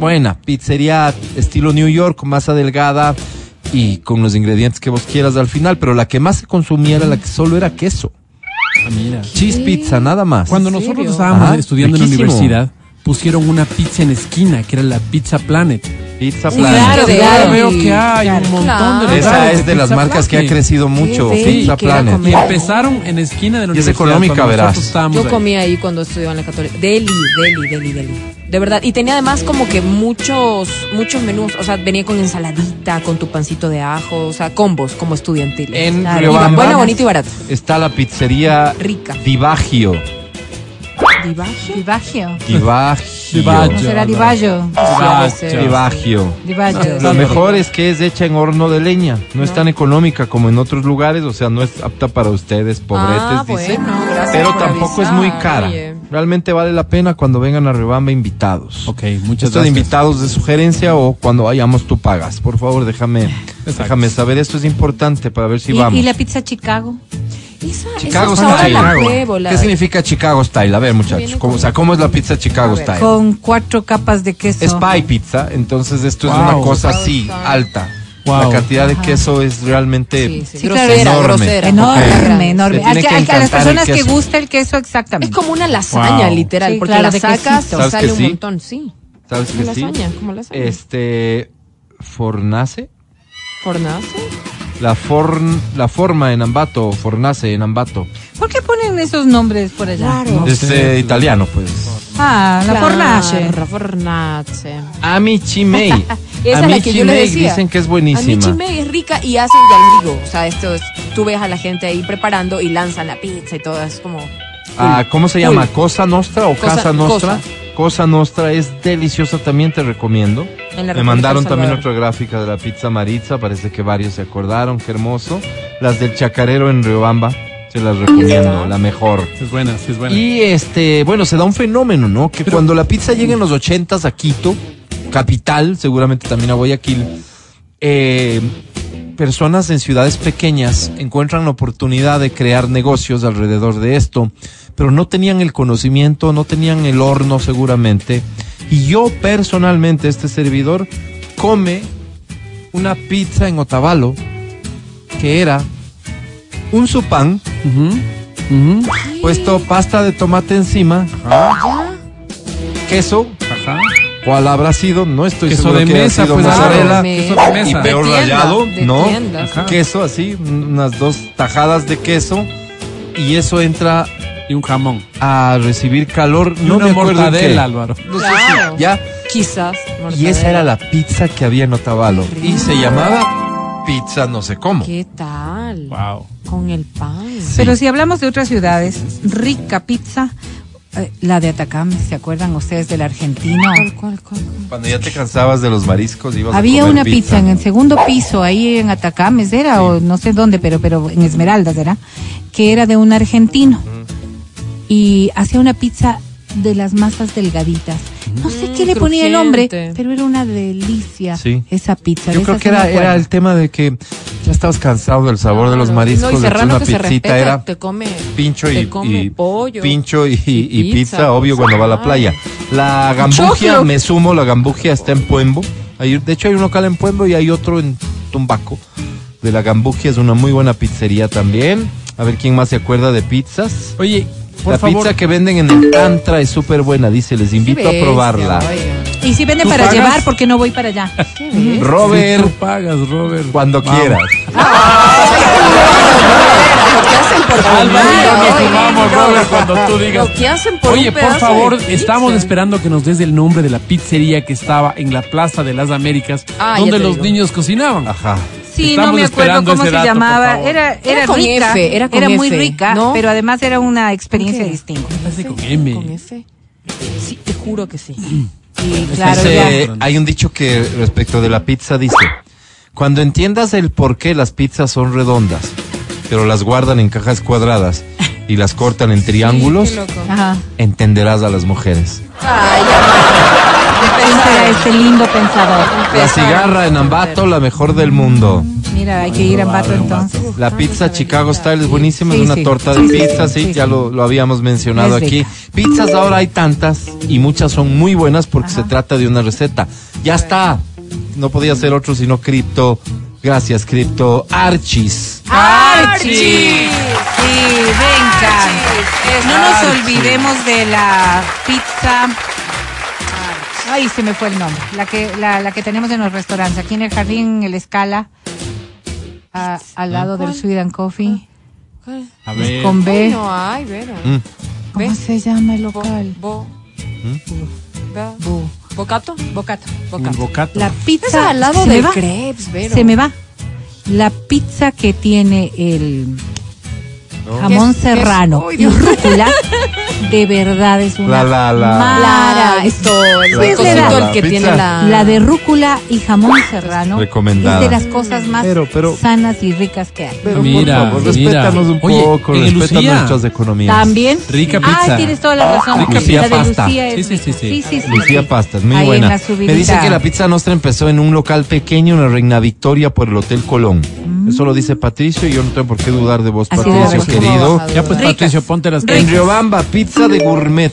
Speaker 2: buena, pizzería estilo New York, masa delgada y con los ingredientes que vos quieras al final, pero la que más se consumía era la que solo era queso.
Speaker 4: Ah, mira.
Speaker 2: Cheese pizza, nada más.
Speaker 4: Cuando
Speaker 3: ¿En
Speaker 4: nosotros
Speaker 3: serio?
Speaker 4: estábamos
Speaker 2: Ajá,
Speaker 4: estudiando en
Speaker 2: riquísimo.
Speaker 4: la universidad, pusieron una pizza en esquina, que era la Pizza Planet.
Speaker 2: Pizza
Speaker 3: Sí,
Speaker 2: Planet.
Speaker 3: claro,
Speaker 4: Y
Speaker 3: claro.
Speaker 4: ahora veo que
Speaker 6: Claro,
Speaker 4: hay un montón
Speaker 3: claro.
Speaker 4: de
Speaker 2: Esa
Speaker 4: lugares
Speaker 2: es de las
Speaker 4: Pizza
Speaker 2: marcas que ha
Speaker 4: Planet.
Speaker 2: crecido mucho,
Speaker 3: Sí,
Speaker 2: Pizza
Speaker 3: que era
Speaker 2: Planet.
Speaker 3: como-
Speaker 4: Y empezaron en esquina de la
Speaker 2: Y es
Speaker 4: universidad.
Speaker 2: económica,
Speaker 4: cuando
Speaker 2: verás.
Speaker 4: nosotros estábamos
Speaker 3: Yo
Speaker 4: ahí.
Speaker 3: comía ahí cuando estudiaba en la católica. Deli, deli, deli, deli. De verdad. Y tenía además como que muchos, muchos menús. O sea, venía con ensaladita, con tu pancito de ajo. O sea, combos como estudiantil.
Speaker 2: En
Speaker 3: Claro.
Speaker 2: Riobamba.
Speaker 3: Y Buena, bonita y barata.
Speaker 2: Está la pizzería
Speaker 3: Rica.
Speaker 2: Divagio.
Speaker 3: ¿Divagio?
Speaker 6: Divaggio.
Speaker 2: Divagio.
Speaker 6: ¿No
Speaker 4: Divaggio.
Speaker 6: será
Speaker 4: no.
Speaker 6: Divaggio?
Speaker 2: Divagio.
Speaker 6: Divaggio.
Speaker 2: Lo mejor es que es hecha en horno de leña. No es tan económica como en otros lugares, o sea, no es apta para ustedes, pobretes,
Speaker 3: Ah,
Speaker 2: dice.
Speaker 3: bueno, gracias
Speaker 2: Pero
Speaker 3: por
Speaker 2: tampoco
Speaker 3: avisar,
Speaker 2: es muy cara.
Speaker 3: oye.
Speaker 2: Realmente vale la pena cuando vengan a Rebamba invitados.
Speaker 4: Ok, muchas
Speaker 2: Esto de
Speaker 4: gracias.
Speaker 2: invitados de sugerencia o cuando vayamos tú pagas. Por favor, déjame, déjame saber. Esto es importante para ver si
Speaker 6: ¿Y,
Speaker 2: vamos.
Speaker 6: y la pizza Chicago?
Speaker 3: Esa,
Speaker 2: Chicago
Speaker 3: esa ahora
Speaker 2: Style.
Speaker 3: la pruebo, la-
Speaker 2: ¿Qué significa Chicago Style? A ver, muchachos,
Speaker 3: Viene
Speaker 2: ¿cómo, o sea, ¿cómo es la pizza Chicago Style?
Speaker 6: Con cuatro capas de queso.
Speaker 2: Es pie pizza, entonces esto es
Speaker 4: Wow.
Speaker 2: una cosa así, alta.
Speaker 4: Wow.
Speaker 2: La cantidad de queso es realmente
Speaker 3: Sí, sí,
Speaker 6: Sí, claro,
Speaker 3: grosera,
Speaker 2: enorme.
Speaker 3: grosera.
Speaker 6: Enorme,
Speaker 2: Ok.
Speaker 6: enorme,
Speaker 2: Se
Speaker 6: enorme.
Speaker 2: tiene
Speaker 6: Al que-
Speaker 2: que
Speaker 6: al que- a
Speaker 2: encantar
Speaker 6: las
Speaker 2: el
Speaker 6: personas que
Speaker 2: queso.
Speaker 6: gusta el queso, exactamente.
Speaker 3: Es como una lasaña,
Speaker 4: Wow.
Speaker 3: literal,
Speaker 6: Sí,
Speaker 3: porque
Speaker 6: claro,
Speaker 3: la
Speaker 6: de
Speaker 3: sacas,
Speaker 6: quesito.
Speaker 2: ¿Sabes
Speaker 3: sale
Speaker 2: que
Speaker 3: un
Speaker 2: sí?
Speaker 3: montón, sí.
Speaker 2: ¿Sabes
Speaker 3: Como
Speaker 2: qué sí?
Speaker 3: lasaña, como lasaña.
Speaker 2: Este fornace,
Speaker 3: ¿Fornazo?
Speaker 2: la forn, la forma en Ambato, fornace en Ambato.
Speaker 6: ¿Por qué ponen esos nombres por allá?
Speaker 4: No
Speaker 2: es
Speaker 4: sé.
Speaker 2: eh, italiano, pues.
Speaker 6: Ah, la fornace.
Speaker 3: La fornace.
Speaker 2: Amici mei.
Speaker 3: Esa es la que
Speaker 2: Amici
Speaker 3: yo les
Speaker 2: mei,
Speaker 3: decía.
Speaker 2: dicen que es
Speaker 3: A
Speaker 2: buenísima.
Speaker 3: mí chime es rica y hacen galgo. O sea, esto es, tú ves a la gente ahí preparando y lanzan la pizza y todo. Es como.
Speaker 2: Ah, ¿Cómo se
Speaker 3: Uy.
Speaker 2: llama? ¿Cosa Nostra o
Speaker 3: Cosa-
Speaker 2: Casa Nostra? Cosa.
Speaker 3: Cosa.
Speaker 2: Nostra es deliciosa, también te recomiendo.
Speaker 3: En
Speaker 2: Me
Speaker 3: la República
Speaker 2: mandaron
Speaker 3: del
Speaker 2: también otra
Speaker 3: Salvador.
Speaker 2: gráfica de la pizza Maritza, parece que varios se acordaron, qué hermoso. Las del Chacarero en Riobamba, se las recomiendo, la mejor.
Speaker 4: Sí, Es buena, sí es buena.
Speaker 2: Y este, bueno, se da un fenómeno, ¿no? Que cuando la pizza llega en los ochentas a Quito, capital, seguramente también a Guayaquil, eh, personas en ciudades pequeñas encuentran la oportunidad de crear negocios alrededor de esto, pero no tenían el conocimiento, no tenían el horno seguramente. Y yo personalmente, este servidor, come una pizza en Otavalo, que era un supán,
Speaker 4: Ujú, ujú.
Speaker 2: puesto pasta de tomate encima, ¿ah? queso,
Speaker 4: Ajá.
Speaker 2: cuál habrá sido, no estoy
Speaker 4: Queso
Speaker 2: seguro
Speaker 4: de
Speaker 2: que haya
Speaker 4: mesa,
Speaker 2: sido
Speaker 4: pues,
Speaker 3: claro,
Speaker 2: mozzarella,
Speaker 3: me-
Speaker 4: Queso de mesa.
Speaker 2: y peor
Speaker 3: De tienda,
Speaker 2: rallado,
Speaker 3: de
Speaker 2: ¿no?
Speaker 3: tienda, sí.
Speaker 2: Queso así, unas dos tajadas de queso y eso entra
Speaker 4: Y un jamón.
Speaker 2: a recibir calor,
Speaker 4: Y
Speaker 2: no
Speaker 4: una
Speaker 2: me acuerdo en qué.
Speaker 4: mortadela, Álvaro.
Speaker 2: No sé
Speaker 3: Claro.
Speaker 2: si- ya.
Speaker 3: Quizás.
Speaker 2: Y esa
Speaker 3: mortadela.
Speaker 2: era la pizza que había en Otavalo y se llamaba pizza no sé cómo.
Speaker 3: ¿Qué tal?
Speaker 4: Wow.
Speaker 3: Con el pan.
Speaker 6: Pero si hablamos de otras ciudades, rica pizza, eh, la de Atacama, ¿se acuerdan ustedes del argentino?
Speaker 3: ¿Cuál, cuál, cuál?
Speaker 2: Cuando ya te cansabas de los mariscos ibas a
Speaker 6: Había
Speaker 2: comer
Speaker 6: una pizza en el segundo piso, ahí en Atacames era, o no sé dónde, pero, pero en Esmeraldas era, que era de un argentino. Y hacía una pizza de las masas delgaditas. No sé
Speaker 3: Mm,
Speaker 6: qué le ponía el hombre,
Speaker 3: crujiente.
Speaker 6: pero era una delicia
Speaker 2: Sí.
Speaker 6: esa pizza.
Speaker 2: Yo
Speaker 6: de
Speaker 2: creo
Speaker 6: esas
Speaker 2: que
Speaker 6: no
Speaker 2: era,
Speaker 6: me acuerdo.
Speaker 2: era el tema de que ya estabas cansado del sabor de los
Speaker 3: Claro.
Speaker 2: mariscos,
Speaker 3: No, y
Speaker 2: de hecho,
Speaker 3: Serrano
Speaker 2: una
Speaker 3: que se
Speaker 2: pizzita
Speaker 3: respeta,
Speaker 2: era
Speaker 3: te come-
Speaker 2: pincho
Speaker 3: te
Speaker 2: y,
Speaker 3: come
Speaker 2: y-
Speaker 3: pollo,
Speaker 2: pincho y, y- y
Speaker 3: y
Speaker 2: pizza,
Speaker 3: pizza,
Speaker 2: obvio
Speaker 3: pues,
Speaker 2: cuando va a la
Speaker 3: ay.
Speaker 2: playa. La gambugia,
Speaker 3: Choclo.
Speaker 2: me sumo, la gambugia está en Puembo. Hay- de hecho hay un local en Puembo y hay otro en Tumbaco. De la gambugia es una muy buena pizzería también. A ver quién más se acuerda de pizzas.
Speaker 4: Oye, por
Speaker 2: la
Speaker 4: favor.
Speaker 2: pizza que venden en el Tantra es súper buena, dice, les invito
Speaker 3: Qué
Speaker 2: a probarla.
Speaker 3: bestia, oiga.
Speaker 6: Y si vende
Speaker 2: ¿Tú
Speaker 6: para
Speaker 2: pagas?
Speaker 6: llevar, porque no voy para allá.
Speaker 3: Qué bestia.
Speaker 4: Si
Speaker 2: Robert,
Speaker 4: tú pagas, Robert.
Speaker 2: cuando
Speaker 4: Vamos.
Speaker 2: quieras.
Speaker 3: Porque hacen por
Speaker 4: Alvarito, nos
Speaker 3: Oye,
Speaker 4: sumamos,
Speaker 3: no,
Speaker 4: Robert, cuando tú digas.
Speaker 3: Lo que hacen por
Speaker 4: Oye,
Speaker 3: un
Speaker 4: por
Speaker 3: pedazo
Speaker 4: favor,
Speaker 3: de pizza.
Speaker 4: estamos esperando que nos des el nombre de la pizzería que estaba en la Plaza de las Américas,
Speaker 3: Ah, ya
Speaker 4: donde
Speaker 3: te
Speaker 4: los
Speaker 3: digo.
Speaker 4: niños cocinaban.
Speaker 2: Ajá.
Speaker 6: Sí,
Speaker 4: Estamos
Speaker 6: no me acuerdo
Speaker 4: esperando
Speaker 6: cómo
Speaker 4: ese
Speaker 6: se
Speaker 4: dato, por
Speaker 6: llamaba.
Speaker 4: favor.
Speaker 6: Era, era,
Speaker 3: Era con
Speaker 6: rica,
Speaker 3: F, era con
Speaker 6: muy
Speaker 3: F,
Speaker 6: rica,
Speaker 3: ¿no?
Speaker 6: pero además era una experiencia distinta.
Speaker 4: Me parece con M.
Speaker 3: Con F. Sí, te juro que sí.
Speaker 6: Sí,
Speaker 3: Este,
Speaker 6: claro,
Speaker 2: Dice,
Speaker 6: ya.
Speaker 2: hay un dicho que respecto de la pizza dice, cuando entiendas el por qué las pizzas son redondas, pero las guardan en cajas cuadradas y las cortan en triángulos,
Speaker 6: Ajá.
Speaker 2: entenderás a las mujeres.
Speaker 3: Ay, ya.
Speaker 6: Este era este lindo pensador.
Speaker 2: La cigarra en Ambato, la mejor del mundo.
Speaker 6: Mira, hay que ir a Ambato entonces.
Speaker 2: La pizza Chicago Style es buenísima,
Speaker 6: Sí,
Speaker 2: es una
Speaker 6: sí.
Speaker 2: torta de
Speaker 6: Sí, sí,
Speaker 2: pizza,
Speaker 6: sí,
Speaker 2: sí,
Speaker 6: sí.
Speaker 2: ya lo, lo habíamos mencionado
Speaker 6: Es
Speaker 2: aquí.
Speaker 6: rica.
Speaker 2: Pizzas ahora hay tantas y muchas son muy buenas porque se trata de una receta. Ya está. No podía ser otro sino Cripto. Gracias, Cripto. Archis.
Speaker 6: Archie. Sí, venga. No nos olvidemos de la pizza. Ay, se me fue el nombre. La que, la, la que tenemos en los restaurantes. Aquí en el jardín, en el Escala. a- al lado del Sweet and Coffee.
Speaker 4: ¿Ah? A ver.
Speaker 6: Con
Speaker 3: Ay,
Speaker 6: B.
Speaker 3: no, ay, Vero.
Speaker 2: Mm.
Speaker 6: ¿Cómo se llama el local?
Speaker 3: Bo,
Speaker 2: ¿Mm?
Speaker 3: bo,
Speaker 6: Bu.
Speaker 3: ¿Bocato? Bocato.
Speaker 4: Un
Speaker 3: Bocato.
Speaker 4: bocato.
Speaker 6: La pizza.
Speaker 3: Es al lado
Speaker 6: se me
Speaker 3: del
Speaker 6: va.
Speaker 3: crepes, Vero.
Speaker 6: Se me va. La pizza que tiene el jamón
Speaker 3: ¿Qué es- qué es?
Speaker 6: serrano
Speaker 3: Uy,
Speaker 6: y
Speaker 3: Dios.
Speaker 6: rúcula, de verdad es una
Speaker 2: La, la, la.
Speaker 3: Clara,
Speaker 6: maravilla.
Speaker 3: esto, el
Speaker 6: Pues le
Speaker 3: cosito,
Speaker 6: da-
Speaker 3: el que
Speaker 2: La
Speaker 3: tiene
Speaker 2: pizza.
Speaker 3: la...
Speaker 6: La de rúcula y jamón serrano
Speaker 2: Recomendada.
Speaker 6: es de las cosas más
Speaker 2: Pero, pero-
Speaker 6: sanas y ricas que hay.
Speaker 2: Pero
Speaker 4: Mira,
Speaker 2: por favor,
Speaker 4: mira.
Speaker 2: respétanos un
Speaker 4: Oye,
Speaker 2: poco,
Speaker 4: en el
Speaker 2: respeta
Speaker 4: Lucía.
Speaker 2: nuestras economías.
Speaker 6: También.
Speaker 4: Rica
Speaker 6: Ah,
Speaker 4: pizza.
Speaker 6: tienes toda la razón.
Speaker 4: Rica
Speaker 6: la de
Speaker 2: pizza pasta.
Speaker 6: Lucía es
Speaker 4: Sí, sí, sí,
Speaker 6: rica.
Speaker 4: sí.
Speaker 6: sí, sí,
Speaker 2: Lucía
Speaker 6: sí.
Speaker 2: Pastas, muy
Speaker 6: Ahí en
Speaker 2: buena.
Speaker 6: la
Speaker 2: Me dicen
Speaker 6: subidita.
Speaker 2: que la pizza nostra empezó en un local pequeño en la Reina Victoria por el Hotel Colón. Eso lo dice Patricio y yo no tengo por qué dudar de vos,
Speaker 6: Mm. Así
Speaker 2: Patricio,
Speaker 6: es.
Speaker 2: querido.
Speaker 4: Ya pues,
Speaker 6: Ricas.
Speaker 4: Patricio, ponte las
Speaker 2: En Riobamba, pizza de gourmet.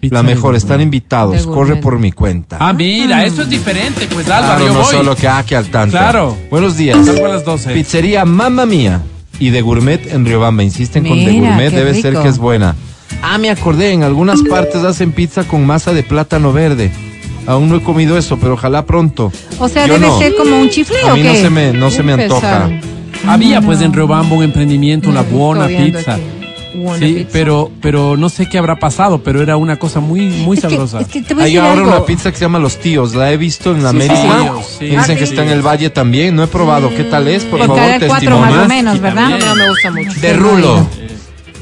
Speaker 4: Pizza
Speaker 2: la
Speaker 4: de
Speaker 2: mejor,
Speaker 4: gourmet.
Speaker 2: están invitados.
Speaker 3: De gourmet.
Speaker 2: Corre por mi cuenta.
Speaker 4: Ah,
Speaker 3: Mm.
Speaker 4: mira, eso es diferente, pues Álvaro,
Speaker 2: claro,
Speaker 4: yo
Speaker 2: no
Speaker 4: voy.
Speaker 2: solo que ah, que al tanto.
Speaker 4: Claro.
Speaker 2: Buenos días.
Speaker 4: Salgo a las 12.
Speaker 2: Pizzería Mamma Mía y de Gourmet en Riobamba. Insisten con de
Speaker 6: Mira,
Speaker 2: Gourmet,
Speaker 6: qué
Speaker 2: debe
Speaker 6: rico.
Speaker 2: ser que es buena. Ah, me acordé, en algunas partes hacen pizza con masa de plátano verde. Aún no he comido eso, pero ojalá pronto.
Speaker 6: O sea,
Speaker 2: Yo
Speaker 6: debe
Speaker 2: no.
Speaker 6: ser como un chifle
Speaker 2: A
Speaker 6: o
Speaker 2: mí no
Speaker 6: qué?
Speaker 2: se me, no se me antoja.
Speaker 3: Empezaron.
Speaker 4: Había pues en Riobamba un emprendimiento, una
Speaker 3: Estoy
Speaker 4: buena
Speaker 3: viendo
Speaker 4: pizza.
Speaker 3: aquí. Buena
Speaker 4: sí,
Speaker 3: pizza.
Speaker 4: pero pero no sé qué habrá pasado, pero era una cosa muy muy
Speaker 6: Es que-
Speaker 4: sabrosa.
Speaker 6: es que te voy a
Speaker 2: Hay
Speaker 6: decir
Speaker 2: ahora
Speaker 6: algo.
Speaker 2: una pizza que se llama Los Tíos, la he visto en la
Speaker 4: Sí, sí,
Speaker 2: América.
Speaker 4: sí, sí.
Speaker 2: Dicen
Speaker 6: Ah,
Speaker 2: que está en el Valle también, no he probado. ¿Qué tal es? Por
Speaker 6: Porque
Speaker 2: favor,
Speaker 6: era Pues cuatro más o
Speaker 2: testimonio.
Speaker 6: menos,
Speaker 4: Y
Speaker 6: ¿verdad?
Speaker 4: también-
Speaker 3: No me gusta mucho.
Speaker 2: De Rulo.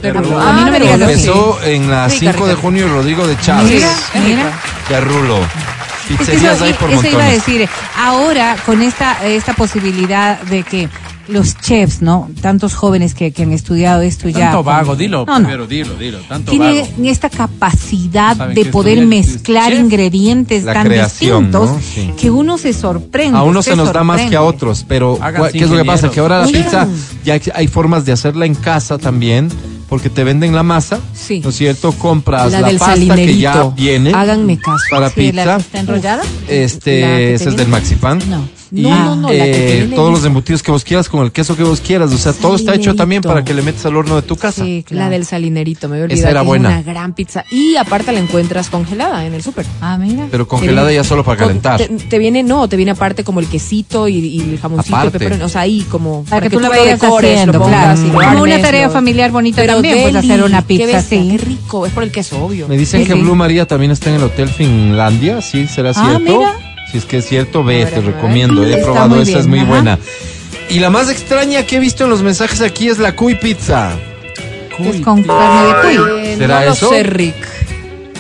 Speaker 3: De rulo.
Speaker 6: A mí no me
Speaker 3: Ah,
Speaker 6: digas
Speaker 3: de rulo.
Speaker 2: Empezó en la
Speaker 3: Rica,
Speaker 2: 5 de
Speaker 3: rica.
Speaker 2: junio y Rodrigo de
Speaker 6: Mira,
Speaker 2: Chávez.
Speaker 6: mira.
Speaker 2: De Rulo.
Speaker 6: Es que
Speaker 2: Pizzerías
Speaker 6: eso,
Speaker 2: hay por
Speaker 6: eso iba a
Speaker 2: montones.
Speaker 6: decir. eh, Ahora, con esta, esta posibilidad de que los chefs, ¿no? Tantos jóvenes que, que han estudiado esto ya.
Speaker 4: tanto
Speaker 6: con-
Speaker 4: vago, dilo,
Speaker 6: No, no.
Speaker 4: primero, dilo, dilo, tanto
Speaker 6: Tiene
Speaker 4: vago.
Speaker 6: esta capacidad
Speaker 4: Saben
Speaker 6: de
Speaker 4: que
Speaker 6: poder
Speaker 4: estudiar,
Speaker 6: mezclar
Speaker 4: chef.
Speaker 6: ingredientes
Speaker 2: La
Speaker 6: tan
Speaker 2: creación,
Speaker 6: distintos
Speaker 2: ¿no? Sí.
Speaker 6: que uno se sorprende.
Speaker 2: A uno se nos da más
Speaker 6: sorprende.
Speaker 2: que a otros, pero
Speaker 4: Háganse
Speaker 2: ¿cuál- ¿qué es lo que
Speaker 4: ingenieros.
Speaker 2: pasa? Que ahora la
Speaker 6: Oigan.
Speaker 2: pizza ya hay- hay formas de hacerla en casa también, porque te venden la masa,
Speaker 3: Sí.
Speaker 2: ¿no es cierto? Compras
Speaker 3: La
Speaker 2: la,
Speaker 3: del
Speaker 2: pasta que ya
Speaker 3: salinerito.
Speaker 2: viene
Speaker 3: Háganme caso.
Speaker 2: para
Speaker 6: Sí,
Speaker 2: pizza.
Speaker 6: la que está enrollada.
Speaker 3: La que
Speaker 2: Este, ese
Speaker 3: te
Speaker 2: es del
Speaker 3: viene-
Speaker 2: Maxipan.
Speaker 6: No.
Speaker 2: Y
Speaker 3: No, no, no, la que te
Speaker 2: eh,
Speaker 3: viene
Speaker 2: todos
Speaker 3: en-
Speaker 2: los embutidos que vos quieras, con el queso que vos quieras. O sea, todo está hecho también
Speaker 3: Salinerito.
Speaker 2: para que le metas al horno de tu casa.
Speaker 3: Sí,
Speaker 6: claro.
Speaker 3: La del salinerito, me había
Speaker 2: Esa
Speaker 3: olvidado.
Speaker 2: era
Speaker 3: que
Speaker 2: buena.
Speaker 3: Es una gran pizza. Y aparte la encuentras congelada en el súper.
Speaker 6: Ah, mira.
Speaker 2: Pero congelada
Speaker 3: Te
Speaker 2: ya
Speaker 3: viene-
Speaker 2: solo para
Speaker 3: con-
Speaker 2: calentar.
Speaker 3: Te, te viene, no, te viene aparte como el quesito y, y el jamoncito, el
Speaker 2: Aparte.
Speaker 3: pepperoni, o sea, ahí como
Speaker 6: para, que, tú, la
Speaker 3: lo
Speaker 6: vayas
Speaker 3: decores,
Speaker 6: haciendo,
Speaker 3: lo pongas
Speaker 6: claro.
Speaker 3: y lo
Speaker 6: Como una
Speaker 3: armes,
Speaker 6: tarea
Speaker 3: lo-
Speaker 6: familiar bonita
Speaker 3: Pero
Speaker 6: también puedes
Speaker 3: deli,
Speaker 6: hacer una
Speaker 3: qué
Speaker 6: pizza,
Speaker 3: bestia,
Speaker 6: sí.
Speaker 3: Qué rico, es por el queso, obvio.
Speaker 2: Me dicen
Speaker 6: Sí,
Speaker 2: que
Speaker 6: sí.
Speaker 2: Blue María también está en el Hotel Finlandia, ¿sí? ¿Será
Speaker 6: Ah,
Speaker 2: cierto?
Speaker 6: mira.
Speaker 2: Si es que es cierto, ve,
Speaker 3: Ahora
Speaker 2: te
Speaker 3: me
Speaker 2: recomiendo.
Speaker 6: voy.
Speaker 2: He
Speaker 6: Está
Speaker 2: probado
Speaker 6: muy
Speaker 2: esa, es
Speaker 6: bien,
Speaker 2: muy
Speaker 6: ajá.
Speaker 2: buena. Y la más extraña que he visto en los mensajes aquí es la cuy pizza.
Speaker 6: Que es con carne de cuy.
Speaker 3: Eh,
Speaker 2: ¿Será
Speaker 3: no
Speaker 2: eso?
Speaker 3: lo sé, Rick.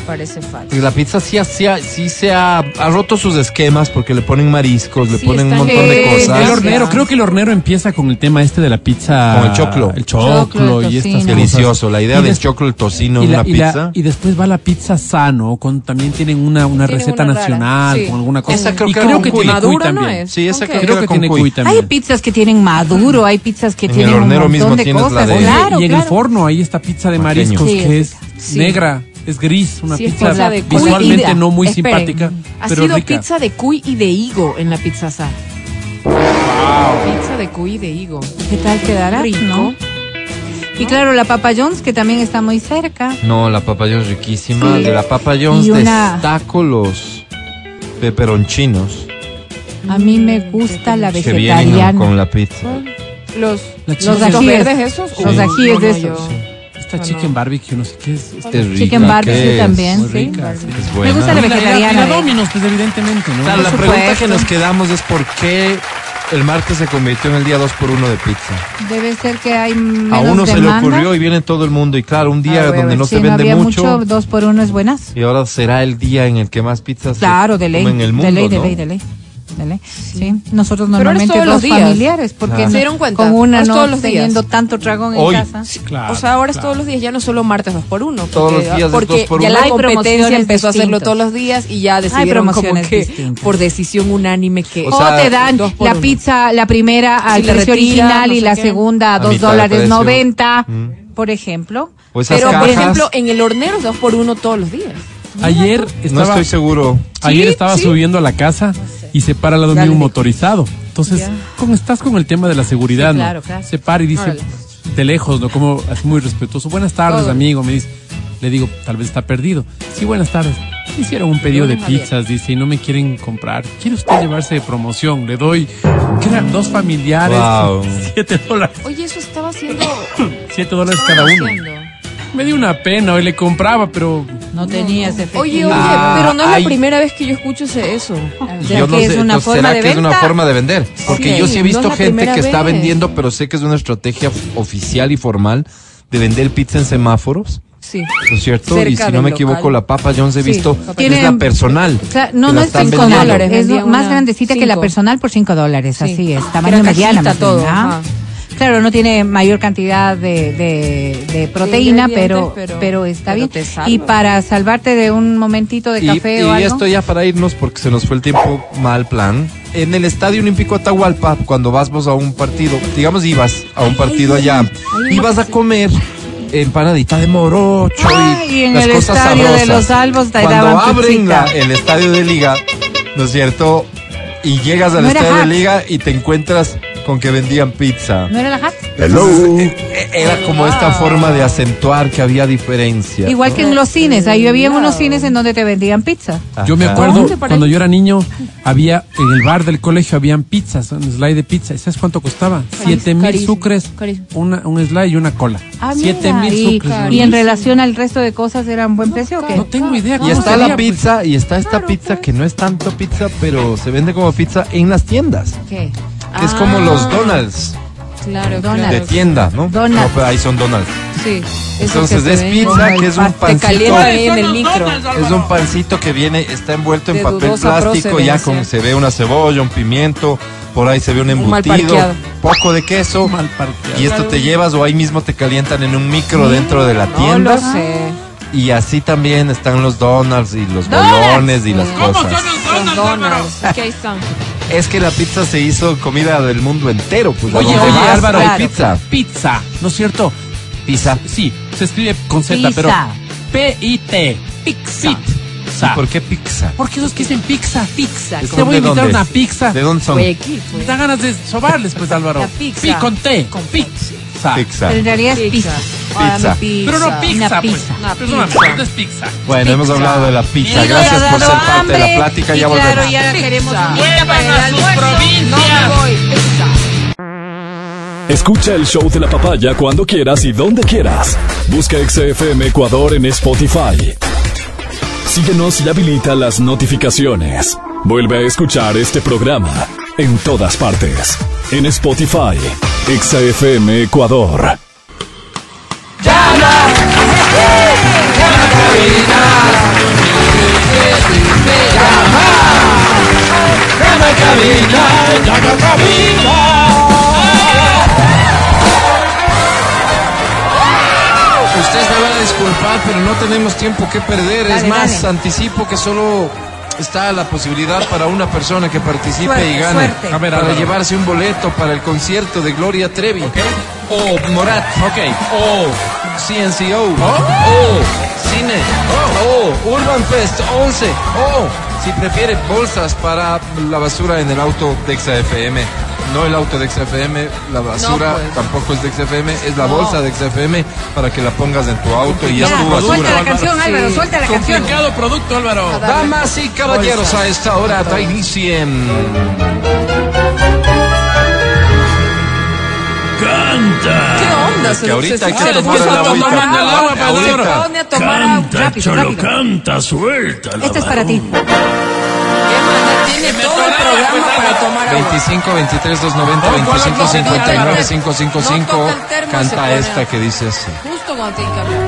Speaker 3: Parece falso.
Speaker 2: Pues la pizza sí, ha- sí ha- sí se ha, ha roto sus esquemas porque le ponen mariscos, le
Speaker 3: Sí,
Speaker 2: ponen un
Speaker 3: está
Speaker 2: montón de
Speaker 3: bien.
Speaker 4: El
Speaker 2: cosas.
Speaker 3: horno-
Speaker 4: hornero, creo que el hornero empieza con el tema este de la pizza.
Speaker 2: Con el choclo.
Speaker 4: El choclo,
Speaker 6: Choclo, el
Speaker 4: y estas
Speaker 6: tocino.
Speaker 4: cosas.
Speaker 2: Delicioso, la idea
Speaker 4: Y
Speaker 2: del
Speaker 4: des-
Speaker 2: choclo, el tocino,
Speaker 4: y
Speaker 2: en
Speaker 4: la-
Speaker 2: una
Speaker 4: y la-
Speaker 2: pizza.
Speaker 4: y después va la pizza sano, con también tienen una, una
Speaker 3: Tienen
Speaker 4: receta
Speaker 3: una rara,
Speaker 4: nacional,
Speaker 3: sí.
Speaker 4: con alguna cosa.
Speaker 2: Esa creo
Speaker 4: y
Speaker 2: que era
Speaker 4: creo
Speaker 2: un
Speaker 4: que
Speaker 2: cuy.
Speaker 4: tiene cuy
Speaker 3: Madura no
Speaker 4: también.
Speaker 3: es.
Speaker 2: Sí, esa
Speaker 3: Ok.
Speaker 2: creo,
Speaker 4: Creo que
Speaker 2: que
Speaker 4: tiene
Speaker 2: era con
Speaker 4: cuy
Speaker 2: cuy.
Speaker 4: también.
Speaker 6: Hay pizzas que tienen maduro, hay pizzas que
Speaker 2: En el
Speaker 6: tienen un
Speaker 2: hornero
Speaker 6: montón
Speaker 2: mismo
Speaker 6: de
Speaker 2: tienes la
Speaker 6: cosas.
Speaker 2: de-
Speaker 4: Oye,
Speaker 6: claro,
Speaker 4: y en el
Speaker 6: claro.
Speaker 4: forno ahí está pizza de
Speaker 2: Oaxaqueño.
Speaker 4: mariscos
Speaker 6: Sí,
Speaker 4: que
Speaker 6: es
Speaker 4: es negra, es gris, una
Speaker 3: Sí, es
Speaker 4: pizza
Speaker 3: pizza de cuy y
Speaker 4: visualmente
Speaker 3: de-
Speaker 4: no muy
Speaker 3: Esperen,
Speaker 4: simpática,
Speaker 3: Ha
Speaker 4: pero
Speaker 3: sido
Speaker 4: rica.
Speaker 3: pizza de cuy y de higo en la pizza sa. Pizza de cuy y de higo.
Speaker 6: ¿Qué tal quedará?
Speaker 3: Rico.
Speaker 6: ¿no? Y claro, la Papa John's, que también está muy cerca.
Speaker 2: No, la Papa John's riquísima.
Speaker 6: Sí.
Speaker 2: De la Papa John's
Speaker 6: Y una-
Speaker 2: destaco los peperonchinos
Speaker 6: A mí me gusta la
Speaker 2: que vienen
Speaker 6: vegetariana.
Speaker 2: con la pizza.
Speaker 3: Los,
Speaker 4: La chica
Speaker 3: los
Speaker 4: que-
Speaker 3: ajíes. verdes esos.
Speaker 6: Los
Speaker 3: Uy,
Speaker 6: ajíes
Speaker 3: no,
Speaker 6: de
Speaker 3: no, yo-
Speaker 6: esos.
Speaker 4: Esta
Speaker 3: Ah,
Speaker 4: chica
Speaker 3: no.
Speaker 4: en barbecue, no sé qué es. es
Speaker 6: Chicken barbecue también, sí.
Speaker 2: Es
Speaker 6: Me
Speaker 2: buena.
Speaker 6: gusta la
Speaker 4: Y y
Speaker 6: vegetariana,
Speaker 4: la
Speaker 6: de-
Speaker 4: Domino's, pues evidentemente, ¿no?
Speaker 2: O sea, la
Speaker 6: Por
Speaker 2: pregunta
Speaker 6: supuesto.
Speaker 2: que nos quedamos es por qué el martes se convirtió en el día 2 por 1 de pizza.
Speaker 6: Debe ser que hay
Speaker 2: A
Speaker 6: menos
Speaker 2: uno se le
Speaker 6: demanda.
Speaker 2: ocurrió y viene todo el mundo. Y claro, un
Speaker 3: Ah,
Speaker 2: día
Speaker 3: voy a
Speaker 2: donde
Speaker 3: ver.
Speaker 2: no
Speaker 6: Si
Speaker 2: se
Speaker 6: no
Speaker 2: vende
Speaker 6: había
Speaker 2: mucho,
Speaker 6: mucho, dos por uno es buenas.
Speaker 2: Y ahora será el día en el que más pizzas se
Speaker 6: Claro, de ley.
Speaker 2: comen en el mundo.
Speaker 6: de ley, de
Speaker 2: ¿no?
Speaker 6: ley, de ley. de ley. Sí. Nosotros
Speaker 3: ahora es
Speaker 6: normalmente
Speaker 3: todos los
Speaker 6: dos
Speaker 3: días.
Speaker 6: familiares, porque
Speaker 2: Claro.
Speaker 6: no-
Speaker 3: ¿Se dieron cuenta?
Speaker 6: con una
Speaker 3: Ahora es
Speaker 6: no
Speaker 3: todos los días.
Speaker 6: teniendo tanto tragón en
Speaker 2: Ah. Hoy.
Speaker 6: casa.
Speaker 4: Claro,
Speaker 3: o sea, ahora es
Speaker 4: Ah, claro.
Speaker 3: todos los días, ya no solo martes dos por uno.
Speaker 2: Todos
Speaker 3: porque-
Speaker 2: los días es
Speaker 3: Porque
Speaker 2: dos por
Speaker 3: ya
Speaker 6: uno.
Speaker 3: la
Speaker 6: Hay promociones
Speaker 3: competencia empezó a hacerlo
Speaker 6: distintas.
Speaker 3: todos los días y ya decidieron como
Speaker 6: promociones
Speaker 3: que
Speaker 6: distintas.
Speaker 3: por decisión unánime que...
Speaker 2: O
Speaker 6: O,
Speaker 2: sea,
Speaker 6: te dan
Speaker 3: dos por
Speaker 6: la
Speaker 3: uno.
Speaker 6: pizza, la primera al
Speaker 3: la
Speaker 6: precio
Speaker 3: retiran,
Speaker 6: original
Speaker 3: no
Speaker 6: y
Speaker 3: sé
Speaker 6: la
Speaker 3: qué.
Speaker 6: segunda a
Speaker 2: A
Speaker 6: dos
Speaker 2: mitad de
Speaker 6: dólares
Speaker 2: precio.
Speaker 6: noventa,
Speaker 2: Mm.
Speaker 6: por ejemplo.
Speaker 2: O Pues esas
Speaker 3: Pero, por
Speaker 2: cajas,
Speaker 3: ejemplo, en el hornero es dos por uno todos los días.
Speaker 4: Ayer
Speaker 2: no
Speaker 4: estaba,
Speaker 2: estoy seguro.
Speaker 4: ayer
Speaker 3: Sí,
Speaker 4: estaba
Speaker 3: sí.
Speaker 4: subiendo a la casa y se para al lado mío
Speaker 3: Dale.
Speaker 4: un motorizado. Entonces,
Speaker 6: Ya.
Speaker 4: ¿cómo estás con el tema de la seguridad?
Speaker 6: Sí,
Speaker 4: no?
Speaker 6: claro, claro.
Speaker 4: Se para y dice,
Speaker 3: Órale.
Speaker 4: de lejos, ¿no? Como así muy respetuoso. Buenas tardes,
Speaker 3: Todo.
Speaker 4: amigo, me dice. Le digo, tal vez está perdido. Sí, buenas tardes. Hicieron un pedido de
Speaker 3: Lunes a viernes.
Speaker 4: pizzas, dice, y no me quieren comprar. ¿Quiere usted llevarse de promoción? Le doy, ¿qué eran? Dos familiares,
Speaker 2: Wow.
Speaker 4: siete dólares,
Speaker 3: Oye, eso estaba haciendo...
Speaker 4: siete dólares cada uno.
Speaker 3: haciendo.
Speaker 4: Me dio una pena, hoy le compraba, pero
Speaker 6: No tenías efectivo.
Speaker 3: Oye, oye,
Speaker 2: Ah,
Speaker 3: pero no es
Speaker 2: ay.
Speaker 3: la primera vez que yo escucho ese- eso.
Speaker 6: O sea,
Speaker 2: Yo no
Speaker 6: que
Speaker 2: sé,
Speaker 6: es una
Speaker 2: entonces,
Speaker 6: forma
Speaker 2: ¿será
Speaker 6: de
Speaker 2: que es una
Speaker 6: venta.
Speaker 2: forma de vender? Porque
Speaker 3: Sí,
Speaker 2: yo sí he
Speaker 3: no
Speaker 2: visto
Speaker 3: es la
Speaker 2: gente
Speaker 3: primera
Speaker 2: que está
Speaker 3: vez.
Speaker 2: vendiendo, pero sé que es una estrategia f- oficial y formal de vender pizza en semáforos.
Speaker 3: Sí.
Speaker 2: ¿No es cierto?
Speaker 3: Cerca
Speaker 2: y si no
Speaker 3: del
Speaker 2: me equivoco,
Speaker 3: local.
Speaker 2: la papa Jones he
Speaker 3: Sí,
Speaker 2: visto
Speaker 3: Papa
Speaker 2: que es la
Speaker 6: John's.
Speaker 2: personal.
Speaker 6: O sea,
Speaker 2: que
Speaker 6: no,
Speaker 2: la
Speaker 6: no es
Speaker 2: están
Speaker 6: tan
Speaker 2: vendiendo.
Speaker 3: dólares,
Speaker 6: Es
Speaker 3: vendía
Speaker 6: más
Speaker 3: una
Speaker 6: grandecita que la
Speaker 3: cinco.
Speaker 6: personal por 5 dólares, así
Speaker 3: Sí.
Speaker 6: es.
Speaker 3: Era
Speaker 6: Tamaño mediana.
Speaker 3: cajita
Speaker 6: más
Speaker 3: todo,
Speaker 6: bien, ajá.
Speaker 3: ajá.
Speaker 6: Claro, no tiene mayor cantidad de, de- de proteína, pero,
Speaker 3: ingredientes,
Speaker 6: pero,
Speaker 3: pero-
Speaker 6: está
Speaker 3: pero
Speaker 6: bien.
Speaker 3: te salva.
Speaker 6: Y para salvarte de un momentito de
Speaker 2: Y,
Speaker 6: café
Speaker 2: y
Speaker 6: o algo.
Speaker 2: esto ya para irnos porque se nos fue el tiempo mal plan. En el Estadio Olímpico Atahualpa, cuando vas vos a un partido, digamos ibas a un partido allá, ibas a comer empanadita de morocho
Speaker 6: Ah,
Speaker 2: y,
Speaker 6: y en
Speaker 2: las
Speaker 6: el
Speaker 2: cosas
Speaker 6: estadio de
Speaker 2: sabrosas.
Speaker 6: Los Albos te
Speaker 2: Cuando
Speaker 6: daban
Speaker 2: abren la-
Speaker 6: pizzita.
Speaker 2: el estadio de liga, ¿no es cierto? Y llegas al
Speaker 6: No era
Speaker 2: estadio de
Speaker 6: Hacks.
Speaker 2: liga y te encuentras con que vendían pizza.
Speaker 6: ¿No era la hat?
Speaker 2: Eh, Era como esta forma de acentuar que había diferencia.
Speaker 6: Ah. Igual que en los cines. Ahí había unos cines en donde te vendían pizza.
Speaker 4: Yo me
Speaker 2: Ajá.
Speaker 4: acuerdo
Speaker 6: ¿Dónde por ahí?
Speaker 4: cuando yo era niño, había en el bar del colegio habían pizzas, un slide de pizza. ¿Y ¿Sabes cuánto costaba? Siete mil
Speaker 3: carísimo,
Speaker 4: sucres,
Speaker 3: carísimo.
Speaker 4: una, un slide y una cola.
Speaker 6: Ah,
Speaker 4: Siete
Speaker 6: mira,
Speaker 4: mil
Speaker 6: y,
Speaker 4: sucres.
Speaker 6: y en
Speaker 4: ¿no?
Speaker 6: relación al resto de cosas era un buen precio o qué?
Speaker 4: no tengo
Speaker 6: Ah,
Speaker 4: idea.
Speaker 2: Y
Speaker 4: cómo
Speaker 2: está la
Speaker 4: sería, pues.
Speaker 2: pizza, y está esta
Speaker 6: pues.
Speaker 2: pizza que no es tanto pizza, pero se vende como pizza en las tiendas.
Speaker 6: ¿Qué?
Speaker 2: Que es como los Donalds
Speaker 3: Claro,
Speaker 2: de
Speaker 6: Donald.
Speaker 2: tienda, ¿no?
Speaker 6: Ah. Donuts.
Speaker 2: No, pero ahí son Donalds.
Speaker 3: Sí.
Speaker 2: Entonces es pizza, que es un
Speaker 3: Te
Speaker 2: pancito.
Speaker 3: calienta ahí en el micro.
Speaker 2: Es un pancito que viene, está envuelto en
Speaker 3: De
Speaker 2: papel
Speaker 3: dudosa
Speaker 2: plástico, ya
Speaker 3: procedencia.
Speaker 2: con se ve una cebolla, un pimiento, por ahí se ve un
Speaker 3: mal
Speaker 2: embutido,
Speaker 3: parqueado.
Speaker 2: poco de queso.
Speaker 4: Mal parqueado.
Speaker 2: Y esto te llevas o ahí mismo te calientan en un micro dentro de la
Speaker 3: No
Speaker 2: tienda.
Speaker 3: lo sé.
Speaker 2: Y así también están los Donalds y los
Speaker 6: Donuts.
Speaker 2: bolones y las cosas.
Speaker 3: Los donuts. que ahí están.
Speaker 2: Es que la pizza se hizo comida del mundo entero. Pues, ¿a
Speaker 4: Oye,
Speaker 2: dónde
Speaker 4: oye,
Speaker 2: vas?
Speaker 4: Álvaro,
Speaker 2: Hay
Speaker 6: claro.
Speaker 2: pizza.
Speaker 4: Pizza, ¿no es cierto?
Speaker 2: Pizza.
Speaker 4: Sí, se escribe con Z,
Speaker 6: Pizza.
Speaker 4: pero P I T. Pizza. Pizza.
Speaker 2: ¿Por qué pizza?
Speaker 4: Porque esos que dicen pizza,
Speaker 2: ¿Son
Speaker 4: pizza. Pues, Te voy a
Speaker 2: de
Speaker 4: invitar
Speaker 2: dónde?
Speaker 4: una pizza.
Speaker 2: ¿De dónde son?
Speaker 3: Huequi,
Speaker 7: Pues
Speaker 4: Me
Speaker 3: fue.
Speaker 4: da ganas de sobarles, pues, Álvaro.
Speaker 3: La pizza.
Speaker 4: Pi con T. Con pizza.
Speaker 2: Pizza.
Speaker 6: Pero en realidad es pizza.
Speaker 3: Pizza. Ah,
Speaker 2: Pizza.
Speaker 3: dame pizza.
Speaker 4: Pero no pizza,
Speaker 6: Una
Speaker 4: pues.
Speaker 6: pizza.
Speaker 3: Una
Speaker 4: Pero es una
Speaker 3: pizza.
Speaker 4: no es pizza.
Speaker 2: Bueno, hemos
Speaker 3: Pizza.
Speaker 2: hablado de la pizza.
Speaker 4: Mira,
Speaker 2: Gracias
Speaker 6: ha
Speaker 2: por ser
Speaker 6: dado
Speaker 2: parte de la
Speaker 6: hambre.
Speaker 2: plática.
Speaker 6: Y
Speaker 2: Ya
Speaker 6: claro,
Speaker 2: volvemos.
Speaker 6: ya queremos
Speaker 3: Pizza.
Speaker 6: un día para el
Speaker 4: a sus
Speaker 6: almuerzo.
Speaker 3: No me voy. Pizza.
Speaker 1: Escucha el show de la papaya cuando quieras y donde quieras. Busca XFM Ecuador en Spotify. Síguenos y habilita las notificaciones. Vuelve a escuchar este programa en todas partes. En Spotify, XFM Ecuador.
Speaker 2: Ustedes me van a disculpar, pero no tenemos tiempo que perder. es
Speaker 6: Dale,
Speaker 2: más,
Speaker 6: dale.
Speaker 2: anticipo que solo está la posibilidad para una persona que participe
Speaker 6: Suerte,
Speaker 2: y gane.
Speaker 6: suerte.
Speaker 2: A ver, para llevarse un boleto para el concierto de Gloria Trevi. O Morat. O Oh. CNCO. O Cine. O Urban Fest 11. O, si prefiere, bolsas para la basura en el auto de XFM. No el auto de XFM, la basura
Speaker 3: pues.
Speaker 2: tampoco es de XFM, es la bolsa de XFM para que la pongas en tu auto y es
Speaker 6: Ya,
Speaker 2: tu
Speaker 6: suelta la
Speaker 2: basura.
Speaker 6: canción, Álvaro, suelta la canción.
Speaker 4: Complicado producto,
Speaker 8: Ah,
Speaker 4: Álvaro.
Speaker 2: Damas y caballeros, a esta hora da inicio en
Speaker 3: ¿Qué
Speaker 7: Canta.
Speaker 3: onda?
Speaker 2: Es que
Speaker 3: Se-
Speaker 2: ahorita
Speaker 3: se-
Speaker 2: hay que
Speaker 3: se- se
Speaker 2: tomar
Speaker 3: puso a
Speaker 2: el agüita,
Speaker 3: tomar
Speaker 2: el
Speaker 3: agua,
Speaker 2: agua,
Speaker 3: se
Speaker 2: ahorita.
Speaker 3: pone a tomar agua.
Speaker 7: Canta,
Speaker 3: Rápido,
Speaker 7: cholo,
Speaker 3: rápido.
Speaker 7: canta, suelta.
Speaker 6: Este es para ti.
Speaker 3: Hermana, tiene todo el programa para tomar agua.
Speaker 2: 25, 23, 290,
Speaker 3: No, con la
Speaker 2: 25,
Speaker 3: clase,
Speaker 2: 59,
Speaker 3: no,
Speaker 2: 555.
Speaker 3: no toca el termo, se
Speaker 2: Canta
Speaker 3: pone
Speaker 2: esta
Speaker 3: a-
Speaker 2: que dice así.
Speaker 3: Justo cuando tiene que hablar.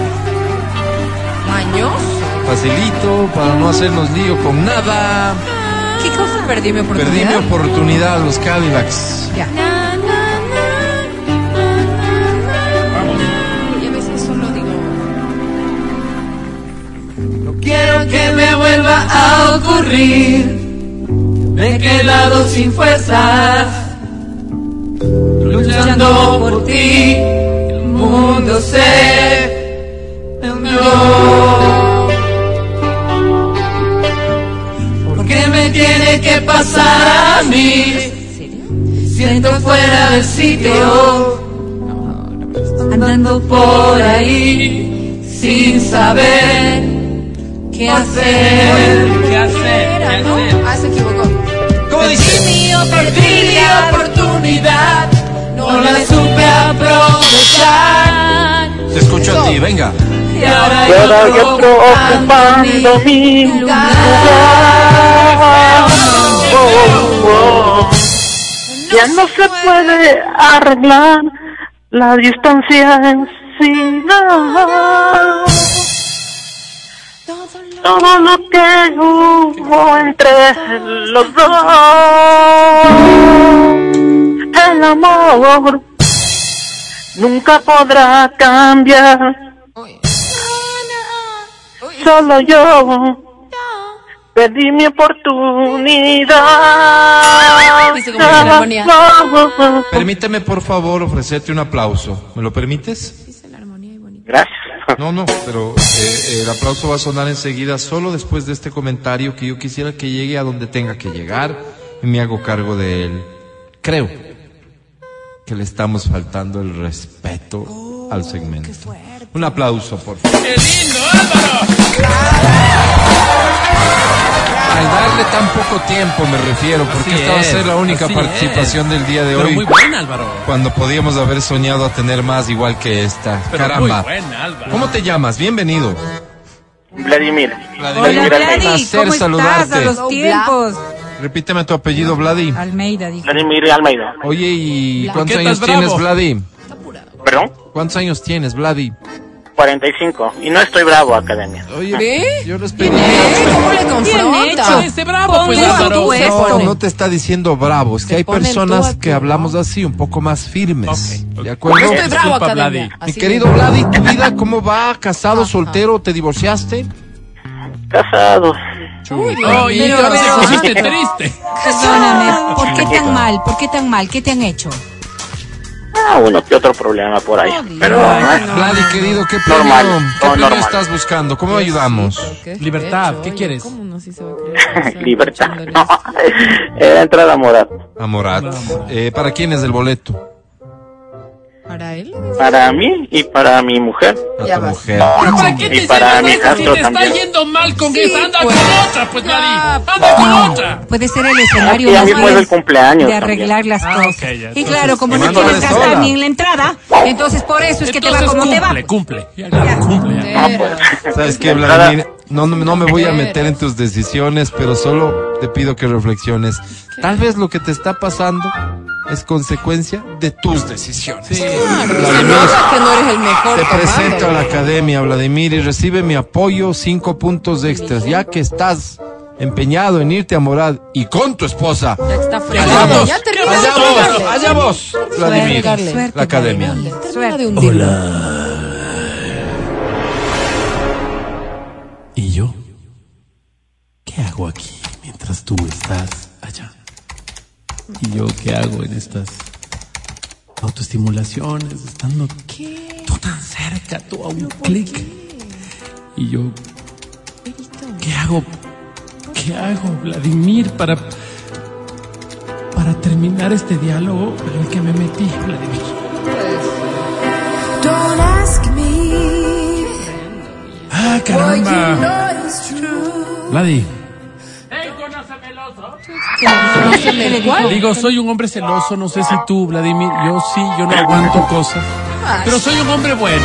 Speaker 3: Mañoso.
Speaker 2: Facilito para no hacernos lío con nada.
Speaker 3: ¿Qué cosa? Perdí mi oportunidad.
Speaker 2: Perdí mi oportunidad a los Cadillacs.
Speaker 3: Ya. Y a veces solo digo.
Speaker 8: No quiero que me vuelva a ocurrir. Me he quedado sin fuerzas, luchando por ti. El mundo se nubló. ¿Por qué me tiene que pasar a mí? Siento fuera del sitio, andando por ahí sin saber qué hacer.
Speaker 3: Era, ¿no? Ah, se equivocó.
Speaker 8: Perdí mi oportunidad, no la supe aprovechar.
Speaker 2: Te escucho a ti, venga.
Speaker 8: Y ahora yo ocupando mi lugar.
Speaker 9: Ya no se puede arreglar la distancia en sí. no. Todo lo que hubo entre los dos, el amor nunca podrá cambiar. Solo yo perdí mi oportunidad.
Speaker 3: Dice como que la armonía.
Speaker 2: Permíteme, por favor, ofrecerte un aplauso. ¿Me lo permites?
Speaker 9: Gracias.
Speaker 2: No, no, pero eh, el aplauso va a sonar enseguida solo después de este comentario que yo quisiera que llegue a donde tenga que llegar y me hago cargo de él. Creo que le estamos faltando el respeto al segmento. Un aplauso, por favor.
Speaker 7: ¡Qué lindo, Álvaro!
Speaker 2: Al darle tan poco tiempo me refiero, porque
Speaker 4: Así
Speaker 2: esta va a
Speaker 4: es,
Speaker 2: ser la única
Speaker 4: así
Speaker 2: participación del día de
Speaker 4: Pero
Speaker 2: hoy.
Speaker 4: muy buena, Álvaro.
Speaker 2: Cuando podíamos haber soñado a tener más igual que esta.
Speaker 7: Pero muy
Speaker 2: Caramba.
Speaker 7: buena, Álvaro.
Speaker 2: ¿Cómo te llamas? Bienvenido.
Speaker 9: Vladimir.
Speaker 2: Vladimir.
Speaker 9: Hola,
Speaker 2: placer
Speaker 9: Vladi,
Speaker 6: ¿cómo estás a
Speaker 2: saludarte.
Speaker 6: los tiempos?
Speaker 2: Repíteme tu apellido, Vladi.
Speaker 6: Almeida dijo.
Speaker 9: Vladimir Almeida.
Speaker 2: Oye, ¿y cuántos
Speaker 7: ¿Qué estás
Speaker 2: años tienes,
Speaker 7: bravo?
Speaker 2: Vladi?
Speaker 9: Perdón,
Speaker 2: ¿Cuántos años tienes, Vladi?
Speaker 9: 45. Y no estoy bravo, academia.
Speaker 2: Oye,
Speaker 3: ¿Ve?
Speaker 2: yo les pedí.
Speaker 3: ¿Eh? ¿Cómo le confronta?
Speaker 4: Este bravo, pues,
Speaker 3: Ponle su
Speaker 4: Álvaro.
Speaker 3: dueto.
Speaker 2: No, no te está diciendo bravo. Es que
Speaker 3: Se
Speaker 2: hay
Speaker 3: ponen tú
Speaker 2: personas
Speaker 3: a
Speaker 2: que
Speaker 3: tú,
Speaker 2: hablamos así, un poco más firmes.
Speaker 7: Ok.
Speaker 2: ¿De acuerdo?
Speaker 3: No estoy bravo,
Speaker 7: Disculpa,
Speaker 3: academia.
Speaker 7: Vladi.
Speaker 2: Mi
Speaker 3: Así
Speaker 2: querido
Speaker 3: que-
Speaker 2: Vladi, ¿tu vida cómo va? ¿Casado, soltero? ¿Te divorciaste?
Speaker 9: Casado.
Speaker 3: Uy,
Speaker 7: Oh, y
Speaker 3: pero
Speaker 7: ahora sí
Speaker 3: santo.
Speaker 7: pusiste triste.
Speaker 6: Perdóname, Ah, ¿por qué tan mal? ¿Por qué tan mal? ¿Qué te han hecho?
Speaker 9: Ah, uno que otro problema por ahí. Pero ah,
Speaker 2: Vladi, querido, ¿qué premio,
Speaker 9: Normal,
Speaker 2: qué
Speaker 9: no,
Speaker 2: premio
Speaker 9: normal.
Speaker 2: estás buscando? ¿Cómo ayudamos?
Speaker 3: ¿Qué es
Speaker 4: Libertad,
Speaker 3: esto?
Speaker 4: ¿qué
Speaker 3: Oye,
Speaker 4: quieres?
Speaker 3: ¿Cómo no sí se va a creer? O sea,
Speaker 9: libertad.
Speaker 3: echándole-
Speaker 9: No, era entrada moral.
Speaker 2: Amorat. Eh, ¿Para quién es el boleto?
Speaker 3: Para él.
Speaker 9: Para mí y para mi mujer.
Speaker 2: A
Speaker 3: Ya
Speaker 2: tu
Speaker 3: vas.
Speaker 2: mujer.
Speaker 7: ¿Pero para qué
Speaker 9: Y
Speaker 7: te
Speaker 9: para
Speaker 7: llevas
Speaker 9: mi
Speaker 7: esa si
Speaker 9: Castro
Speaker 7: te está
Speaker 9: también.
Speaker 7: yendo mal con
Speaker 3: Sí,
Speaker 7: esa? Anda
Speaker 3: pues.
Speaker 7: con otra, pues,
Speaker 3: Ya, pues.
Speaker 7: Vladi. Anda con otra.
Speaker 6: Puede ser el escenario
Speaker 9: Ah, ya
Speaker 6: más
Speaker 9: mismo
Speaker 6: bien
Speaker 9: es el cumpleaños
Speaker 6: de
Speaker 9: también.
Speaker 6: arreglar las
Speaker 7: Ah,
Speaker 6: cosas.
Speaker 7: ok, ya,
Speaker 6: y
Speaker 7: entonces,
Speaker 6: claro, como no
Speaker 2: Emanuel
Speaker 6: quieres
Speaker 2: es
Speaker 6: gastar
Speaker 2: sola.
Speaker 6: ni en la entrada, entonces por eso es que te va
Speaker 7: Entonces,
Speaker 6: como te va.
Speaker 7: cumple, cumple. Ya, claro, cumple. ya.
Speaker 9: No, pues,
Speaker 2: ¿Sabes qué, Vladimir? No, no, no me voy a meter en tus decisiones, pero solo te pido que reflexiones. Tal vez lo que te está pasando es consecuencia de tus decisiones.
Speaker 3: Claro, se
Speaker 2: Vladimir,
Speaker 3: nota que no eres el mejor.
Speaker 2: Te
Speaker 3: tomando.
Speaker 2: presento a la academia, Vladimir, y recibe mi apoyo, cinco puntos extras, ya que estás empeñado en irte a Morad y con tu esposa.
Speaker 3: Ya está
Speaker 2: Allá
Speaker 3: fregado.
Speaker 2: vos,
Speaker 3: Ya termina
Speaker 2: allá
Speaker 3: de
Speaker 2: vos,
Speaker 3: fregarle.
Speaker 2: allá vos, Vladimir,
Speaker 3: Suerte,
Speaker 2: la academia.
Speaker 3: Termina de hundirlo.
Speaker 4: ¿Y yo? ¿Qué hago aquí mientras tú estás allá? ¿Y yo qué hago en estas autoestimulaciones, estando tú tan cerca, tú a un clic? ¿Y yo qué hago? ¿Qué hago, Vladimir, para, para terminar este diálogo en el que me metí, Vladimir? Ah, caramba. Vladi,
Speaker 3: No sé en el cual.
Speaker 4: Digo, soy un hombre celoso, no sé si tú, Vladimir, yo sí, yo no aguanto cosas. Pero soy un hombre bueno.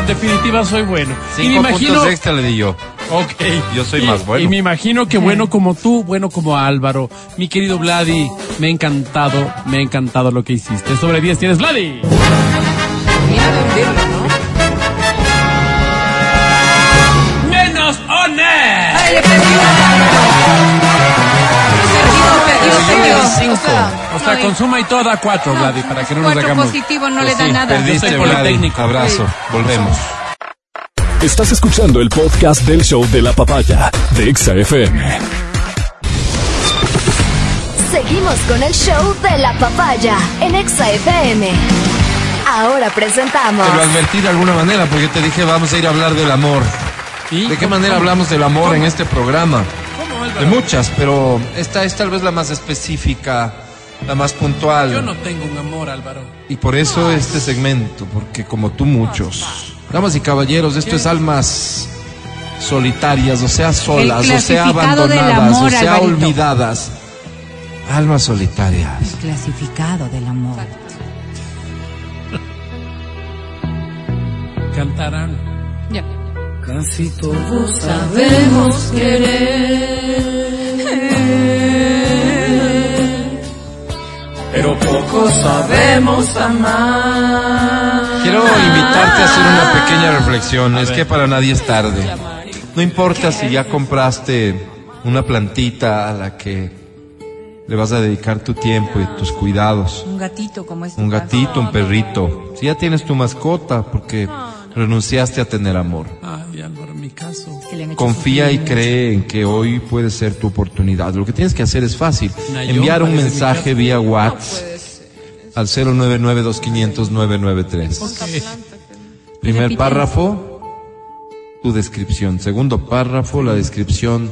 Speaker 4: En definitiva, soy bueno. Y me
Speaker 2: Cinco
Speaker 4: imagino.
Speaker 2: puntos extra le di yo.
Speaker 4: Ok.
Speaker 2: Yo soy
Speaker 4: Y-
Speaker 2: más bueno.
Speaker 4: Y me imagino que bueno
Speaker 6: Mm.
Speaker 4: como tú, bueno como Álvaro. Mi querido Vladi, me ha encantado, me ha encantado lo que hiciste. Sobre 10 tienes Vladi.
Speaker 3: Mira de hundirlo, ¿no?
Speaker 7: ¡Menos honesto!
Speaker 3: ¡Ay, le perdí una!
Speaker 2: Cinco.
Speaker 3: O sea,
Speaker 4: O sea,
Speaker 6: No,
Speaker 4: consuma y toda cuatro, Vladi, para que no nos
Speaker 6: Cuatro
Speaker 4: hagamos.
Speaker 6: positivo no le da
Speaker 2: Pues Sí,
Speaker 6: nada.
Speaker 2: Perdiste,
Speaker 4: Yo soy
Speaker 2: Vladi.
Speaker 4: politécnico.
Speaker 2: Abrazo. Volvemos.
Speaker 1: Estás escuchando el podcast del show de la papaya de Exa FM.
Speaker 5: Seguimos con el show de la papaya en Exa FM. Ahora
Speaker 6: Ah.
Speaker 5: presentamos.
Speaker 2: Te lo advertí de alguna manera porque te dije vamos a ir a hablar del amor.
Speaker 4: ¿Y?
Speaker 2: ¿De qué manera hablamos del amor en este programa?
Speaker 4: ¿Cómo,
Speaker 2: De
Speaker 4: Álvaro?
Speaker 2: muchas, pero esta es tal vez la más específica, la más puntual.
Speaker 4: Yo no tengo un amor, Álvaro.
Speaker 2: Y por eso este segmento, porque como tú muchos, damas y caballeros, esto es almas solitarias, o sea, solas,
Speaker 6: El
Speaker 2: o sea,
Speaker 6: clasificado del
Speaker 2: abandonadas,
Speaker 6: amor,
Speaker 2: o sea,
Speaker 6: Alvarito.
Speaker 2: olvidadas. Almas solitarias.
Speaker 6: Clasificado del amor.
Speaker 4: Cantarán.
Speaker 3: Ya.
Speaker 8: Casi todos sabemos querer, pero pocos sabemos amar.
Speaker 2: Quiero invitarte a hacer una pequeña reflexión. es que para nadie es tarde. No importa si ya compraste una plantita a la que le vas a dedicar tu tiempo y tus cuidados.
Speaker 6: Un gatito como este.
Speaker 2: Un gatito, un perrito. Si ya tienes tu mascota porque renunciaste a tener amor.
Speaker 4: Ay, Álvaro, mi caso.
Speaker 2: Confía y cree en que hoy puede ser tu oportunidad. Lo que tienes que hacer es fácil.
Speaker 4: Nayón,
Speaker 2: Enviar un
Speaker 4: parece mi
Speaker 2: mensaje vía WhatsApp al 099-2500-993. Primer
Speaker 6: Repite.
Speaker 2: párrafo, tu descripción. Segundo párrafo, la descripción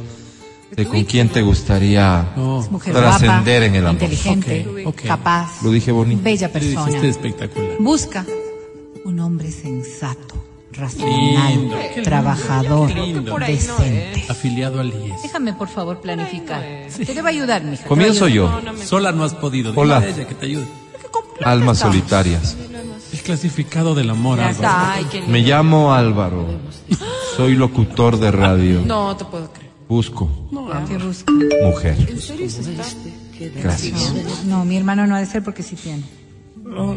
Speaker 2: de con quién te gustaría.
Speaker 4: No.
Speaker 6: Mujer
Speaker 2: Trascender en
Speaker 6: guapa,
Speaker 2: el amor.
Speaker 6: Inteligente,
Speaker 4: Ok, ok.
Speaker 6: capaz,
Speaker 2: Lo dije bonito.
Speaker 6: bella
Speaker 4: Lo
Speaker 6: persona.
Speaker 4: dijiste espectacular.
Speaker 6: Busca un hombre sensato,
Speaker 4: Lindo, qué
Speaker 6: racional,
Speaker 4: lindo,
Speaker 6: trabajador,
Speaker 4: qué lindo.
Speaker 6: decente.
Speaker 4: Afiliado al IES.
Speaker 6: Déjame por favor planificar. Te debo ayudar, mija.
Speaker 2: Comienzo yo,
Speaker 4: Sola no has podido. Dile
Speaker 2: Hola.
Speaker 4: a ella que te ayude.
Speaker 2: almas solitarias.
Speaker 4: El clasificado del amor, Álvaro.
Speaker 3: Ay, qué lindo.
Speaker 2: Me llamo Álvaro. Soy locutor de radio.
Speaker 3: No te puedo creer.
Speaker 2: Busco
Speaker 6: ¿Qué busca?
Speaker 2: mujer. Gracias.
Speaker 6: No, mi hermano no ha de ser porque sí tiene.
Speaker 7: Pero no,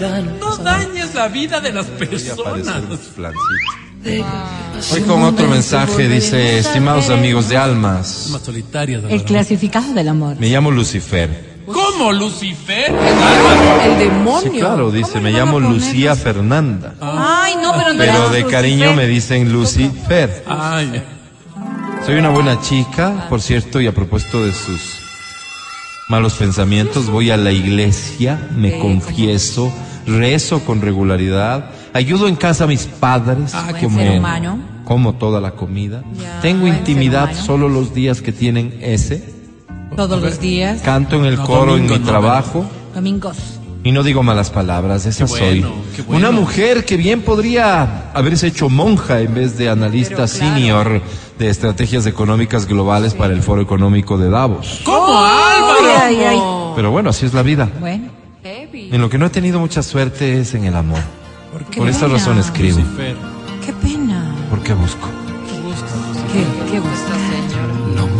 Speaker 7: da- no dañes la vida de las personas.
Speaker 2: Hoy con otro mensaje dice, estimados amigos de almas,
Speaker 4: Más solitarias,
Speaker 6: El
Speaker 4: Álvaro.
Speaker 6: clasificado del amor.
Speaker 2: me llamo Lucifer.
Speaker 7: ¿Cómo, Lucifer?
Speaker 3: El demonio.
Speaker 2: Sí, claro, dice, me llamo Lucía Fernanda,
Speaker 6: Ay, no, pero no.
Speaker 2: pero de cariño me dicen Lucifer.
Speaker 4: Ay,
Speaker 2: Soy una buena chica, por cierto, y a propósito de sus malos pensamientos, voy a la iglesia, me confieso, rezo con regularidad, ayudo en casa a mis padres,
Speaker 6: Ah, qué ser humano.
Speaker 2: como toda la comida,
Speaker 6: Ya,
Speaker 2: tengo
Speaker 6: buen ser
Speaker 2: intimidad
Speaker 6: humano.
Speaker 2: solo los días que tienen ese,
Speaker 6: Todos los días,
Speaker 2: canto en el
Speaker 4: No,
Speaker 2: coro
Speaker 4: domingo,
Speaker 2: en mi
Speaker 4: no,
Speaker 2: trabajo.
Speaker 6: domingos.
Speaker 2: Y no digo malas palabras, esa
Speaker 4: Qué bueno,
Speaker 2: soy.
Speaker 4: qué bueno.
Speaker 2: Una mujer que bien podría haberse hecho monja en vez de analista senior de estrategias económicas globales para el Foro Económico de Davos.
Speaker 7: ¿Cómo,
Speaker 6: Ay,
Speaker 7: Álvaro?
Speaker 6: ay, ay.
Speaker 2: Pero bueno, así es la vida.
Speaker 6: Bueno,
Speaker 2: En lo que no he tenido mucha suerte es en el amor. Por, esa
Speaker 6: pena.
Speaker 2: razón escribo,
Speaker 4: Fer.
Speaker 6: qué pena.
Speaker 2: porque busco.
Speaker 6: Qué, qué gusto.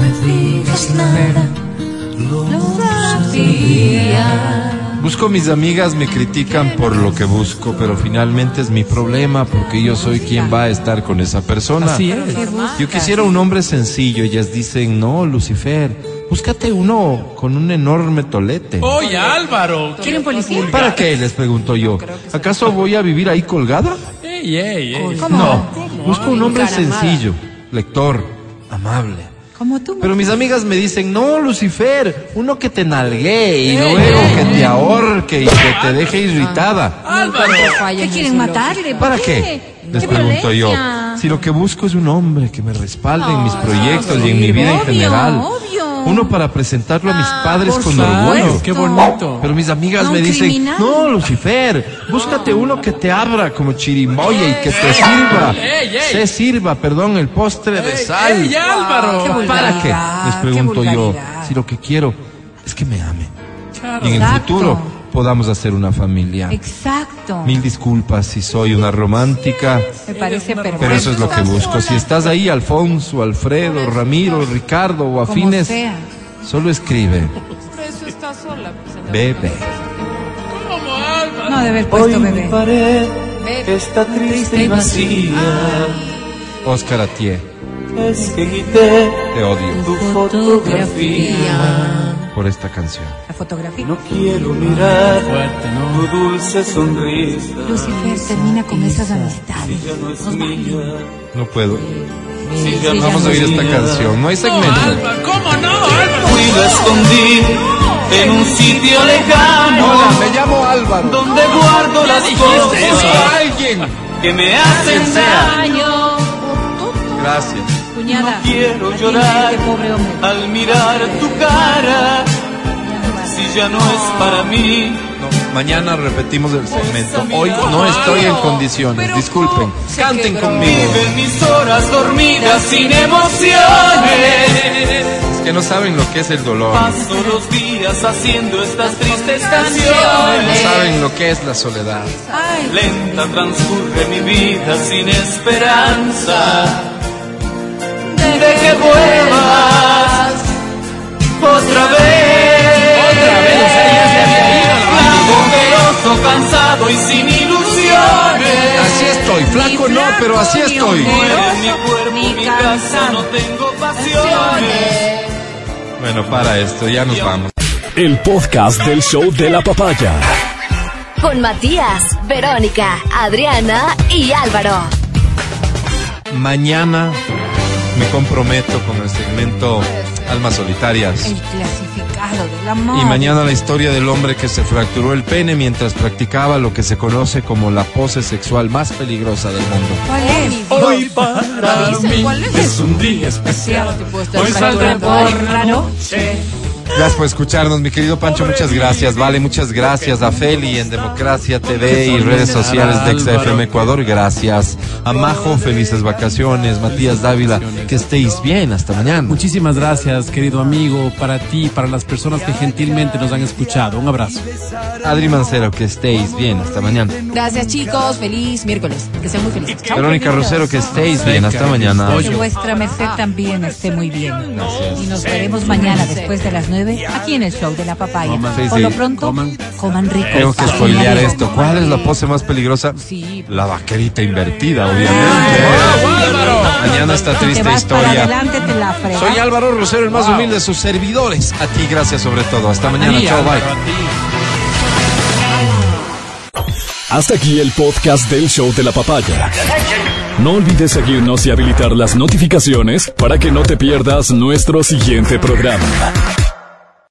Speaker 2: Busco mis amigas, me critican por lo que busco, pero finalmente es mi problema porque yo soy quien va a estar con esa persona.
Speaker 4: Así es.
Speaker 6: ¿Qué buscas?
Speaker 2: Yo quisiera un hombre sencillo, ellas dicen, no, Lucifer, búscate uno con un enorme tolete.
Speaker 7: Oye, Álvaro.
Speaker 6: ¿Quieren policía?
Speaker 2: ¿Para qué? Les pregunto yo. ¿Acaso voy a vivir ahí colgada?
Speaker 7: Ey, ey, ey.
Speaker 2: No, busco un hombre sencillo, lector, amable.
Speaker 6: Como tú.
Speaker 2: Pero mis amigas me dicen, no, Lucifer, uno que te nalgue y luego que te ahorque y que te deje irritada.
Speaker 6: Álvaro. ¿Qué quieren matarle? ¿Por
Speaker 2: ¿Para
Speaker 6: qué?
Speaker 2: qué? Les pregunto yo. Si lo que busco es un hombre que me respalde en mis
Speaker 3: Ah,
Speaker 2: proyectos
Speaker 3: sí,
Speaker 2: y en mi vida en
Speaker 3: obvio,
Speaker 2: general.
Speaker 6: obvio.
Speaker 2: Uno para presentarlo a mis padres
Speaker 4: por
Speaker 2: con
Speaker 4: supuesto.
Speaker 2: orgullo.
Speaker 4: Qué bonito.
Speaker 2: Pero mis amigas
Speaker 6: No,
Speaker 2: me
Speaker 6: un
Speaker 2: dicen,
Speaker 6: criminal.
Speaker 2: no, Lucifer, búscate uno que te abra como chirimboya y que te sirva,
Speaker 7: ey, ey.
Speaker 2: se sirva, perdón, el postre de sal.
Speaker 7: ¡Ey,
Speaker 4: Ah,
Speaker 7: Álvaro!
Speaker 3: qué
Speaker 2: ¿Para qué?
Speaker 3: vulgaridad,
Speaker 2: Les pregunto
Speaker 3: qué
Speaker 2: yo,
Speaker 3: vulgaridad.
Speaker 2: si lo que quiero es que me ame
Speaker 7: Claro.
Speaker 2: y en el
Speaker 6: Exacto.
Speaker 2: futuro podamos hacer una familia.
Speaker 6: Exacto.
Speaker 2: Mil disculpas si soy una romántica.
Speaker 6: Me parece perfecto.
Speaker 2: Pero eso es lo que busco. Si estás ahí, Alfonso, Alfredo, Ramiro, Ricardo o
Speaker 6: Como
Speaker 2: afines,
Speaker 6: sea.
Speaker 2: solo escribe
Speaker 3: Por eso está sola. pues, en la-
Speaker 2: bebé.
Speaker 7: ¿Cómo, Álvaro?
Speaker 6: No, de haber puesto bebé.
Speaker 8: pared
Speaker 3: Bebé.
Speaker 8: está triste y vacía.
Speaker 2: Óscar Atié,
Speaker 8: Es que quité
Speaker 2: te odio
Speaker 8: tu fotografía.
Speaker 2: por esta canción.
Speaker 6: La fotografía.
Speaker 8: No quiero mirar
Speaker 7: Fuerte, ¿no?
Speaker 8: tu dulce sonrisa.
Speaker 6: Lucifer termina con esas amistades.
Speaker 8: Ya no es mía.
Speaker 2: No puedo.
Speaker 8: Si ya no
Speaker 2: Vamos a oír esta canción. No hay
Speaker 7: No,
Speaker 2: segmento.
Speaker 7: Álvaro, ¿Cómo no, Álvaro?
Speaker 8: Fui lo escondí en un sitio lejano
Speaker 2: Hola, me llamo Álvaro.
Speaker 8: donde guardo las
Speaker 7: dijiste
Speaker 2: Soy
Speaker 8: cosas
Speaker 2: alguien.
Speaker 8: que me hacen daño.
Speaker 2: Gracias.
Speaker 6: Cuñada.
Speaker 8: Quiero
Speaker 6: atiende
Speaker 8: llorar.
Speaker 6: este pobre hombre.
Speaker 8: Al mirar tu cara, si ya no es para mí,
Speaker 2: No, mañana repetimos el segmento.
Speaker 8: Pues,
Speaker 2: Hoy
Speaker 8: amigo,
Speaker 2: no estoy en
Speaker 3: pero-
Speaker 2: condiciones.
Speaker 3: pero
Speaker 2: Disculpen.
Speaker 3: ¿cómo? Se
Speaker 2: Canten
Speaker 3: quebró.
Speaker 2: conmigo.
Speaker 8: viven mis horas dormidas sin emociones.
Speaker 2: Es que no saben lo que es el dolor.
Speaker 8: Paso los días haciendo estas tristes
Speaker 2: No
Speaker 8: canciones.
Speaker 2: saben lo que es la soledad.
Speaker 6: Ay,
Speaker 8: Lenta transcurre mi vida sin esperanza de que vuelvas otra vez. Otra vez, poderoso, cansado y sin ilusiones.
Speaker 2: Así estoy, flaco no, pero así estoy.
Speaker 8: Muere mi cuerpo, mi casa, no tengo pasiones.
Speaker 2: Bueno, para esto, ya nos vamos.
Speaker 1: El podcast del show de la papaya.
Speaker 5: Con Matías, Verónica, Adriana y Álvaro.
Speaker 2: Mañana me comprometo con el segmento Almas Solitarias.
Speaker 6: el clasificado del amor.
Speaker 2: Y mañana la historia del hombre que se fracturó el pene mientras practicaba lo que se conoce como la pose sexual más peligrosa del mundo.
Speaker 6: ¿Cuál es?
Speaker 7: Hoy para
Speaker 3: Dicen, ¿cuál es? Es
Speaker 7: un día
Speaker 3: Claro, te puedo estar
Speaker 7: Hoy saldré
Speaker 3: fracturando
Speaker 7: por
Speaker 3: algo.
Speaker 7: la noche.
Speaker 2: Gracias por escucharnos, mi querido Pancho. Muchas gracias, vale. Muchas gracias a Feli en Democracia TV y redes sociales de XFM Ecuador. Gracias a Majo. Felices vacaciones. Matías Dávila, que estéis bien. Hasta mañana.
Speaker 4: Muchísimas gracias, querido amigo, para ti, para las personas que gentilmente nos han escuchado. Un abrazo.
Speaker 2: Adri Mancero, que estéis bien. Hasta mañana.
Speaker 3: Gracias, chicos. Feliz miércoles. Que sean muy felices. Chao.
Speaker 2: Verónica Rosero, que estéis bien. Hasta mañana.
Speaker 6: Que vuestra merced también esté muy bien. Y nos veremos mañana después de las 9 aquí en el show de la papaya.
Speaker 2: Sí,
Speaker 6: Por lo
Speaker 2: sí.
Speaker 6: pronto,
Speaker 4: Coman.
Speaker 6: coman, rico.
Speaker 2: Tengo que spoilear esto. ¿Cuál es la pose más peligrosa?
Speaker 3: Sí.
Speaker 2: La vaquerita invertida, obviamente. Mañana esta
Speaker 6: Te
Speaker 2: triste
Speaker 6: vas para
Speaker 2: historia.
Speaker 6: adelante, te la fregas.
Speaker 2: Soy Álvaro Rosero, el más humilde de sus servidores. A ti, gracias sobre todo. Hasta mañana. Chao, bye.
Speaker 1: Hasta aquí el podcast del show de la papaya. No olvides seguirnos y habilitar las notificaciones para que no te pierdas nuestro siguiente programa.